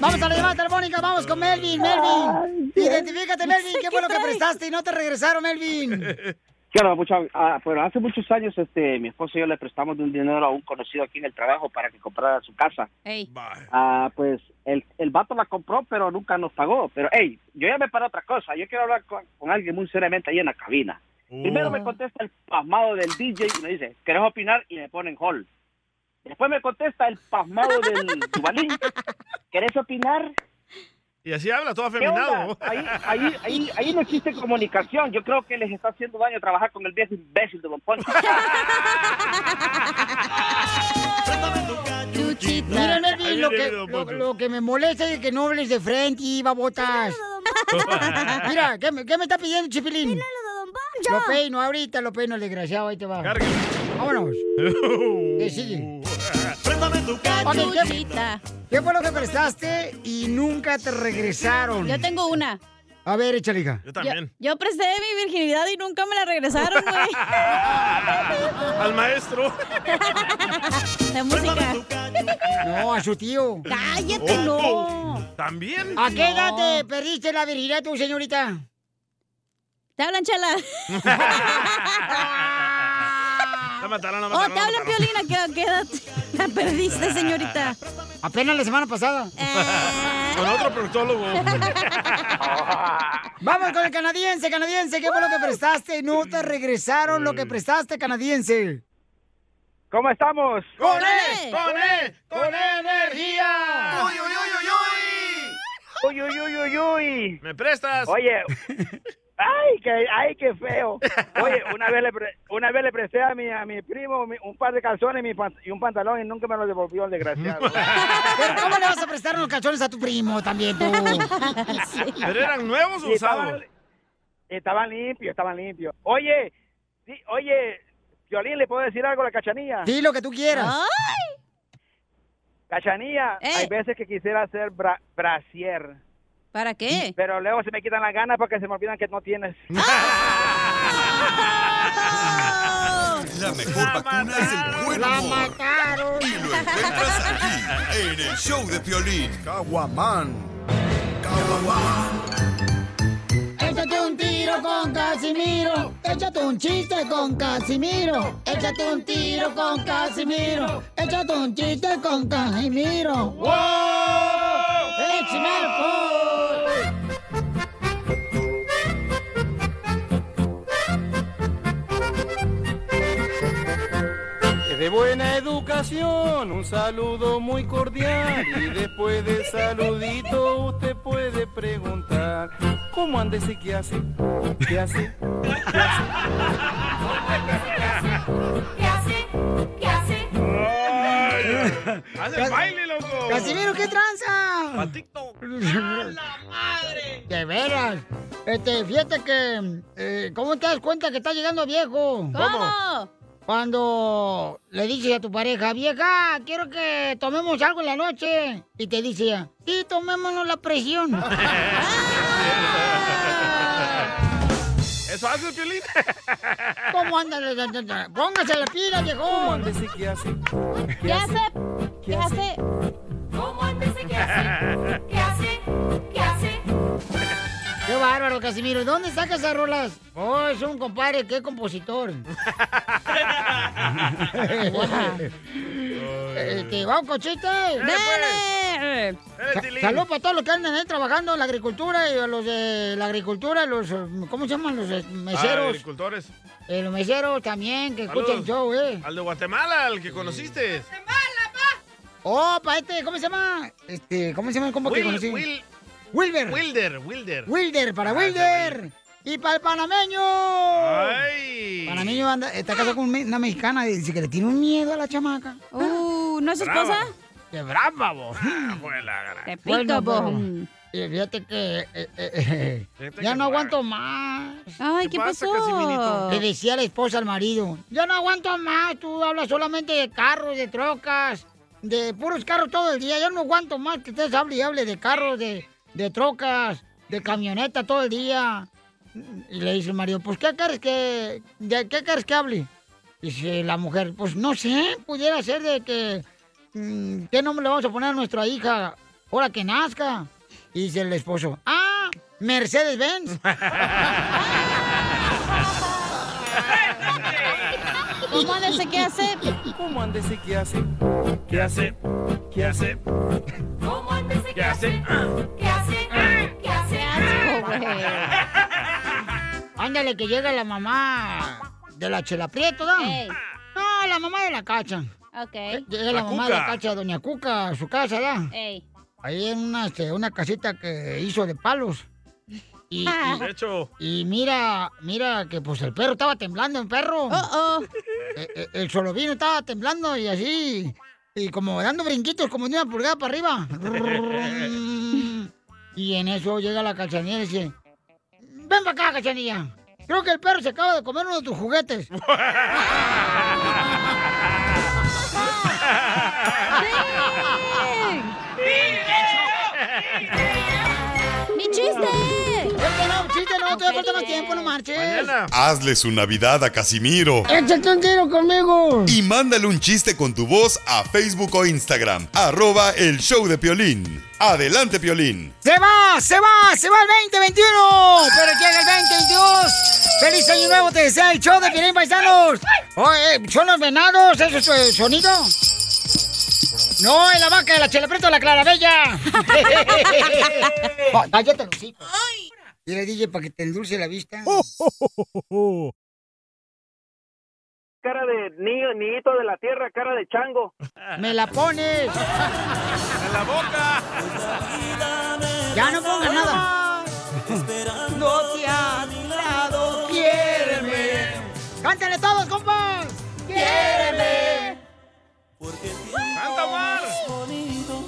[SPEAKER 2] Vamos a la llamada telefónica, vamos con Melvin, Melvin. Identifícate, Melvin, ¿qué fue lo que prestaste y no te regresaron, Melvin?
[SPEAKER 8] ¿Qué onda, muchacho? Ah, bueno, hace muchos años este, mi esposo y yo le prestamos de un dinero a un conocido aquí en el trabajo para que comprara su casa. Ah, pues el, el vato la compró, pero nunca nos pagó. Pero, hey, yo ya me para otra cosa. Yo quiero hablar con, con alguien muy seriamente ahí en la cabina. Primero me contesta el pasmado del DJ y me dice, ¿querés opinar? Y me pone en hall. Después me contesta el pasmado del Dubalín, ¿querés opinar?
[SPEAKER 4] Y así habla, todo
[SPEAKER 8] ¿Qué onda?
[SPEAKER 4] afeminado.
[SPEAKER 8] Ahí, ahí, ahí, ahí no existe comunicación. Yo creo que les está haciendo daño trabajar con el viejo imbécil de Don Poncho.
[SPEAKER 2] Mira, Melvin, lo que, lo, lo que me molesta es que no hables de frente y babotas. Mira, ¿qué, me- qué me está pidiendo, Chipilín? Lo peino ahorita, lo peino el desgraciado, ahí te va. Vámonos. ¿Qué sigue? Ok, ¿qué- ¿Qué fue lo que prestaste y nunca te regresaron?
[SPEAKER 3] Yo tengo una.
[SPEAKER 2] A ver, échale, hija.
[SPEAKER 4] Yo
[SPEAKER 3] Yo, yo presté mi virginidad y nunca me la regresaron, güey.
[SPEAKER 4] Al maestro.
[SPEAKER 3] De música.
[SPEAKER 2] No, a su tío.
[SPEAKER 9] Oh,
[SPEAKER 3] Cállate, no.
[SPEAKER 4] ¿También?
[SPEAKER 2] ¿A qué edad te perdiste la virginidad tú, señorita?
[SPEAKER 3] Te hablan, chala.
[SPEAKER 4] La mataron, la
[SPEAKER 3] Oh,
[SPEAKER 4] mataron.
[SPEAKER 3] te hablan, Piolina, ¿qué, qué edad la perdiste, señorita? Eh.
[SPEAKER 2] Apenas la semana pasada.
[SPEAKER 4] Con otro proctólogo.
[SPEAKER 2] Vamos con el canadiense, canadiense. ¿Qué fue lo que prestaste? No te regresaron lo que prestaste, canadiense.
[SPEAKER 8] ¿Cómo estamos?
[SPEAKER 2] ¡Con
[SPEAKER 9] él! ¡Con él!
[SPEAKER 2] ¡Con energía!
[SPEAKER 9] ¡Uy, uy, uy,
[SPEAKER 8] Uy, uy, uy, uy, uy.
[SPEAKER 4] ¿Me prestas?
[SPEAKER 8] Oye. Ay, qué, ay, qué feo. Oye, una vez le, pre- una vez le presté a mi, a mi primo mi- un par de calzones y, mi pan- y un pantalón y nunca me lo devolvió el desgraciado.
[SPEAKER 2] Pero ¿cómo le vas a prestar unos calzones a tu primo también tú?
[SPEAKER 4] ¿Pero eran nuevos o
[SPEAKER 8] Y estaban-
[SPEAKER 4] usados?
[SPEAKER 8] Estaban limpios, estaban limpios. Oye, di- oye, Violín, ¿le puedo decir algo a la cachanilla?
[SPEAKER 2] Di lo que tú quieras.
[SPEAKER 8] Cachanilla,
[SPEAKER 3] Eh.
[SPEAKER 8] hay veces que quisiera hacer bra brasier.
[SPEAKER 3] ¿Para qué?
[SPEAKER 8] Pero luego se me quitan las ganas porque se me olvidan que no tienes.
[SPEAKER 10] La mejor vacuna es el buen
[SPEAKER 2] La
[SPEAKER 10] humor.
[SPEAKER 2] mataron.
[SPEAKER 10] Y lo encuentras aquí, en el show de Piolín. Caguaman.
[SPEAKER 2] Échate un tiro con Casimiro. Échate un chiste con Casimiro. Échate un tiro con Casimiro. Échate un chiste con Casimiro. ¡Wow! ¡Échame alcohol!
[SPEAKER 12] De buena educación, un saludo muy cordial y después del saludito usted puede preguntar ¿Cómo andes y qué hace? ¿Qué hace?
[SPEAKER 9] ¿Qué hace? ¿Qué hace?
[SPEAKER 4] Haz el baile, loco.
[SPEAKER 2] Casimiro, ¿qué tranza? De veras. Este, fíjate que. eh, ¿Cómo te das cuenta que está llegando viejo?
[SPEAKER 3] ¿Cómo?
[SPEAKER 2] Cuando le dices a tu pareja, vieja, quiero que tomemos algo en la noche. Y te dice ella, sí, tomémonos la presión.
[SPEAKER 9] Ah.
[SPEAKER 4] ¿Eso hace el Piolín?
[SPEAKER 2] ¿Cómo anda? Póngase la pila, viejo.
[SPEAKER 12] ¿Qué hace?
[SPEAKER 2] ¿Qué hace?
[SPEAKER 3] ¿Qué hace?
[SPEAKER 9] ¿Cómo antes de qué hace? ¿Qué hace? ¿Qué hace?
[SPEAKER 2] Qué bárbaro, Casimiro. ¿Dónde sacas esas rolas? Oh, es un compadre, qué compositor. Este, vamos con chistes. ¡Dale! Sa-
[SPEAKER 1] Tilín.
[SPEAKER 2] Salud para todos los que andan ahí trabajando en la agricultura y a los de la agricultura, los, eh, ¿cómo se llaman? Los eh,
[SPEAKER 4] Ah,
[SPEAKER 2] meseros.
[SPEAKER 4] agricultores.
[SPEAKER 2] Eh, los meseros también, que escuchan
[SPEAKER 4] Saludos.
[SPEAKER 2] el show, ¿eh?
[SPEAKER 4] Al de Guatemala, al que conociste.
[SPEAKER 2] Oh, para este, ¿cómo se llama? Este, ¿cómo se llama el compa que
[SPEAKER 4] Wil-
[SPEAKER 2] conocí?
[SPEAKER 4] Wil-
[SPEAKER 2] Wilber.
[SPEAKER 4] Wilder, Wilder.
[SPEAKER 2] Wilder, para Wilder. Y para el panameño.
[SPEAKER 4] Ay.
[SPEAKER 2] Panameño anda, está casado con me- una mexicana y dice que le tiene un miedo a la chamaca.
[SPEAKER 3] Uh, ¿no es su
[SPEAKER 2] Brava.
[SPEAKER 3] esposa?
[SPEAKER 2] ¡Qué brava, vos!
[SPEAKER 3] Te pico,
[SPEAKER 2] Bueno,
[SPEAKER 3] vos.
[SPEAKER 2] pero, eh, Fíjate que eh, eh, eh,
[SPEAKER 9] Este
[SPEAKER 2] ya no aguanto más.
[SPEAKER 3] Ay, ¿Qué ¿qué pasa, pasó? Casimirito?
[SPEAKER 2] Le decía la esposa al marido. Yo no aguanto más, tú hablas solamente de carros, de trocas, de puros carros todo el día. Yo no aguanto más que ustedes hablen y hablen de carros, de, de trocas, de camioneta todo el día. Y le dice el marido, pues ¿qué quieres que, de qué quieres que hable? Dice la mujer, pues no sé, pudiera ser de que, mm, ¿qué nombre le vamos a poner a nuestra hija ahora que nazca? Y dice el esposo, ah, Mercedes Benz.
[SPEAKER 3] ¿Cómo andese qué hace?
[SPEAKER 24] ¿Cómo andese qué hace? ¿Qué hace? ¿Qué hace?
[SPEAKER 1] ¿Cómo antes se
[SPEAKER 24] ¿Qué hace?
[SPEAKER 1] ¿Qué hace? ¿Qué hace?
[SPEAKER 2] asco, güey. Ándale, que llega la mamá de la Chela Prieto, ¿no? No, la mamá de la cacha.
[SPEAKER 3] Ok.
[SPEAKER 2] Llega Eh, la, mamá de la cacha, doña Cuca, a su casa, ¿da?
[SPEAKER 3] Ey.
[SPEAKER 2] Ahí en una, este, una casita que hizo de palos. Y,
[SPEAKER 1] Ah.
[SPEAKER 2] y-
[SPEAKER 4] De hecho,
[SPEAKER 2] y mira, mira que pues el perro estaba temblando, el perro. Eh, eh, El, solovino estaba temblando y así. Y como dando brinquitos, como de una pulgada para arriba. y en eso llega la cachanilla y dice, ven para acá, cachanilla. Creo que el perro se acaba de comer uno de tus juguetes.
[SPEAKER 3] ¡Mi chiste!
[SPEAKER 2] no, chiste no, todavía falta más tiempo, no marches.
[SPEAKER 10] Hazle su Navidad a Casimiro.
[SPEAKER 2] Échate un tiro conmigo.
[SPEAKER 10] Y mándale un chiste con tu voz a Facebook o Instagram. Arroba el show de Piolín. Adelante, Piolín.
[SPEAKER 2] Se va, se va, se va el 2021. Pero llega el 2022. Feliz año nuevo, te desea el show de Pirín Paisanos. Oye, eh, ¿son los venados? ¿Eso es eh, sonido? No, es la vaca de la chelepreta de la clarabella. Oh, Va- Cállate, Lucito. Dile, DJ, para que te endulce la vista.
[SPEAKER 25] Cara de niño, niñito de la tierra, cara de chango.
[SPEAKER 2] Me la pones.
[SPEAKER 25] En la boca.
[SPEAKER 2] Ya no pongas nada.
[SPEAKER 1] te
[SPEAKER 8] ah.
[SPEAKER 1] ha dado quiéreme.
[SPEAKER 2] Cántale todos, compas.
[SPEAKER 1] Quiéreme.
[SPEAKER 4] ¡Canta, Omar!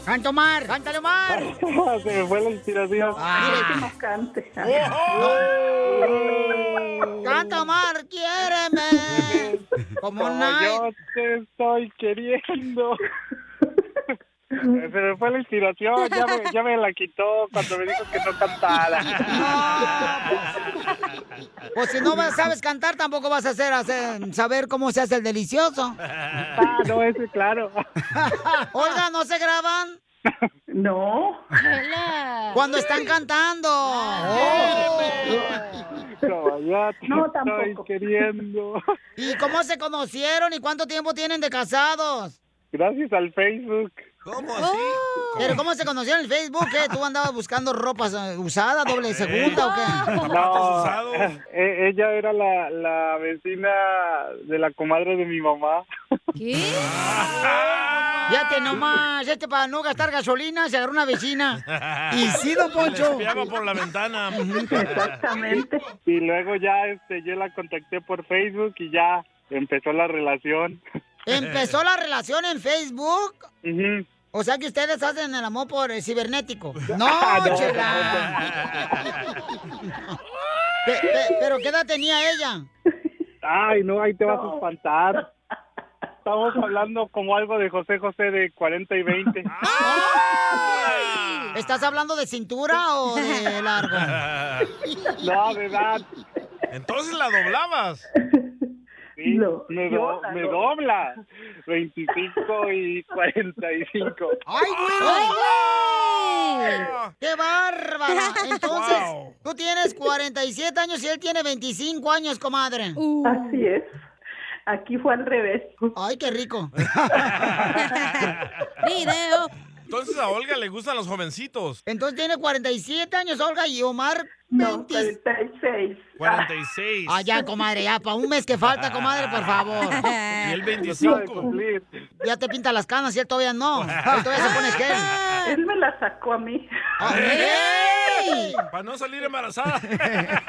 [SPEAKER 2] Canta Omar, cántale Omar.
[SPEAKER 8] Se me fue la inspiración.
[SPEAKER 12] Ah.
[SPEAKER 2] Canta Omar, quiéreme. Como
[SPEAKER 8] yo
[SPEAKER 2] nadie.
[SPEAKER 8] te estoy queriendo. Se me fue la inspiración, ya me, ya me la quitó cuando me dijo que no cantara.
[SPEAKER 2] Pues si no vas- sabes cantar, tampoco vas a hacer, hacer- saber cómo se hace el delicioso.
[SPEAKER 8] Ah, no, eso es claro.
[SPEAKER 2] Olga, ¿no se graban?
[SPEAKER 8] No.
[SPEAKER 2] Cuando están cantando.
[SPEAKER 8] Ah.
[SPEAKER 2] Oh.
[SPEAKER 8] No, ya te
[SPEAKER 2] No,
[SPEAKER 8] estoy
[SPEAKER 2] tampoco.
[SPEAKER 8] queriendo.
[SPEAKER 2] ¿Y cómo se conocieron y cuánto tiempo tienen de casados?
[SPEAKER 8] Gracias al Facebook.
[SPEAKER 2] Oh. ¿Pero cómo se conocieron en el Facebook? ¿Qué? ¿Tú andabas buscando ropa eh, usada, doble segunda o qué?
[SPEAKER 8] No, e- ella era la, la vecina de la comadre de mi mamá.
[SPEAKER 2] ¿Qué? Ya te nomás, este para no gastar gasolina se agarró una vecina. Y sí, don Poncho.
[SPEAKER 4] Le espiaba por la ventana.
[SPEAKER 8] Exactamente. Y luego ya este yo la contacté por Facebook y ya empezó la relación.
[SPEAKER 2] ¿Empezó la relación en Facebook? O sea que ustedes hacen el amor por el cibernético. No,
[SPEAKER 8] No,
[SPEAKER 2] chela. Pe- pe- ¿Pero qué edad tenía ella?
[SPEAKER 8] Ay, no, ahí Ah, te vas a espantar. Estamos hablando como algo de José José de 40 y 20.
[SPEAKER 2] ¿Estás hablando de cintura o de largo?
[SPEAKER 8] No, de edad.
[SPEAKER 4] Entonces la doblabas.
[SPEAKER 8] Sí, me,
[SPEAKER 4] yo
[SPEAKER 8] do-
[SPEAKER 4] la
[SPEAKER 8] me
[SPEAKER 4] doblo.
[SPEAKER 8] dobla. 25 y 45.
[SPEAKER 2] ¡Ay, güey! ¡Qué bárbara! Entonces, tú tienes 47 años y él tiene 25 años, comadre.
[SPEAKER 8] Así es.
[SPEAKER 16] Uh. Aquí fue al revés.
[SPEAKER 2] Ay, qué rico.
[SPEAKER 26] Video.
[SPEAKER 4] Entonces a Olga le gustan los jovencitos.
[SPEAKER 2] Entonces tiene 47 años Olga y Omar 20... 46.
[SPEAKER 4] 46.
[SPEAKER 2] Ah, ya, comadre, ya, para un mes que falta, comadre, por favor.
[SPEAKER 4] Y el 25.
[SPEAKER 2] Ya te pinta las canas y él todavía no. Él todavía se pone gel. ¡Ah,
[SPEAKER 16] Él me la sacó a mí.
[SPEAKER 4] ¿Eh? Para no salir embarazada.
[SPEAKER 8] ya,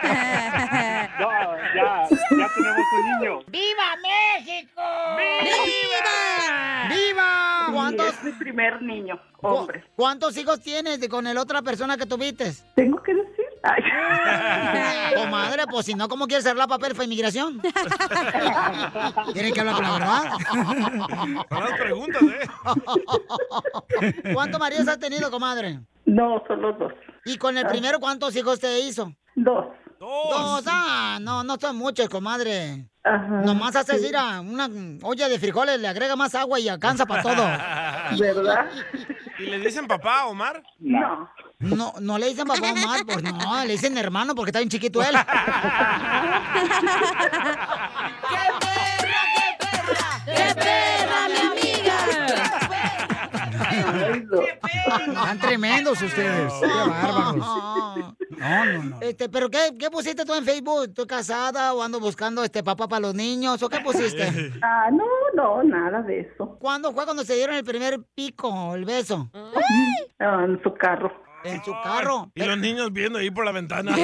[SPEAKER 8] Ah, ya tenemos un niño.
[SPEAKER 2] ¡Viva México! ¡Viva! ¡Viva! ¿Cuántos?
[SPEAKER 16] Es mi primer niño, hombre.
[SPEAKER 2] ¿Cu- ¿Cuántos hijos tienes de- con el otra persona que tuviste?
[SPEAKER 16] ¿Tengo que decir?
[SPEAKER 2] Comadre, pues si no, ¿cómo quieres ser la papel para inmigración? ¿Tienes que hablar con la verdad?
[SPEAKER 4] Son las preguntas,
[SPEAKER 2] ¿eh? ¿Cuántos maridos has tenido, comadre?
[SPEAKER 16] No, solo dos.
[SPEAKER 2] ¿Y con el primero cuántos hijos te hizo?
[SPEAKER 16] Dos.
[SPEAKER 2] Dos, ah, no, no son muchos, comadre.
[SPEAKER 16] Ajá,
[SPEAKER 2] Nomás haces
[SPEAKER 16] sí.
[SPEAKER 2] ir a una olla de frijoles, le agrega más agua y alcanza para todo.
[SPEAKER 16] ¿Verdad?
[SPEAKER 4] ¿Y le dicen papá, Omar?
[SPEAKER 16] No.
[SPEAKER 2] No, no le dicen papá Omar, pues no, le dicen hermano porque está bien chiquito él.
[SPEAKER 9] ¡Qué perra, mi amiga!
[SPEAKER 2] Están tremendos ustedes. Qué bárbaros. No, no, no. Este, pero qué, qué pusiste tú en Facebook? ¿Estoy casada o ando buscando este papá para los niños? ¿O qué pusiste?
[SPEAKER 16] Ah, no, no, nada de eso.
[SPEAKER 2] ¿Cuándo fue cuando se dieron el primer pico, el beso?
[SPEAKER 16] Ah, en su carro.
[SPEAKER 2] En su carro.
[SPEAKER 4] Y los niños viendo ahí por la ventana.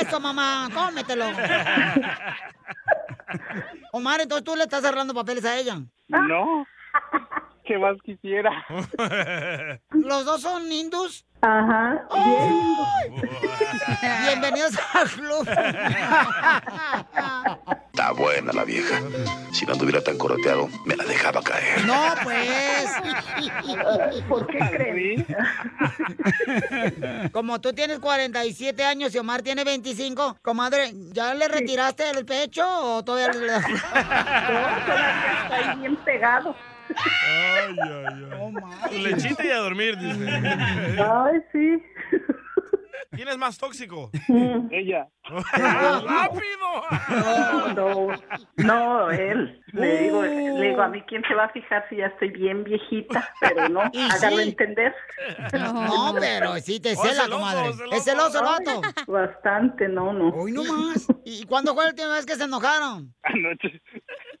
[SPEAKER 2] Eso, mamá, cómetelo. Omar, entonces tú le estás cerrando papeles a ella.
[SPEAKER 8] No. ¿Qué más quisiera?
[SPEAKER 2] ¿Los dos son hindus?
[SPEAKER 16] Ajá.
[SPEAKER 2] Bienvenidos al club.
[SPEAKER 23] Está buena la vieja. Si no anduviera tan coroteado, me la dejaba caer.
[SPEAKER 2] No, pues.
[SPEAKER 16] ¿Por qué
[SPEAKER 2] crees? Como tú tienes 47 años y Omar tiene 25, comadre, ¿ya le retiraste el pecho o todavía le...
[SPEAKER 16] Está ahí bien pegado.
[SPEAKER 4] Ay, ay, ay. Tu lechita y a dormir, dice.
[SPEAKER 16] Ay, sí.
[SPEAKER 4] ¿Quién es más tóxico?
[SPEAKER 8] Ella.
[SPEAKER 16] No, no, no, él. Le digo, le digo, a mí quién se va a fijar si ya estoy bien viejita, pero no,
[SPEAKER 2] Oh. Y
[SPEAKER 16] hágalo
[SPEAKER 2] sí.
[SPEAKER 16] entender.
[SPEAKER 2] No, pero sí
[SPEAKER 9] Oh,
[SPEAKER 2] te cela, comadre. Es celoso el vato.
[SPEAKER 16] Bastante, no, no.
[SPEAKER 2] Hoy no más. ¿Y cuándo fue la última vez que se enojaron?
[SPEAKER 8] Anoche.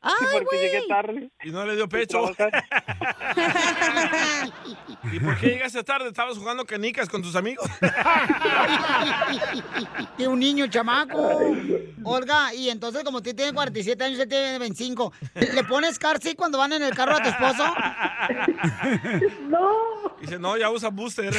[SPEAKER 2] Ay,
[SPEAKER 8] porque llegué tarde.
[SPEAKER 4] Y no le dio pecho. ¿Y por qué llegaste tarde? ¿Estabas jugando canicas con tus amigos?
[SPEAKER 2] Y un niño chamaco. Olga, y entonces como tú tienes 47 años, él tiene 25, ¿le pones car seat cuando van en el carro a tu esposo?
[SPEAKER 16] No.
[SPEAKER 4] Dice, no, ya usa booster.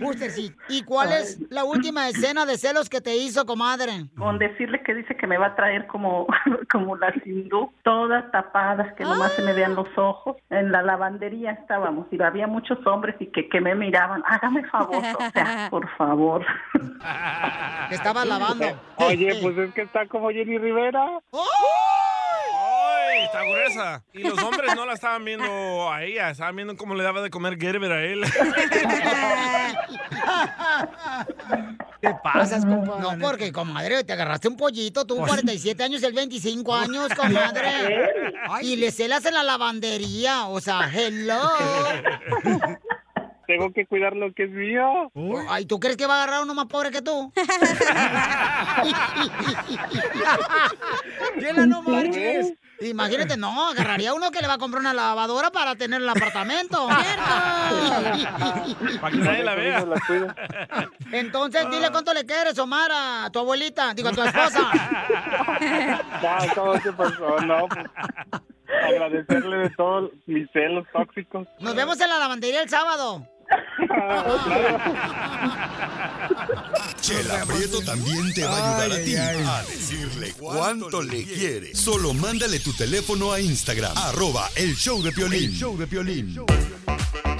[SPEAKER 2] Booster seat. ¿Y cuál es la última escena de celos que te hizo, comadre?
[SPEAKER 16] Con decirle que dice que me va a traer como, como las hindú, todas tapadas, que nomás se me vean los
[SPEAKER 2] Ah.
[SPEAKER 16] ojos. En la lavandería estábamos y había muchos hombres y que, que me miraban. Hágame favor, o sea, por favor.
[SPEAKER 2] Que estaba lavando.
[SPEAKER 8] Oye, pues es que está como Jenny Rivera.
[SPEAKER 4] ¡Ay, está gruesa! Y los hombres no la estaban viendo a ella, estaban viendo cómo le daba de comer Gerber a él.
[SPEAKER 2] ¿Qué pasas, compadre? No, porque, comadre, te agarraste un pollito, tú 47 años, él 25 años, comadre. Y le celas en la lavandería, o sea, hello.
[SPEAKER 8] Tengo que cuidar lo que es mío.
[SPEAKER 2] Ay, ¿tú crees que va a agarrar uno más pobre que tú? Chela, no marches. Imagínate, no, agarraría uno que le va a comprar una lavadora para tener el apartamento.
[SPEAKER 4] Para que nadie la vea.
[SPEAKER 2] Entonces, dile cuánto le quieres, Omar, a tu abuelita, digo, a tu esposa.
[SPEAKER 12] Ah,
[SPEAKER 8] No, ¿cómo se pasó? No, pues, agradecerle de todos mis celos tóxicos.
[SPEAKER 2] Nos vemos en la lavandería el sábado.
[SPEAKER 10] Chela Prieto también te va a ayudar a ti a decirle cuánto le quiere. Solo mándale tu teléfono a Instagram, arroba el show de Piolín. show de Piolín.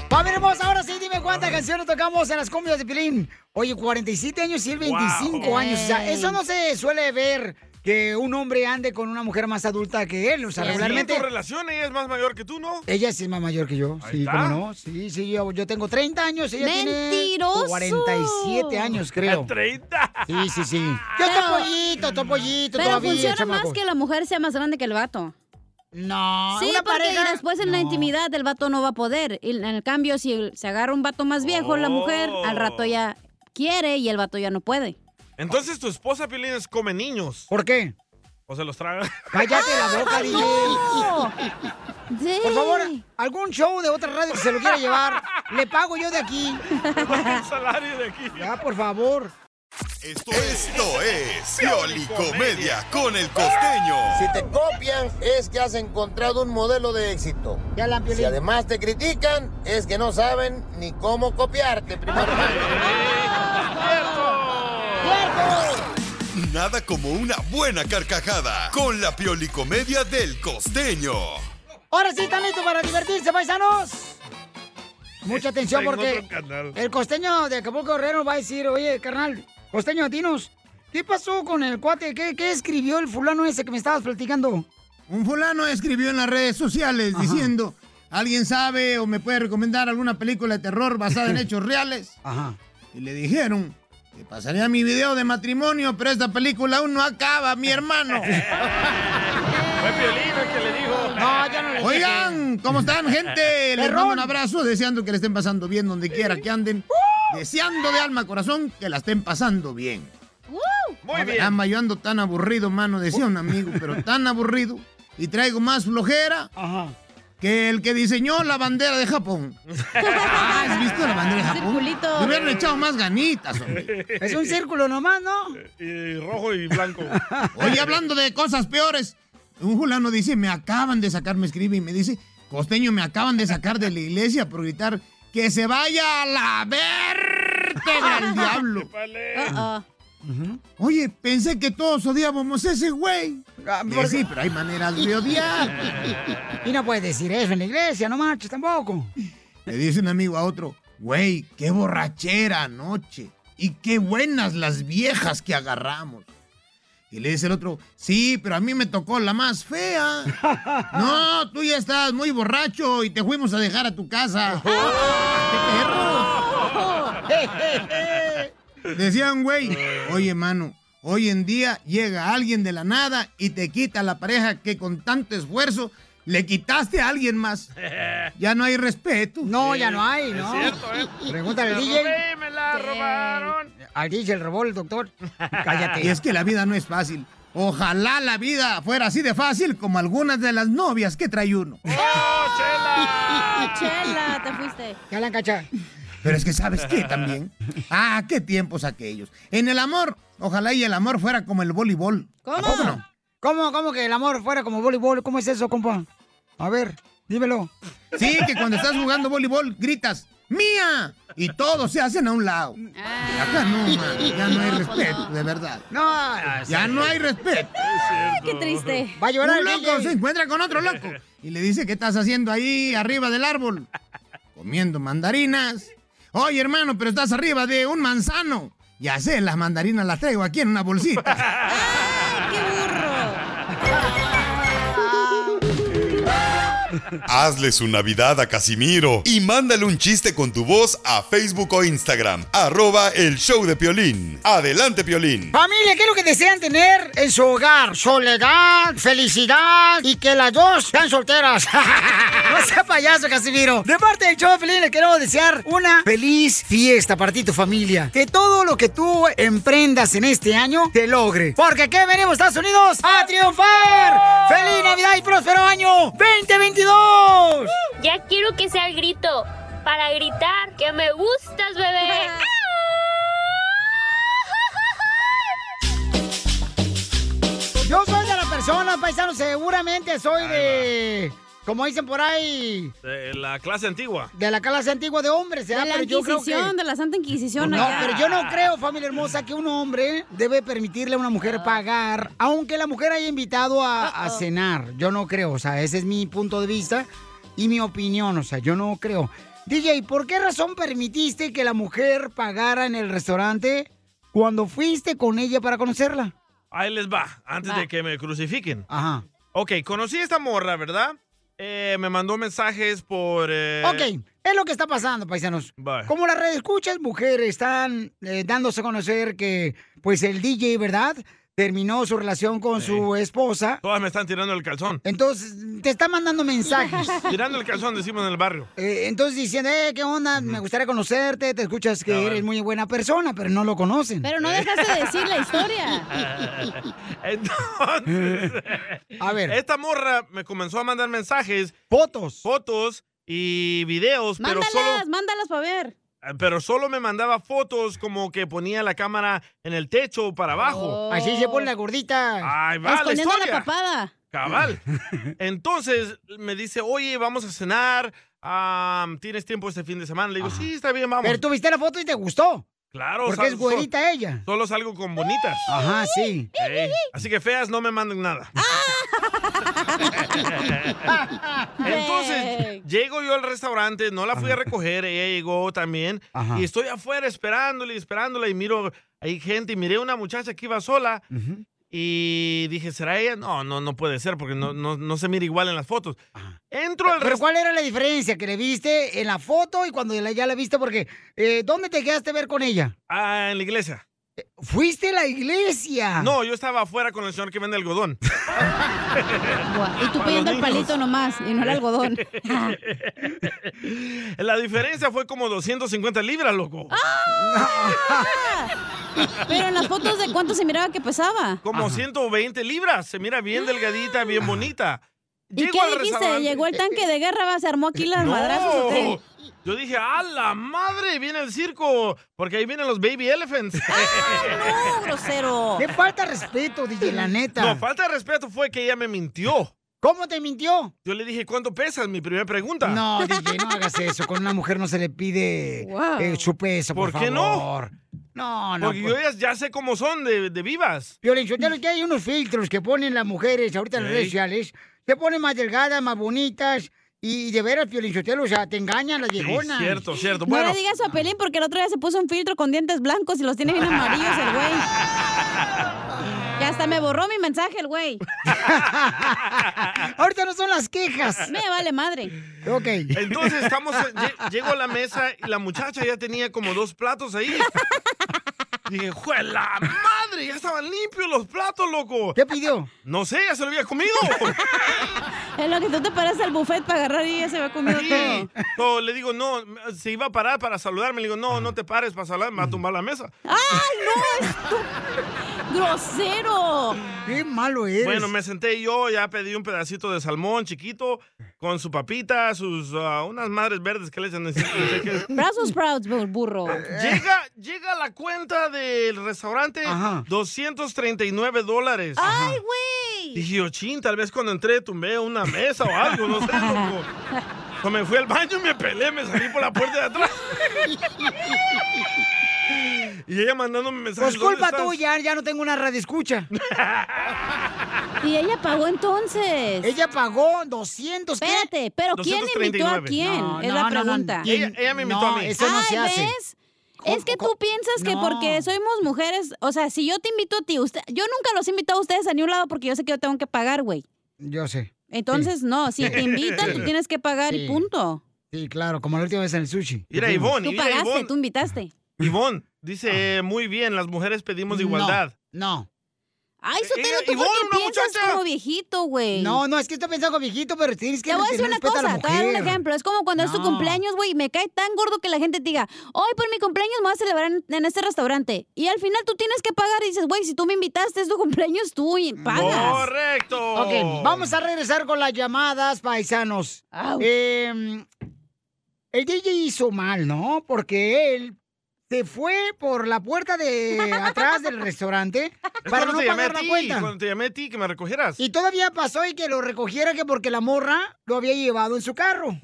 [SPEAKER 2] Vamos, hermosa, ahora sí, dime cuántas canciones tocamos en las cumbias de Pilín. Oye, 47 años y el 25
[SPEAKER 27] Wow.
[SPEAKER 2] años. O sea,
[SPEAKER 27] Ey.
[SPEAKER 2] eso no se suele ver que un hombre ande con una mujer más adulta que él. O sea,
[SPEAKER 4] Pues Sí,
[SPEAKER 2] regularmente.
[SPEAKER 4] Tu relación ella es más mayor que tú, ¿no?
[SPEAKER 2] Ella sí es más mayor que yo.
[SPEAKER 4] Ahí
[SPEAKER 2] Sí,
[SPEAKER 4] está.
[SPEAKER 2] cómo no. Sí, sí, yo, yo tengo 30 años. Ella
[SPEAKER 3] ¡Mentiroso!
[SPEAKER 2] Tiene 47 años, creo.
[SPEAKER 4] ¿30?
[SPEAKER 2] Sí, sí, sí. Yo estoy pollito, estoy pollito
[SPEAKER 3] Pero
[SPEAKER 2] todavía,
[SPEAKER 3] funciona
[SPEAKER 2] chamaco.
[SPEAKER 3] más que la mujer sea más grande que el vato.
[SPEAKER 2] No,
[SPEAKER 3] Sí,
[SPEAKER 2] una
[SPEAKER 3] porque
[SPEAKER 2] pareja-
[SPEAKER 3] después en la intimidad el vato no va a poder. Y en el cambio, si se agarra un vato más viejo, la mujer
[SPEAKER 4] Oh.
[SPEAKER 3] al rato ya quiere y el vato ya no puede.
[SPEAKER 4] Entonces tu esposa, Piolín, es come niños.
[SPEAKER 2] ¿Por qué?
[SPEAKER 4] O se los traga.
[SPEAKER 2] Cállate la boca, DJ. Por favor, algún show de otra radio que se lo quiera llevar, le pago yo de aquí.
[SPEAKER 4] el salario de aquí.
[SPEAKER 2] Ya, pues. por favor.
[SPEAKER 10] Esto es Pioli Comedia con el costeño.
[SPEAKER 28] Si te copian, es que has encontrado un modelo de éxito. si además te critican, es que no saben ni cómo copiarte, primero.
[SPEAKER 10] Nada como una buena carcajada con la Pioli Comedia del costeño.
[SPEAKER 2] Ahora sí, ¿están listos para divertirse, paisanos? Mucha atención
[SPEAKER 10] Tengo
[SPEAKER 2] porque
[SPEAKER 10] otro canal.
[SPEAKER 2] el costeño de Acapulco Guerrero va a decir, oye, carnal, costeño, dinos, ¿qué pasó con el cuate? ¿Qué, qué escribió el fulano ese que me estabas platicando?
[SPEAKER 18] Un fulano escribió en las redes sociales diciendo, ¿alguien sabe o me puede recomendar alguna película de terror basada en hechos reales?
[SPEAKER 2] Ajá.
[SPEAKER 18] Y le dijeron, te pasaría mi video de matrimonio, pero esta película aún no acaba, mi hermano.
[SPEAKER 4] Fue Piolín el que le dijo.
[SPEAKER 18] Oigan, ¿cómo están, gente? Les
[SPEAKER 4] Perrón.
[SPEAKER 18] mando un abrazo, deseando que le estén pasando bien donde quiera que anden.
[SPEAKER 2] ¡Uh!
[SPEAKER 18] Deseando de alma, corazón, que la estén pasando bien.
[SPEAKER 4] Muy
[SPEAKER 18] bien. Ama, yo ando tan aburrido, mano, decía un amigo, pero tan aburrido. Y traigo más flojera que el que diseñó la bandera de Japón. Ah, ¿Has visto la bandera de Japón?
[SPEAKER 3] Circulito.
[SPEAKER 18] Le hubieran echado más ganitas, hombre.
[SPEAKER 2] Es un círculo nomás, ¿no?
[SPEAKER 4] Y rojo y blanco.
[SPEAKER 18] Oye, hablando de cosas peores, un fulano dice, me acaban de sacar, me escribe y me dice, costeño, me acaban de sacar de la iglesia por gritar, que se vaya a la vértebra al diablo. Oye, pensé que todos odiábamos a ese güey.
[SPEAKER 2] ¿por
[SPEAKER 18] sí,
[SPEAKER 2] qué?
[SPEAKER 18] pero hay maneras de odiar.
[SPEAKER 2] Y no puedes decir eso en la iglesia, no marches tampoco.
[SPEAKER 18] Le dice un amigo a otro, güey, qué borrachera anoche. Y qué buenas las viejas que agarramos. Y le dice el otro, sí, pero a mí me tocó la más fea. No, tú ya estás muy borracho y te fuimos a dejar a tu casa. Decían, güey, oye, mano, hoy en día llega alguien de la nada y te quita la pareja que con tanto esfuerzo le quitaste a alguien más. Ya no hay respeto.
[SPEAKER 2] No, ya no hay, ¿no?
[SPEAKER 4] ¿eh?
[SPEAKER 2] Pregúntale al DJ.
[SPEAKER 4] me la robaron.
[SPEAKER 2] Al DJ le robó el doctor.
[SPEAKER 18] Cállate. Y es que la vida no es fácil. Ojalá la vida fuera así de fácil como algunas de las novias que trae uno.
[SPEAKER 4] ¡Oh,
[SPEAKER 3] ¡Chela! ¡Chela! Te fuiste.
[SPEAKER 2] Ya la cacha.
[SPEAKER 18] Pero es que sabes qué también. Ah, qué tiempos aquellos. En el amor, ojalá y el amor fuera como el voleibol. ¿A poco no?
[SPEAKER 2] ¿Cómo, cómo que el amor fuera como voleibol? ¿Cómo es eso, compa? A ver, dímelo.
[SPEAKER 18] Sí, que cuando estás jugando voleibol gritas ¡Mía! Y todos se hacen a un lado. Acá no, man, ya no hay respeto, de verdad.
[SPEAKER 2] No,
[SPEAKER 18] Ya no hay respeto.
[SPEAKER 3] qué triste.
[SPEAKER 2] Va a llorar
[SPEAKER 18] Un
[SPEAKER 2] el
[SPEAKER 18] loco
[SPEAKER 2] DJ.
[SPEAKER 18] se encuentra con otro loco y le dice, ¿qué estás haciendo ahí arriba del árbol? Comiendo mandarinas. Oye, hermano, pero estás arriba de un manzano. Ya sé, las mandarinas las traigo aquí en una bolsita.
[SPEAKER 3] ¡Qué burro!
[SPEAKER 10] Hazle su Navidad a Casimiro y mándale un chiste con tu voz a Facebook o Instagram. Arroba el show de Piolín. Adelante, Piolín.
[SPEAKER 2] Familia, ¿qué es lo que desean tener en su hogar? Soledad, felicidad y que las dos sean solteras. no sea payaso, Casimiro. De parte del show, feliz, le queremos desear una feliz fiesta para ti y tu familia. Que todo lo que tú emprendas en este año te logre. Porque aquí venimos, Estados Unidos, a triunfar. ¡Feliz Navidad y próspero año 2022!
[SPEAKER 9] Ya quiero que sea el grito para gritar que me gustas, bebé.
[SPEAKER 2] Yo soy de la persona, paisano, seguramente soy de... Como dicen por ahí,
[SPEAKER 4] De la clase antigua.
[SPEAKER 2] De la clase antigua de hombres, ¿eh?
[SPEAKER 3] De la
[SPEAKER 2] pero yo creo que...
[SPEAKER 3] Inquisición, de la Santa Inquisición.
[SPEAKER 2] No,
[SPEAKER 3] acá.
[SPEAKER 2] pero yo no creo, familia hermosa, que un hombre debe permitirle a una mujer
[SPEAKER 3] Ah.
[SPEAKER 2] pagar, aunque la mujer haya invitado a, a cenar. Yo no creo, o sea, ese es mi punto de vista y mi opinión, o sea, yo no creo. DJ, ¿por qué razón permitiste que la mujer pagara en el restaurante cuando fuiste con ella para conocerla?
[SPEAKER 4] Ahí les va, antes de que me crucifiquen.
[SPEAKER 2] Ajá.
[SPEAKER 4] Ok, conocí a esta morra, ¿verdad? Eh, me mandó mensajes por... eh,
[SPEAKER 2] Ok, es lo que está pasando, paisanos.
[SPEAKER 4] Bye.
[SPEAKER 2] Como las redes escuchas, mujeres están eh, dándose a conocer que, pues, el DJ, ¿verdad? Terminó su relación con su esposa.
[SPEAKER 4] Todas me están tirando el calzón.
[SPEAKER 2] Entonces, te está mandando mensajes.
[SPEAKER 4] Tirando el calzón, decimos en el barrio.
[SPEAKER 2] Eh, entonces diciendo, eh, ¿qué onda? Me gustaría conocerte, te escuchas que eres muy buena persona, pero no lo conocen.
[SPEAKER 3] Pero no dejaste de decir la historia.
[SPEAKER 4] Entonces,
[SPEAKER 2] a ver.
[SPEAKER 4] Esta morra me comenzó a mandar mensajes.
[SPEAKER 2] Fotos.
[SPEAKER 4] Fotos y videos,
[SPEAKER 3] mándalas,
[SPEAKER 4] pero solo Ah,
[SPEAKER 3] mándalas para ver.
[SPEAKER 4] pero solo me mandaba fotos como que ponía la cámara en el techo o para abajo.
[SPEAKER 2] Así se pone la gordita.
[SPEAKER 4] Ahí va la
[SPEAKER 3] Oh. Escondiendo la,
[SPEAKER 4] historia.
[SPEAKER 3] papada.
[SPEAKER 4] Cabal. Entonces me dice, oye, vamos a cenar. ah, ¿Tienes tiempo este fin de semana? Le digo, sí, está bien, vamos.
[SPEAKER 2] Pero tú viste la foto y te gustó.
[SPEAKER 4] Claro,
[SPEAKER 2] Porque es
[SPEAKER 4] sal- sol-
[SPEAKER 2] güerita ella.
[SPEAKER 4] Solo salgo con bonitas.
[SPEAKER 2] Ajá, sí. Ah.
[SPEAKER 4] Ey, Así que feas no me manden nada. Entonces, llego yo al restaurante, no la fui a recoger, ella llegó también.
[SPEAKER 9] Ajá.
[SPEAKER 4] Y estoy afuera esperándola y esperándola y miro, hay gente y miré una muchacha que iba sola. Y dije, ¿será ella? No, no, no puede ser porque no, no, no se mira igual en las fotos. Entro al
[SPEAKER 2] Eh, Pero ¿cuál era la diferencia que le viste en la foto y cuando la- ya la viste? Porque, eh, ¿dónde te quedaste a ver con ella?
[SPEAKER 4] Ah, en la iglesia.
[SPEAKER 2] ¿Fuiste a la iglesia?
[SPEAKER 4] No, yo estaba afuera con el señor que vende algodón.
[SPEAKER 3] Y tú pidiendo el palito nomás y no el algodón.
[SPEAKER 4] La diferencia fue como 250 libras, loco.
[SPEAKER 3] Pero en las fotos de cuánto se miraba que pesaba.
[SPEAKER 4] Como 120 libras. Se mira bien delgadita,
[SPEAKER 2] Ah.
[SPEAKER 4] bien bonita.
[SPEAKER 3] ¿Y
[SPEAKER 4] Llego
[SPEAKER 3] qué
[SPEAKER 4] al
[SPEAKER 3] dijiste?
[SPEAKER 4] restaurante-
[SPEAKER 3] ¿Llegó el tanque de guerra? va, ¿Se armó aquí las madrazos o qué?
[SPEAKER 4] Yo dije, ¡a la madre! Viene el circo, porque ahí vienen los baby elephants.
[SPEAKER 3] ¡Ah, no, grosero!
[SPEAKER 2] Qué falta de respeto, DJ, la neta.
[SPEAKER 4] No, falta de respeto fue que ella me mintió.
[SPEAKER 2] ¿Cómo te mintió?
[SPEAKER 4] Yo le dije, ¿cuánto pesas? Mi primera pregunta.
[SPEAKER 2] No, DJ, no hagas eso. Con una mujer no se le pide
[SPEAKER 4] Wow.
[SPEAKER 2] eh, su peso, por,
[SPEAKER 4] ¿Por qué
[SPEAKER 2] favor.
[SPEAKER 4] no?
[SPEAKER 2] No, no,
[SPEAKER 4] Porque
[SPEAKER 2] pues.
[SPEAKER 4] yo ya, ya sé cómo son de, de vivas.
[SPEAKER 2] Piolín, Sotelo, que hay unos filtros que ponen las mujeres ahorita en las
[SPEAKER 4] Ey.
[SPEAKER 2] redes sociales. Se ponen más delgadas, más bonitas. Y de veras, Piolín, Sotelo, o sea, te engañan las viejonas.
[SPEAKER 4] cierto, cierto.
[SPEAKER 3] No le digas a Pelín porque el otro día se puso un filtro con dientes blancos y los tiene bien amarillos el güey. Y hasta me borró mi mensaje el güey.
[SPEAKER 2] Ahorita no son las quejas.
[SPEAKER 3] Me vale madre.
[SPEAKER 2] Ok.
[SPEAKER 4] Entonces estamos, lle- llego a la mesa y la muchacha ya tenía como dos platos ahí. Dije, ¡juela madre! Ya estaban limpios los platos, loco.
[SPEAKER 2] ¿Qué pidió?
[SPEAKER 4] No sé, ya se lo había comido.
[SPEAKER 3] En lo que tú te paras al buffet para agarrar y ya se va comiendo todo.
[SPEAKER 4] Sí. No, le digo, no, se iba a parar para saludarme. Le digo, no, no te pares para saludarme, me va a tumbar la mesa.
[SPEAKER 3] ¡Ay, no! estu- ¡Grosero!
[SPEAKER 2] ¡Qué malo eres!
[SPEAKER 4] Bueno, me senté yo, ya pedí un pedacito de salmón chiquito con su papita, sus ah, unas madres verdes que le echan. encima, no sé qué.
[SPEAKER 3] Brazos sprouts, bu- burro.
[SPEAKER 4] Llega, llega la cuenta del restaurante, 239 dólares.
[SPEAKER 3] ¡Ay, güey!
[SPEAKER 4] Dije, yo, chin, tal vez cuando entré tumbé una mesa o algo, no sé, loco. Cuando me fui al baño y me pelé, me salí por la puerta de atrás. Y ella mandándome mensajes.
[SPEAKER 2] Pues culpa
[SPEAKER 4] "¿Dónde estás?".
[SPEAKER 2] tuya, ya no tengo una radio escucha.
[SPEAKER 3] ¿Y ella pagó entonces?
[SPEAKER 2] Ella pagó 200. ¿qué?
[SPEAKER 3] Espérate, pero ¿quién invitó a quién?
[SPEAKER 2] No,
[SPEAKER 3] es
[SPEAKER 2] no,
[SPEAKER 3] la
[SPEAKER 2] no, no,
[SPEAKER 3] pregunta.
[SPEAKER 2] ¿quién? No, Eso no
[SPEAKER 3] Ay,
[SPEAKER 2] se hace.
[SPEAKER 3] ¿ves? Es que tú piensas que porque somos mujeres, o sea, si yo te invito a ti, usted, yo nunca los invito a ustedes a ningún lado porque yo sé que yo tengo que pagar, güey.
[SPEAKER 2] Yo sé.
[SPEAKER 3] Entonces, no, si te invitan,
[SPEAKER 2] Sí.
[SPEAKER 3] tú tienes que pagar
[SPEAKER 2] Sí.
[SPEAKER 3] y punto.
[SPEAKER 2] Sí, claro, como la última vez en el sushi.
[SPEAKER 4] Mira, Ivonne,
[SPEAKER 3] Tú
[SPEAKER 4] mira,
[SPEAKER 3] pagaste,
[SPEAKER 4] Ivonne.
[SPEAKER 3] tú invitaste.
[SPEAKER 4] Ivonne dice, muy bien, las mujeres pedimos igualdad.
[SPEAKER 2] Ah. No.
[SPEAKER 3] Ay, Sotelo,
[SPEAKER 4] Ella-
[SPEAKER 3] tú por
[SPEAKER 4] Ivonne, una
[SPEAKER 3] qué piensas
[SPEAKER 4] muchacha.
[SPEAKER 3] como viejito, güey.
[SPEAKER 2] No, no, es que estoy pensando con viejito, pero tienes que
[SPEAKER 3] Te voy a decir
[SPEAKER 2] tener
[SPEAKER 3] una
[SPEAKER 2] respeto a la
[SPEAKER 3] cosa, te voy a dar un
[SPEAKER 2] mujer.
[SPEAKER 3] ejemplo. Es como cuando es tu
[SPEAKER 2] No.
[SPEAKER 3] cumpleaños, güey, y me cae tan gordo que la gente te diga, hoy por mi cumpleaños me voy a celebrar en, en este restaurante. Y al final tú tienes que pagar y dices, güey, si tú me invitaste, es tu cumpleaños tú y pagas.
[SPEAKER 4] Correcto.
[SPEAKER 2] Ok, vamos a regresar con las llamadas, paisanos. Eh, el DJ hizo mal, ¿no? Porque él se fue por la puerta de atrás del restaurante
[SPEAKER 4] Es
[SPEAKER 2] para
[SPEAKER 4] cuando
[SPEAKER 2] no
[SPEAKER 4] te llamé a
[SPEAKER 2] pagar la
[SPEAKER 4] ti,
[SPEAKER 2] cuenta.
[SPEAKER 4] Cuando te llamé a ti, que me recogieras.
[SPEAKER 2] Y todavía pasó y que lo recogiera que porque la morra lo había llevado en su carro.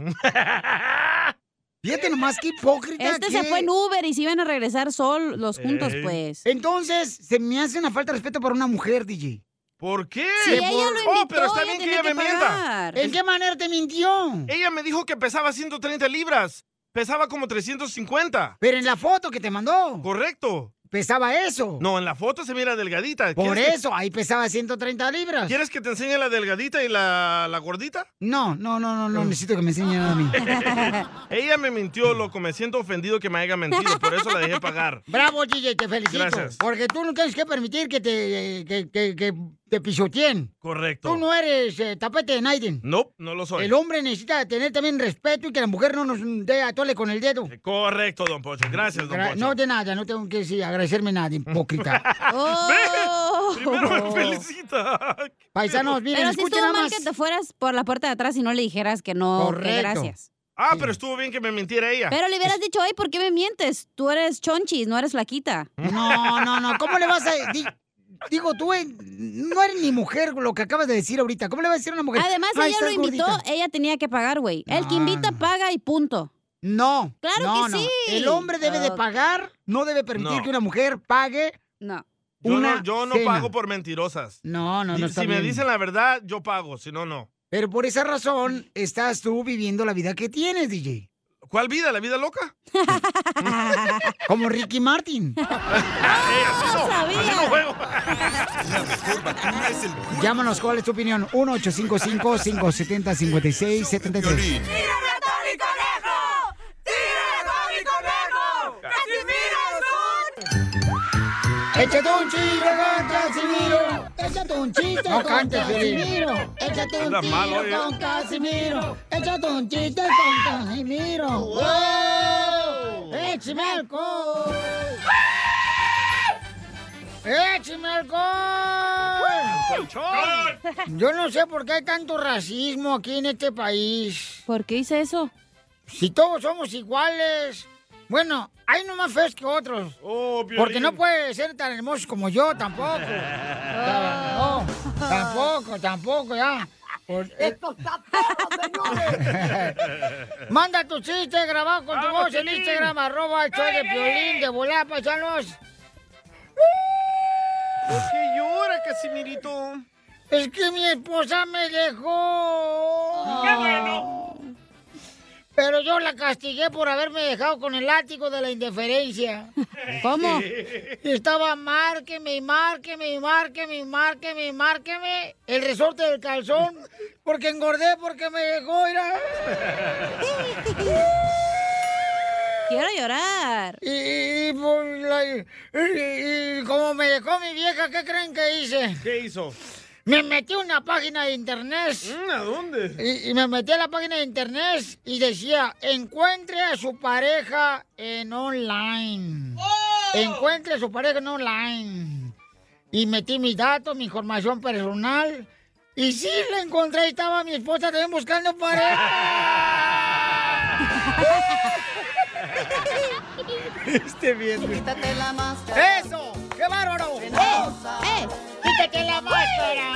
[SPEAKER 2] Fíjate nomás qué hipócrita.
[SPEAKER 3] Este se
[SPEAKER 2] qué-
[SPEAKER 3] fue en Uber y se iban a regresar sol los juntos,
[SPEAKER 2] Ey.
[SPEAKER 3] pues.
[SPEAKER 2] Entonces, se me hace una falta de respeto para una mujer, DJ.
[SPEAKER 4] ¿Por qué?
[SPEAKER 3] Si ella lo
[SPEAKER 4] oh, pero
[SPEAKER 3] invitó,
[SPEAKER 4] está bien
[SPEAKER 3] ella
[SPEAKER 4] que
[SPEAKER 3] tenía
[SPEAKER 4] ella me
[SPEAKER 3] que
[SPEAKER 4] mienta.
[SPEAKER 3] pagar. ¿En
[SPEAKER 2] qué manera te mintió?
[SPEAKER 4] Ella me dijo que pesaba 130 libras. Pesaba como 350.
[SPEAKER 2] Pero en la foto que te mandó.
[SPEAKER 4] Correcto.
[SPEAKER 2] pesaba eso.
[SPEAKER 4] No, en la foto se mira delgadita.
[SPEAKER 2] Por
[SPEAKER 4] ¿Quieres que-
[SPEAKER 2] eso, ahí pesaba 130 libras.
[SPEAKER 4] ¿Quieres que te enseñe la delgadita y la, la gordita?
[SPEAKER 2] No, no, no,
[SPEAKER 4] Oh.
[SPEAKER 2] no, no necesito que me enseñe
[SPEAKER 3] Ah.
[SPEAKER 2] nada a mí.
[SPEAKER 4] Ella me mintió, loco. Me siento ofendido que me haya mentido. Por eso la dejé pagar.
[SPEAKER 2] Bravo, DJ, te felicito.
[SPEAKER 4] Gracias.
[SPEAKER 2] Porque tú no tienes que permitir que te, que, que- que te pisoteen.
[SPEAKER 4] Correcto.
[SPEAKER 2] Tú no eres eh, tapete de Naiden.
[SPEAKER 4] Nope, no lo soy.
[SPEAKER 2] El hombre necesita tener también respeto y que la mujer no nos dé atole con el dedo.
[SPEAKER 4] Correcto, don Pocho. Gracias, don
[SPEAKER 2] Gra-
[SPEAKER 4] Pocho.
[SPEAKER 2] No de nada, no tengo que decir, agradecerme nada, hipócrita.
[SPEAKER 9] Oh.
[SPEAKER 4] Primero me felicita.
[SPEAKER 2] Paisanos, miren,
[SPEAKER 3] Pero sí
[SPEAKER 2] escuchen
[SPEAKER 3] estuvo
[SPEAKER 2] nada
[SPEAKER 3] mal
[SPEAKER 2] más.
[SPEAKER 3] que te fueras por la puerta de atrás y no le dijeras que no, que
[SPEAKER 4] Correcto.
[SPEAKER 3] gracias.
[SPEAKER 4] Ah, pero estuvo bien que me mintiera ella.
[SPEAKER 3] Pero le hubieras dicho, ay, ¿por qué me mientes? Tú eres chonchis, no eres flaquita.
[SPEAKER 2] No, no, no, ¿cómo le vas a...? di- digo, tú eh, no eres ni mujer lo que acabas de decir ahorita. ¿Cómo le vas a decir a una mujer?
[SPEAKER 3] Además,
[SPEAKER 2] "Ay,
[SPEAKER 3] ella
[SPEAKER 2] estás
[SPEAKER 3] lo invitó,
[SPEAKER 2] gordita"?
[SPEAKER 3] ella tenía que pagar, güey. El que
[SPEAKER 2] No,
[SPEAKER 3] invita, paga y punto.
[SPEAKER 2] No.
[SPEAKER 3] Claro
[SPEAKER 2] no,
[SPEAKER 3] que
[SPEAKER 2] no.
[SPEAKER 3] sí.
[SPEAKER 2] El hombre debe de
[SPEAKER 3] Ok.
[SPEAKER 2] pagar, no debe permitir
[SPEAKER 4] No.
[SPEAKER 2] que una mujer pague.
[SPEAKER 3] No.
[SPEAKER 4] Yo
[SPEAKER 2] una
[SPEAKER 4] no, yo no
[SPEAKER 2] cena.
[SPEAKER 4] pago por mentirosas.
[SPEAKER 2] No, no,
[SPEAKER 4] Si-
[SPEAKER 2] no
[SPEAKER 4] Si
[SPEAKER 2] está
[SPEAKER 4] me
[SPEAKER 2] bien.
[SPEAKER 4] dicen la verdad, yo pago. Si no, no.
[SPEAKER 2] Pero por esa razón estás tú viviendo la vida que tienes, DJ.
[SPEAKER 4] ¿Cuál vida? ¿La vida loca?
[SPEAKER 2] Como Ricky Martin.
[SPEAKER 4] no, así no juego.
[SPEAKER 2] Llámanos, ¿cuál es tu opinión? 1-855-570-5673. Échate un chiste con Casimiro. Échate un chiste
[SPEAKER 9] No
[SPEAKER 2] con
[SPEAKER 9] cantes,
[SPEAKER 2] Casimiro. Échate un
[SPEAKER 9] Andas
[SPEAKER 2] tiro
[SPEAKER 9] mal hoy, ¿eh?
[SPEAKER 2] con Casimiro. Échate un chiste con Casimiro. ¡Wow! ¡Échame alcohol! ¡Échame alcohol! Yo no sé por qué hay tanto racismo aquí en este país.
[SPEAKER 3] ¿Por qué hice eso?
[SPEAKER 2] Si todos somos iguales. Bueno, hay unos más feos que otros. porque no puede ser tan hermosos como yo tampoco. Ya, no, tampoco, tampoco, ya. Por- eh, Manda tu chiste grabado con tu
[SPEAKER 9] Vamos,
[SPEAKER 2] voz en
[SPEAKER 9] Piolín.
[SPEAKER 2] Instagram, arroba el show de
[SPEAKER 9] Dale.
[SPEAKER 2] Piolín, de volá, paisanos.
[SPEAKER 4] ¿Por qué llora, Casimirito?
[SPEAKER 2] Es que mi esposa me dejó.
[SPEAKER 4] ¡Qué bueno!
[SPEAKER 2] Pero yo la castigué por haberme dejado con el látigo de la indiferencia.
[SPEAKER 9] ¿Cómo?
[SPEAKER 2] Y estaba márqueme y márqueme y márqueme y márqueme y márqueme el resorte del calzón porque engordé porque me dejó.
[SPEAKER 3] Quiero llorar.
[SPEAKER 2] Y, y- y por la- y- y- y como me dejó mi vieja, ¿qué creen que hice?
[SPEAKER 4] ¿Qué hizo? Mm,
[SPEAKER 2] Me metí a una página de internet.
[SPEAKER 4] ¿A dónde?
[SPEAKER 2] Y, y me metí a la página de internet y decía, encuentre a su pareja en online.
[SPEAKER 4] ¡Oh!
[SPEAKER 2] Encuentre a su pareja en online. Y metí mis datos, mi información personal. Y sí, la encontré y estaba mi esposa también buscando pareja. este bien.
[SPEAKER 9] Quítate la máscara.
[SPEAKER 2] ¡Eso! ¡Qué bárbaro!
[SPEAKER 9] Venenosa.
[SPEAKER 2] ¡Eh! ¡Quítate la máscara!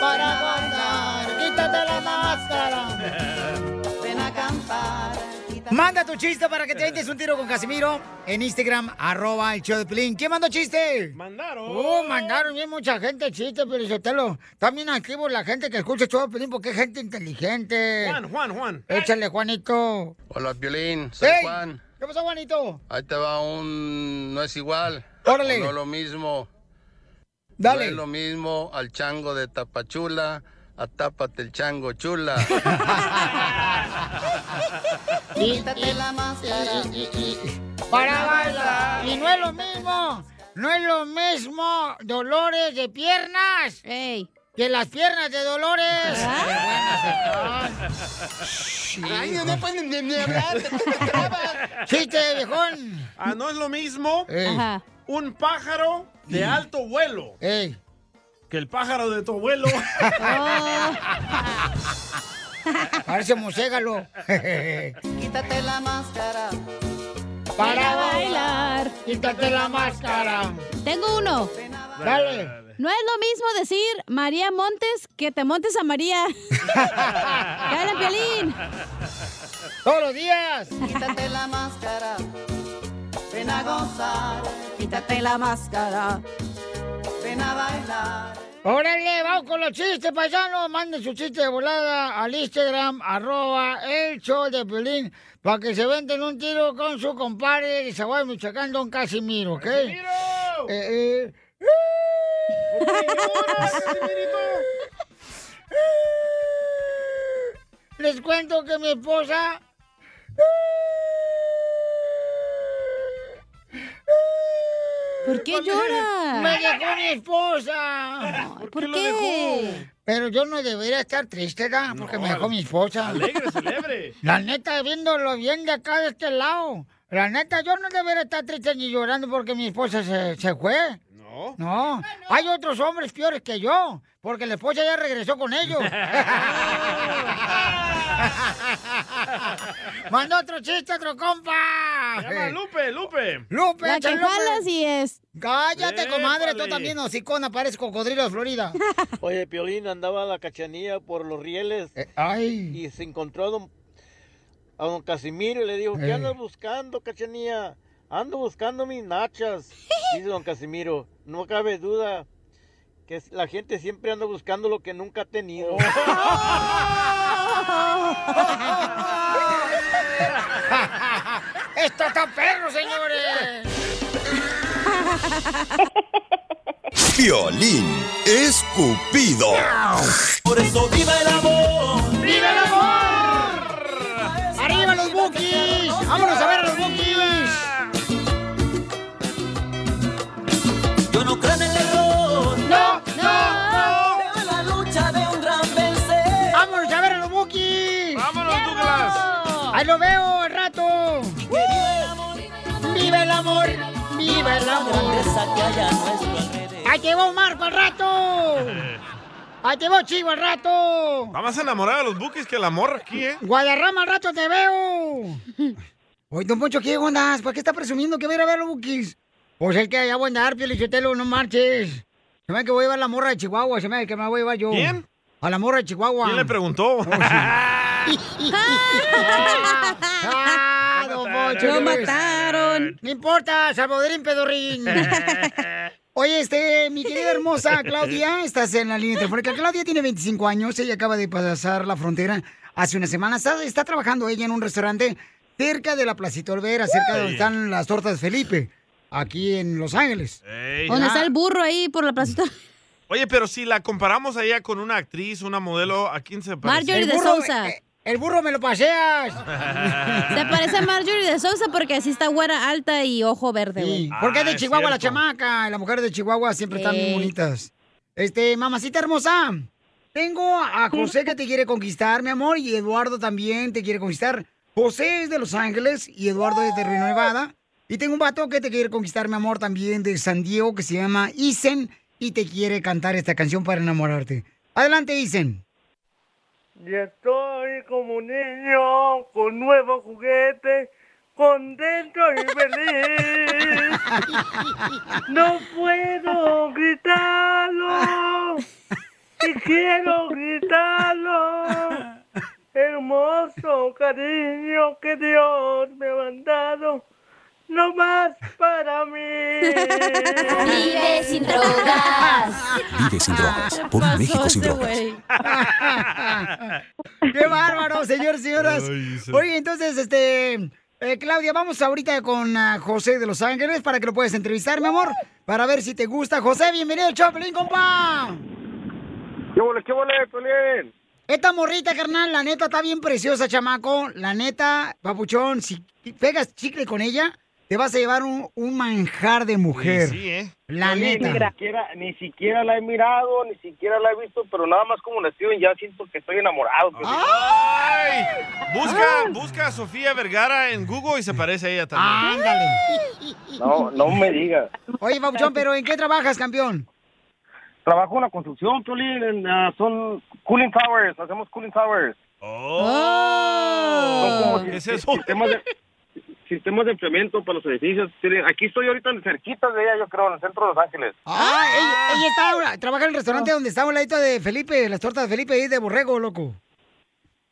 [SPEAKER 2] Para guardar, quítate la máscara.
[SPEAKER 9] Ven a acampar.
[SPEAKER 2] Manda tu chiste para que te eches un tiro con Casimiro en Instagram, arroba el show de Pelín. ¿Quién mandó chiste?
[SPEAKER 4] Mandaron.
[SPEAKER 2] Oh, mandaron bien mucha gente chiste, pero yo te lo... También activo la gente que escucha el show de Pelín porque es gente inteligente.
[SPEAKER 4] Juan, Juan, Juan.
[SPEAKER 2] Échale, Juanito.
[SPEAKER 8] Hola, Piolín. Soy
[SPEAKER 2] Ey,
[SPEAKER 8] Juan.
[SPEAKER 2] ¿Qué pasó, Juanito?
[SPEAKER 8] Ahí te va un... No es igual.
[SPEAKER 2] Órale.
[SPEAKER 8] No es lo mismo.
[SPEAKER 2] Dale.
[SPEAKER 8] No es lo mismo al chango de Tapachula. A tápate el chango chula.
[SPEAKER 9] Quítate la máscara.
[SPEAKER 2] Para bailar. Y no es lo mismo, no es lo mismo dolores de piernas que las piernas de dolores.
[SPEAKER 9] Ah. Ay, no
[SPEAKER 2] pueden ni, hablar, Chiste, viejón.
[SPEAKER 4] Ah, no es lo mismo
[SPEAKER 9] Ey. Ajá.
[SPEAKER 4] un pájaro de alto vuelo que el pájaro de tu abuelo.
[SPEAKER 2] Parece mocégalo.
[SPEAKER 9] Quítate la máscara.
[SPEAKER 2] Para bailar. Quítate la máscara.
[SPEAKER 3] Tengo uno.
[SPEAKER 2] Dale.
[SPEAKER 3] No es lo mismo decir María Montes que te montes a María. ¡Dale, Piolín!
[SPEAKER 2] ¡Todos los días!
[SPEAKER 9] Quítate la máscara. Ven a gozar. Quítate la máscara. Ven a bailar.
[SPEAKER 2] Órale, vamos con los chistes, paisanos. Manden su chiste de volada al Instagram, arroba el show de Pelín, para que se venden un tiro con su compadre de Zaguay, Michoacán, don Casimiro, ¿ok? ¡Casimiro! Eh, eh. ¿Por qué lloras, Casimirito? Les cuento que mi esposa
[SPEAKER 3] ¿Por qué llora?
[SPEAKER 2] Me dejó mi esposa. ¿Por,
[SPEAKER 3] qué? lo dejó?
[SPEAKER 2] Pero yo no debería estar triste, ¿verdad? Porque me dejó mi esposa.
[SPEAKER 4] Alegre, celebre.
[SPEAKER 2] La neta, viéndolo bien de acá de este lado. La neta, yo no debería estar triste ni llorando porque mi esposa se, se fue. No. No. Hay otros hombres peores que yo. Porque la esposa ya regresó con ellos. Manda otro chiste, otro compa.
[SPEAKER 4] Se llama Lupe, Lupe.
[SPEAKER 2] Lupe,
[SPEAKER 3] La
[SPEAKER 2] échale,
[SPEAKER 3] que
[SPEAKER 2] Lupe.
[SPEAKER 3] jala sí es.
[SPEAKER 2] Cállate, comadre, tú
[SPEAKER 3] Épale.
[SPEAKER 2] también, hocicona, pareces cocodrilo de Florida.
[SPEAKER 15] Oye, Piolín andaba la cachanilla por los rieles
[SPEAKER 22] Eh,
[SPEAKER 15] y se encontró a don, a don Casimiro y le dijo,
[SPEAKER 2] Eh.
[SPEAKER 15] ¿qué andas buscando, cachanilla? Ando buscando mis nachas. Dice don Casimiro, no cabe duda que es- la gente siempre anda buscando lo que nunca ha tenido.
[SPEAKER 2] ¡Esto está perro, señores!
[SPEAKER 10] Violín escupido.
[SPEAKER 2] Por eso viva el amor. ¡Viva el amor! ¡Arriba los bookies! ¡Vámonos a ver a los bookies!
[SPEAKER 1] Yo no creo en el error.
[SPEAKER 2] No, no,
[SPEAKER 1] Creo en la lucha de un gran vencer.
[SPEAKER 2] ¡Vámonos a ver a los bookies!
[SPEAKER 4] ¡Vámonos,
[SPEAKER 1] Douglas!
[SPEAKER 2] ¡Ahí lo veo al rato! ¡Viva el amor! ¡Viva el amor! ¡Ahí te va Marco al rato!
[SPEAKER 4] Eh,
[SPEAKER 2] ¡Ahí te va Chivo al rato!
[SPEAKER 4] Vamos a enamorar a los buques que la morra aquí, ¿eh?
[SPEAKER 2] Guadarrama, al rato te veo. Oye, don Poncho, ¿qué onda? ¿Por qué está presumiendo que va a ir a ver los bookies? Pues es que allá voy a andar, Pielichotelo, no marches. Se me hace que voy a llevar la morra de Chihuahua, se me hace que me la voy a llevar yo.
[SPEAKER 4] ¿Quién?
[SPEAKER 2] A la morra de Chihuahua. Oh,
[SPEAKER 4] ¿Quién le preguntó?
[SPEAKER 2] ¡Ah, don Poncho!
[SPEAKER 1] Lo
[SPEAKER 2] mataron! No importa, Salvadorín Pedorrín. Oye, este, mi querida hermosa Claudia, estás en la línea telefónica. Claudia tiene 25 años, ella acaba de pasar la frontera hace una semana. Está, está trabajando ella en un restaurante cerca de la Placita Olvera, cerca de donde
[SPEAKER 3] Sí.
[SPEAKER 2] están las tortas Felipe, aquí en Los Ángeles.
[SPEAKER 3] ¿Dónde está el burro ahí por la placita?
[SPEAKER 4] Ah, Oye, pero si la comparamos a ella con una actriz, una modelo, ¿a quién se parece?
[SPEAKER 3] Marjorie de Sousa.
[SPEAKER 2] El burro me lo paseas.
[SPEAKER 3] Se parece a Marjorie de Sousa porque así está güera alta y ojo verde, güey.
[SPEAKER 2] Porque
[SPEAKER 8] Ah,
[SPEAKER 2] es de Chihuahua la chamaca, y las mujeres de Chihuahua siempre están bien
[SPEAKER 3] Ey.
[SPEAKER 2] bonitas. Este, mamacita hermosa, tengo a José que te quiere conquistar, mi amor, y Eduardo también te quiere conquistar. José es de Los Ángeles y Eduardo es de Reno Nevada. Y tengo un vato que te quiere conquistar, mi amor, también de San Diego, que se llama Isen, y te quiere cantar esta canción para enamorarte. Adelante, Isen.
[SPEAKER 12] Y estoy como un niño con nuevos juguetes, contento y feliz. No puedo gritarlo, y quiero gritarlo. Hermoso cariño que Dios me ha mandado, no más para mí.
[SPEAKER 1] Vive sin drogas.
[SPEAKER 29] Vive sin drogas. Por un México sin drogas.
[SPEAKER 2] ¡Qué bárbaro, señor, señoras! Oye, entonces, este. eh, Claudia, vamos ahorita con ah, José de Los Ángeles para que lo puedas entrevistar, mi amor, para ver si te gusta. José, bienvenido al Choplin, compa.
[SPEAKER 12] ¿Qué vole, qué vole, Piolín?
[SPEAKER 2] Esta morrita, carnal, la neta está bien preciosa, chamaco. La neta, papuchón, si pegas chicle con ella, te vas a llevar un, un manjar de mujer.
[SPEAKER 8] ¿eh?
[SPEAKER 2] La
[SPEAKER 12] Oye,
[SPEAKER 2] neta.
[SPEAKER 12] Ni siquiera, ni siquiera la he mirado, ni siquiera la he visto, pero nada más como la estoy viendo, ya siento que estoy enamorado. pues. Piolín.
[SPEAKER 4] Ah. ¡Ay! Busca, busca a Sofía Vergara en Google y se parece a ella también.
[SPEAKER 2] Ándale.
[SPEAKER 12] No, no me digas.
[SPEAKER 2] Oye, papuchón, pero ¿en qué trabajas, campeón?
[SPEAKER 12] Trabajo en la construcción, Piolín, en, ah, son cooling towers, hacemos cooling towers.
[SPEAKER 4] ¡Oh!
[SPEAKER 12] Son como si- Sistemas de, sistemas de enfriamiento para los edificios. Piolín. Aquí estoy ahorita cerquita de ella, yo creo, en el centro de Los Ángeles.
[SPEAKER 2] Ah, ella, ella está, ahora- trabaja en el restaurante donde está a un ladito de Felipe, las tortas de Felipe y de Borrego, loco.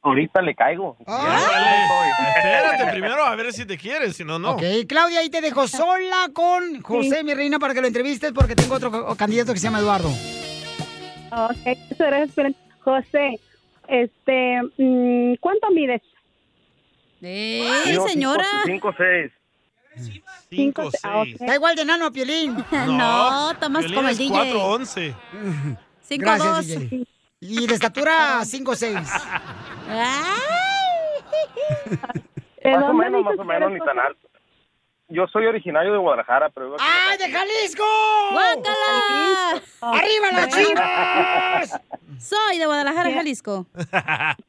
[SPEAKER 12] Ahorita le caigo.
[SPEAKER 4] Espérate primero a ver si te quieres, si no, no.
[SPEAKER 2] Ok, Claudia, ahí te dejo sola con José, mi reina, para que lo entrevistes porque tengo otro co- candidato que se llama Eduardo.
[SPEAKER 14] Ok, muchas gracias, Piolín. José, este, mm, ¿cuánto mides?
[SPEAKER 3] ¡Ey,
[SPEAKER 8] Yo, Cinco, cinco, seis.
[SPEAKER 3] Cinco,
[SPEAKER 8] ah, seis. ok.
[SPEAKER 2] Está igual de nano a Piolín.
[SPEAKER 3] No, está más
[SPEAKER 2] Piolín
[SPEAKER 3] como el
[SPEAKER 2] es
[SPEAKER 3] DJ.
[SPEAKER 2] 4'11".
[SPEAKER 3] Cinco,
[SPEAKER 2] Gracias,
[SPEAKER 3] dos.
[SPEAKER 2] DJ. Y de estatura 5'6".
[SPEAKER 3] Ah.
[SPEAKER 8] Más o
[SPEAKER 2] dónde
[SPEAKER 8] menos,
[SPEAKER 2] dices
[SPEAKER 8] más o
[SPEAKER 2] que
[SPEAKER 8] menos,
[SPEAKER 2] eres,
[SPEAKER 8] ni tan alto. Yo soy originario de Guadalajara, pero vivo aquí.
[SPEAKER 2] ¡Ay, de Jalisco!
[SPEAKER 3] ¡Guácala!
[SPEAKER 2] ¡Arriba las chivas!
[SPEAKER 3] Soy de Guadalajara, Jalisco.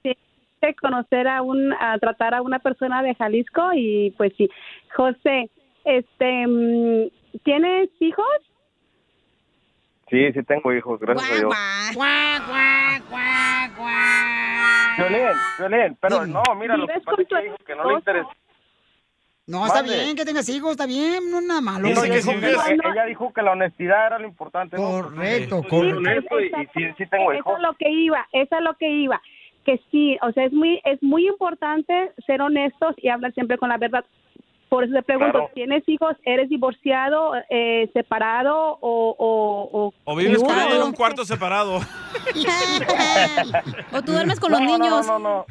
[SPEAKER 14] Sí, de conocer a un, a tratar a una persona de Jalisco y pues sí. José, este, mm, ¿tienes hijos?
[SPEAKER 8] Sí, sí tengo hijos, gracias a Dios.
[SPEAKER 2] Ah.
[SPEAKER 8] Violín, Violín, pero no, mira, lo que
[SPEAKER 2] ¿Vives
[SPEAKER 8] pasa es que dijo que no le interesa.
[SPEAKER 2] No, está
[SPEAKER 8] Mande.
[SPEAKER 2] bien que tengas hijos, está bien, no es nada malo.
[SPEAKER 8] Ella dijo que- ella dijo que la honestidad era lo importante. Correcto,
[SPEAKER 2] correcto.
[SPEAKER 8] honesto y, y sí, sí tengo
[SPEAKER 14] Eso
[SPEAKER 8] hijos.
[SPEAKER 14] es lo que iba, eso es lo que iba. Que sí, o sea, es muy, es muy importante ser honestos y hablar siempre con la verdad. Por eso te pregunto,
[SPEAKER 8] Claro.
[SPEAKER 14] ¿tienes hijos? ¿Eres divorciado, eh, separado o... O, o,
[SPEAKER 4] O vives con
[SPEAKER 14] viudo?
[SPEAKER 4] él en un cuarto separado.
[SPEAKER 3] o tú duermes con los
[SPEAKER 8] No, no,
[SPEAKER 3] niños.
[SPEAKER 8] no, no.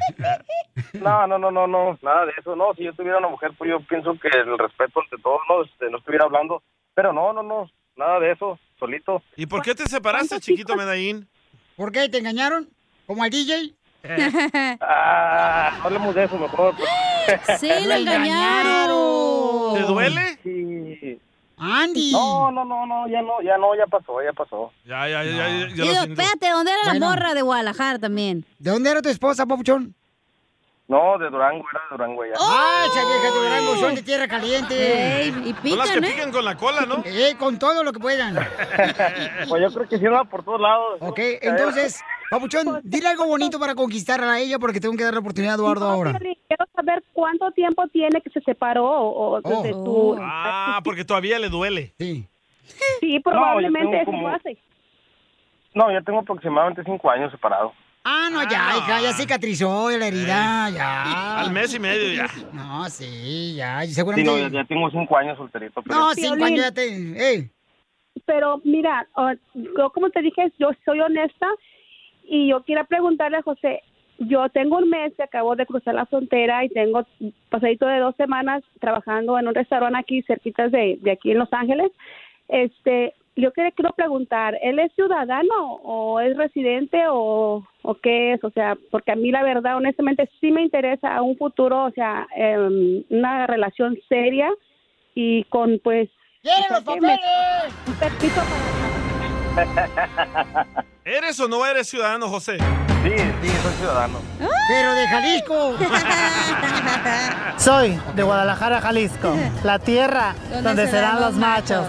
[SPEAKER 8] No, no, no, no, no, nada de eso, no. Si yo tuviera una mujer, pues yo pienso que el respeto ante todo, no, Este, no estuviera hablando. Pero no, no, no, nada de eso, solito.
[SPEAKER 4] ¿Y por qué te separaste, chiquito Medellín?
[SPEAKER 2] ¿Por qué? ¿Te engañaron? ¿Como al DJ?
[SPEAKER 8] Ah, no hablemos de eso mejor.
[SPEAKER 2] Sí, lo engañaron.
[SPEAKER 4] ¿Te duele?
[SPEAKER 8] Sí.
[SPEAKER 2] Andy.
[SPEAKER 8] No, no, no, no, ya no, ya no, ya pasó, ya pasó.
[SPEAKER 4] Ya, ya, ya, ya, ya
[SPEAKER 3] Y
[SPEAKER 4] lo
[SPEAKER 3] digo,
[SPEAKER 4] siento.
[SPEAKER 3] espérate, ¿dónde era
[SPEAKER 8] Bueno.
[SPEAKER 3] la morra de Guadalajara también?
[SPEAKER 2] ¿De dónde era tu esposa, Papuchón?
[SPEAKER 8] No, de Durango, era de Durango ya.
[SPEAKER 2] ¡Ah, esa vieja de Durango! Son de tierra caliente.
[SPEAKER 8] Ey, y
[SPEAKER 4] Son Pues las que pican con la cola, ¿no?
[SPEAKER 2] Eh, con todo lo que puedan.
[SPEAKER 8] Pues yo creo que sí, no, por todos lados.
[SPEAKER 2] Ok, entonces, Papuchón, dile algo bonito para conquistarla a ella porque tengo que dar la oportunidad a Eduardo
[SPEAKER 14] No,
[SPEAKER 2] ahora.
[SPEAKER 14] Piolín, Quiero saber cuánto tiempo tiene que se separó o, o de tu...
[SPEAKER 4] Oh. Ah, porque todavía le duele.
[SPEAKER 2] Sí.
[SPEAKER 14] Sí, probablemente
[SPEAKER 8] tengo
[SPEAKER 14] eso
[SPEAKER 8] como-
[SPEAKER 14] lo hace.
[SPEAKER 8] No, yo tengo aproximadamente cinco años separado.
[SPEAKER 2] Ah, no, ya, hija, ya cicatrizó la herida,
[SPEAKER 4] Eh.
[SPEAKER 2] ya.
[SPEAKER 8] Al mes y medio ya.
[SPEAKER 2] No, sí, ya, y
[SPEAKER 8] Sí,
[SPEAKER 2] seguramente...
[SPEAKER 8] no, ya, ya tengo cinco años solterito. Pero... pues,
[SPEAKER 2] No, cinco
[SPEAKER 14] Piolín.
[SPEAKER 2] años ya te... ey.
[SPEAKER 14] Pero mira, ah, yo como te dije, yo soy honesta y yo quiero preguntarle a José, yo tengo un mes que acabo de cruzar la frontera y tengo pasadito de dos semanas trabajando en un restaurante aquí cerquita de, de aquí en Los Ángeles. Este, yo quiero, quiero preguntar, ¿él es ciudadano o es residente o, o qué es? O sea, porque a mí la verdad, honestamente, sí me interesa a un futuro, o sea, em, una relación seria y con pues...
[SPEAKER 2] los
[SPEAKER 14] que me-
[SPEAKER 4] ¿Eres o no eres ciudadano, José?
[SPEAKER 8] Sí, sí, soy ciudadano.
[SPEAKER 2] Pero de Jalisco.
[SPEAKER 18] Soy de Guadalajara, Jalisco, la tierra
[SPEAKER 2] ¿Dónde
[SPEAKER 18] donde serán los machos.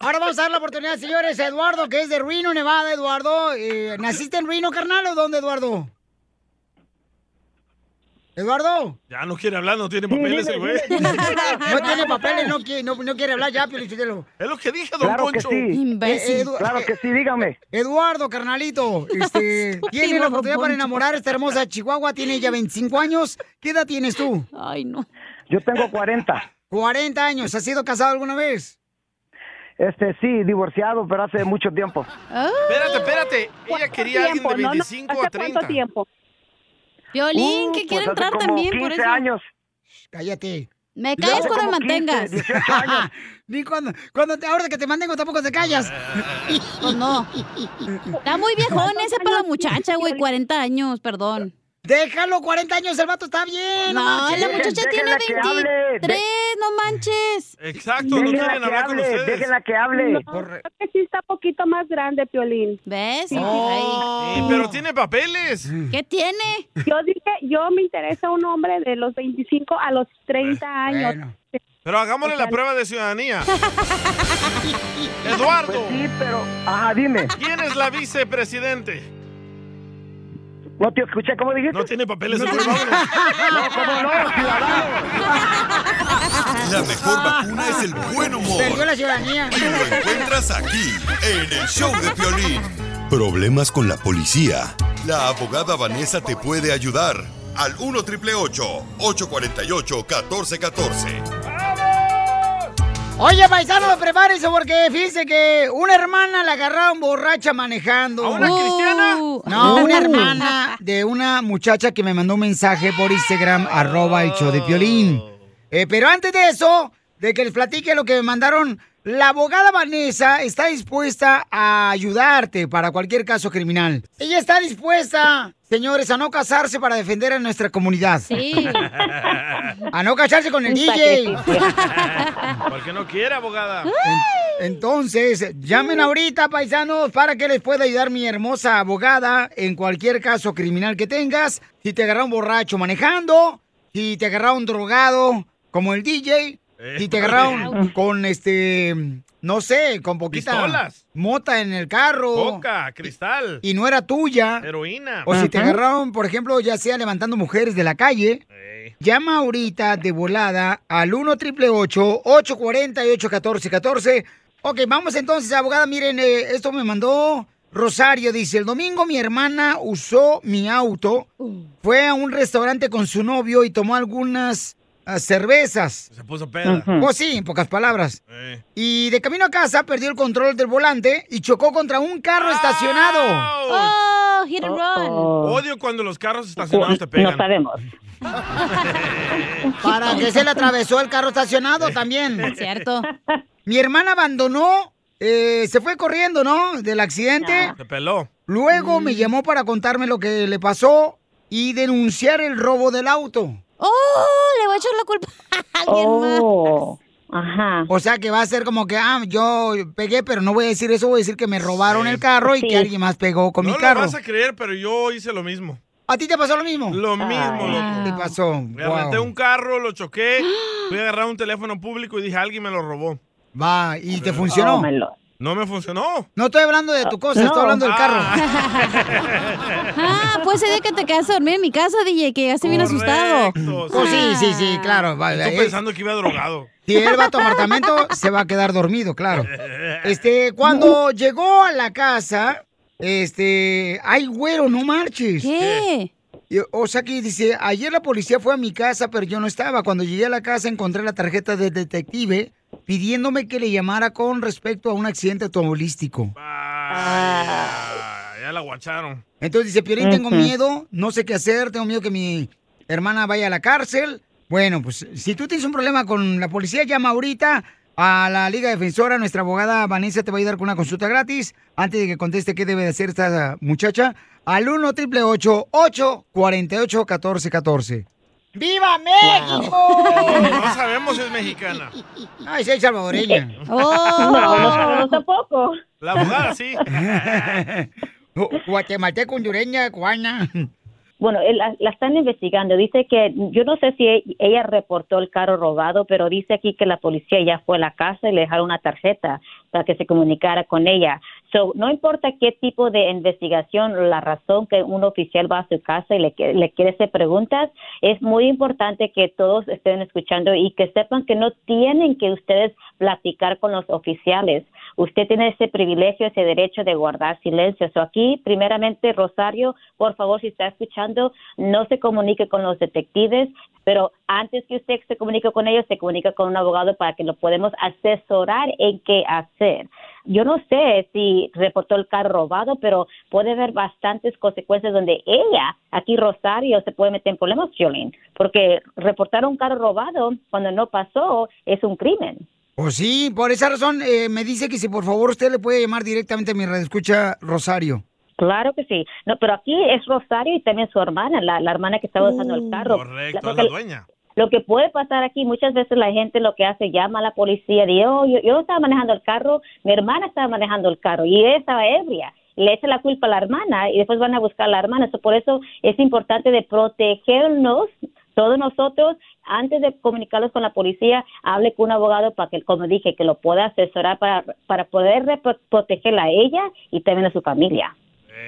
[SPEAKER 2] Ahora vamos a dar la oportunidad, señores, a Eduardo, que es de Reno, Nevada. Eduardo, eh, ¿naciste en Reno, carnal, o dónde, Eduardo? Eduardo.
[SPEAKER 4] Ya no quiere hablar, no tiene papeles el güey.
[SPEAKER 2] No tiene papeles, no, qui- no, no quiere hablar ya, Piolichotelo. Eh,
[SPEAKER 4] Es lo que dije,
[SPEAKER 8] don Claro que Poncho. sí. Imbécil. Claro que sí, dígame.
[SPEAKER 2] Eduardo, carnalito, este, tiene la
[SPEAKER 8] don
[SPEAKER 2] oportunidad para
[SPEAKER 8] Poncho.
[SPEAKER 2] enamorar a esta hermosa Chihuahua. Tiene ya 25 años. ¿Qué edad tienes tú? Ay, no.
[SPEAKER 9] Yo tengo 40.
[SPEAKER 2] 40 años. ¿Has sido casado alguna vez?
[SPEAKER 9] Este, sí, divorciado, pero hace mucho tiempo.
[SPEAKER 4] Ah. Espérate, espérate. Ella
[SPEAKER 9] ¿Cuánto
[SPEAKER 4] quería a alguien de
[SPEAKER 9] tiempo? No, no,
[SPEAKER 4] 25 a
[SPEAKER 9] ¿hace
[SPEAKER 4] 30.
[SPEAKER 9] cuánto
[SPEAKER 14] tiempo?
[SPEAKER 3] Violín,
[SPEAKER 9] Uh,
[SPEAKER 3] que quiere
[SPEAKER 9] pues hace
[SPEAKER 3] entrar
[SPEAKER 9] como
[SPEAKER 3] también por
[SPEAKER 9] 15
[SPEAKER 3] eso.
[SPEAKER 9] años.
[SPEAKER 2] Cállate.
[SPEAKER 3] Me callas cuando me mantengas.
[SPEAKER 2] Ni cuando, cuando te- ahora que te mantengo tampoco te callas.
[SPEAKER 3] Pues no. Está muy viejón ese para la muchacha, güey. 40 años, perdón.
[SPEAKER 2] Déjalo, 40 años, el vato está bien.
[SPEAKER 3] No,
[SPEAKER 2] no manches.
[SPEAKER 3] la muchacha tiene
[SPEAKER 2] Déjenla que hable,
[SPEAKER 3] 23, no manches.
[SPEAKER 4] Exacto, no
[SPEAKER 14] Déjenla
[SPEAKER 4] quieren
[SPEAKER 14] que
[SPEAKER 4] hablar con
[SPEAKER 14] hable,
[SPEAKER 4] ustedes.
[SPEAKER 14] déjenla que hable. No.
[SPEAKER 4] Corre-
[SPEAKER 14] Creo que sí está poquito más grande, Piolín. ¿Ves?
[SPEAKER 4] Sí, pero tiene papeles.
[SPEAKER 14] ¿Qué tiene? Yo dije, yo me interesa un hombre de los 25 a los 30 años.
[SPEAKER 4] Pero hagámosle la prueba de ciudadanía. Eduardo.
[SPEAKER 9] Sí, pero. Ajá, dime.
[SPEAKER 4] ¿Quién es la vicepresidente?
[SPEAKER 9] No te escuché, ¿cómo dijiste?
[SPEAKER 4] No tiene papeles el
[SPEAKER 9] No, ¿cómo no?
[SPEAKER 10] La mejor vacuna es el buen humor.
[SPEAKER 2] Perdió la ciudadanía.
[SPEAKER 10] Y lo encuentras aquí, en el show de Piolín. Problemas con la policía. La abogada Vanessa te puede ayudar. Al 1 888 848 1414.
[SPEAKER 2] Oye, paisano, prepárense porque fíjense que una hermana la agarraron borracha manejando. ¿A una cristiana? Uh. No, una hermana de una muchacha que me mandó un mensaje por Instagram, arroba el show de Piolín. Eh, pero antes de eso, de que les platique lo que me mandaron, la abogada Vanessa está dispuesta a ayudarte para cualquier caso criminal. Ella está dispuesta, señores, a no casarse para defender a nuestra comunidad. Sí. A no casarse con el
[SPEAKER 4] Un
[SPEAKER 2] DJ.
[SPEAKER 4] Porque no quiere, abogada.
[SPEAKER 2] Entonces, llamen ahorita, paisanos, para que les pueda ayudar mi hermosa abogada en cualquier caso criminal que tengas. Si te agarraron borracho manejando, si te agarraron drogado como el DJ, si te agarraron con este, no sé, con poquita
[SPEAKER 4] Pistolas.
[SPEAKER 2] mota en el carro.
[SPEAKER 4] Coca, cristal.
[SPEAKER 2] Y no era tuya.
[SPEAKER 4] Heroína.
[SPEAKER 2] O si te
[SPEAKER 4] Ajá.
[SPEAKER 2] agarraron, por ejemplo, ya sea levantando mujeres de la calle, llama ahorita de volada al 1 triple 848 1414 Ok, vamos entonces, abogada. Miren, eh, esto me mandó Rosario. Dice: El domingo mi hermana usó mi auto, fue a un restaurante con su novio y tomó algunas ah, cervezas.
[SPEAKER 4] Se puso peda.
[SPEAKER 2] Pues sí, en pocas palabras.
[SPEAKER 4] Eh.
[SPEAKER 2] Y de camino a casa perdió el control del volante y chocó contra un carro estacionado.
[SPEAKER 3] ¡Oh! ¡Hit and run!
[SPEAKER 4] Odio cuando los carros estacionados te pegan.
[SPEAKER 2] No sabemos. Para que se le atravesó el carro estacionado también.
[SPEAKER 3] Es cierto.
[SPEAKER 2] Mi hermana abandonó, eh, se fue corriendo, ¿no? Del accidente.
[SPEAKER 4] Se peló.
[SPEAKER 2] Luego me llamó para contarme lo que le pasó y denunciar el robo del auto. ¡Oh! Le voy a echar la culpa a alguien
[SPEAKER 4] Oh,
[SPEAKER 2] Ajá. O sea que va a ser como que, ah, yo pegué, pero no voy a decir eso, voy a decir que me robaron el carro y
[SPEAKER 4] Sí.
[SPEAKER 2] que alguien más pegó con
[SPEAKER 4] no
[SPEAKER 2] mi
[SPEAKER 4] lo
[SPEAKER 2] carro.
[SPEAKER 4] vas a creer, pero yo hice lo mismo.
[SPEAKER 2] ¿A ti te pasó lo mismo?
[SPEAKER 4] Lo mismo, loco.
[SPEAKER 2] ¿Qué pasó?
[SPEAKER 4] Me
[SPEAKER 2] Wow.
[SPEAKER 4] arranqué un carro, lo choqué, fui a agarrar un teléfono público y dije, alguien me lo robó.
[SPEAKER 2] Va, ¿y te funcionó?
[SPEAKER 4] No me funcionó.
[SPEAKER 2] No estoy hablando de tu cosa, estoy hablando del carro.
[SPEAKER 3] Ah, pues ese día que te quedaste a dormir en mi casa, DJ, que ya se bien asustado.
[SPEAKER 2] Pues sí, sí, sí, claro. va,
[SPEAKER 4] Estoy
[SPEAKER 2] eh,
[SPEAKER 4] pensando que iba drogado.
[SPEAKER 2] Si él va a tu apartamento, se va a quedar dormido, claro. Este, cuando llegó a la casa, este, ay, güero, no marches.
[SPEAKER 3] ¿Qué?
[SPEAKER 2] O sea que dice, ayer la policía fue a mi casa, pero yo no estaba. Cuando llegué a la casa encontré la tarjeta del detective pidiéndome que le llamara con respecto a un accidente automovilístico.
[SPEAKER 4] Ah, ya la guacharon.
[SPEAKER 2] Entonces dice, Piolín, tengo
[SPEAKER 4] Ujú.
[SPEAKER 2] miedo, no sé qué hacer, tengo miedo que mi hermana vaya a la cárcel. Bueno, pues si tú tienes un problema con la policía, llama ahorita a la Liga Defensora. Nuestra abogada Vanessa te va a ayudar con una consulta gratis. Antes de que conteste qué debe de hacer esta muchacha, al 1 888 848 1414 ¡Viva
[SPEAKER 4] No sabemos si es mexicana.
[SPEAKER 2] Ay, soy salvadoreña.
[SPEAKER 4] No, no sabemos
[SPEAKER 24] Oh.
[SPEAKER 2] tampoco.
[SPEAKER 4] La abogada, sí.
[SPEAKER 2] Guatemalteco, hondureña, cubana.
[SPEAKER 24] Bueno, él- la, la están investigando. Dice que yo no sé si e- ella reportó el carro robado, pero dice aquí que la policía ya fue a la casa y le dejaron una tarjeta para que se comunicara con ella. So, no importa qué tipo de investigación, o la razón que un oficial va a su casa y le, que- le quiere hacer preguntas, es muy importante que todos estén escuchando y que sepan que no tienen que ustedes platicar con los oficiales. Usted tiene ese privilegio, ese derecho de guardar silencio. So, aquí, primeramente, Rosario, por favor, si está escuchando, no se comunique con los detectives, pero antes que usted se comunique con ellos, se comunica con un abogado para que lo podemos asesorar en qué hacer. Yo no sé si reportó el carro robado, pero puede haber bastantes consecuencias donde ella, aquí Rosario, se puede meter en problemas, Jolene, porque reportar un carro robado cuando no pasó es un crimen.
[SPEAKER 2] Pues sí, por esa razón eh, me dice que si por favor usted le puede llamar directamente a mi radio escucha Rosario.
[SPEAKER 24] Claro que sí. No, pero aquí es Rosario y también su hermana, la, la hermana que estaba usando el carro.
[SPEAKER 4] Mm. Correcto,
[SPEAKER 24] La-
[SPEAKER 4] es la
[SPEAKER 24] porque
[SPEAKER 4] dueña.
[SPEAKER 24] Lo que puede pasar aquí, muchas veces la gente lo que hace, llama a la policía, dice, oh, yo, yo no estaba manejando el carro, mi hermana estaba manejando el carro y ella estaba ebria. Le echa la culpa a la hermana y después van a buscar a la hermana. So, por eso es importante de protegernos, todos nosotros, antes de comunicarlos con la policía, hable con un abogado para que, como dije, que lo pueda asesorar para, para poder re- protegerla a ella y también a su familia.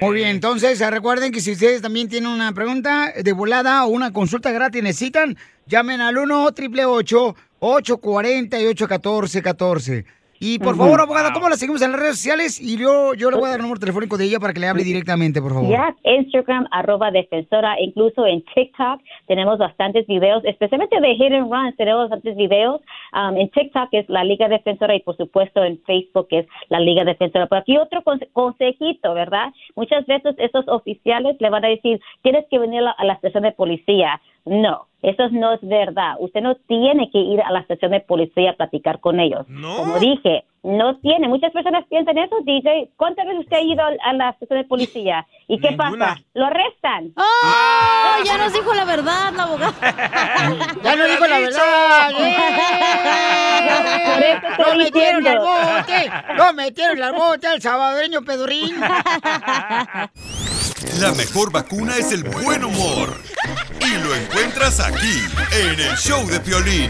[SPEAKER 2] Muy bien, entonces eh, recuerden que si ustedes también tienen una pregunta de volada o una consulta gratis necesitan, llamen al 1 888 848 1414 Y por
[SPEAKER 30] Ujú.
[SPEAKER 2] favor, abogada, ¿cómo la seguimos en las redes sociales? Y yo, yo le voy a dar el número telefónico de ella para que le hable directamente, por favor.
[SPEAKER 24] Ya, Instagram, arroba defensora, incluso en TikTok tenemos bastantes videos, especialmente de Hit and Runs, tenemos bastantes videos. Um, en TikTok es la Liga Defensora y por supuesto en Facebook es la Liga Defensora. Pero aquí otro conse- consejito, ¿verdad? Muchas veces esos oficiales le van a decir, tienes que venir a la- a la estación de policía. No, eso no es verdad. Usted no tiene que ir a la estación de policía a platicar con ellos. Como dije, no tiene. Muchas personas piensan eso, DJ. ¿Cuántas veces usted ha ido al- a la estación de policía? ¿Y qué pasa? Lo arrestan.
[SPEAKER 31] ¡Oh! Ya nos dijo la
[SPEAKER 3] Ah,
[SPEAKER 31] verdad, la abogada.
[SPEAKER 2] ya nos dijo la verdad.
[SPEAKER 31] ¡Eh!
[SPEAKER 2] ¡Lo metieron al bote! ¡Lo metieron al bote al salvadoreño pedurín!
[SPEAKER 10] La mejor vacuna es el buen humor. Y lo encuentras aquí, en el show de Piolín.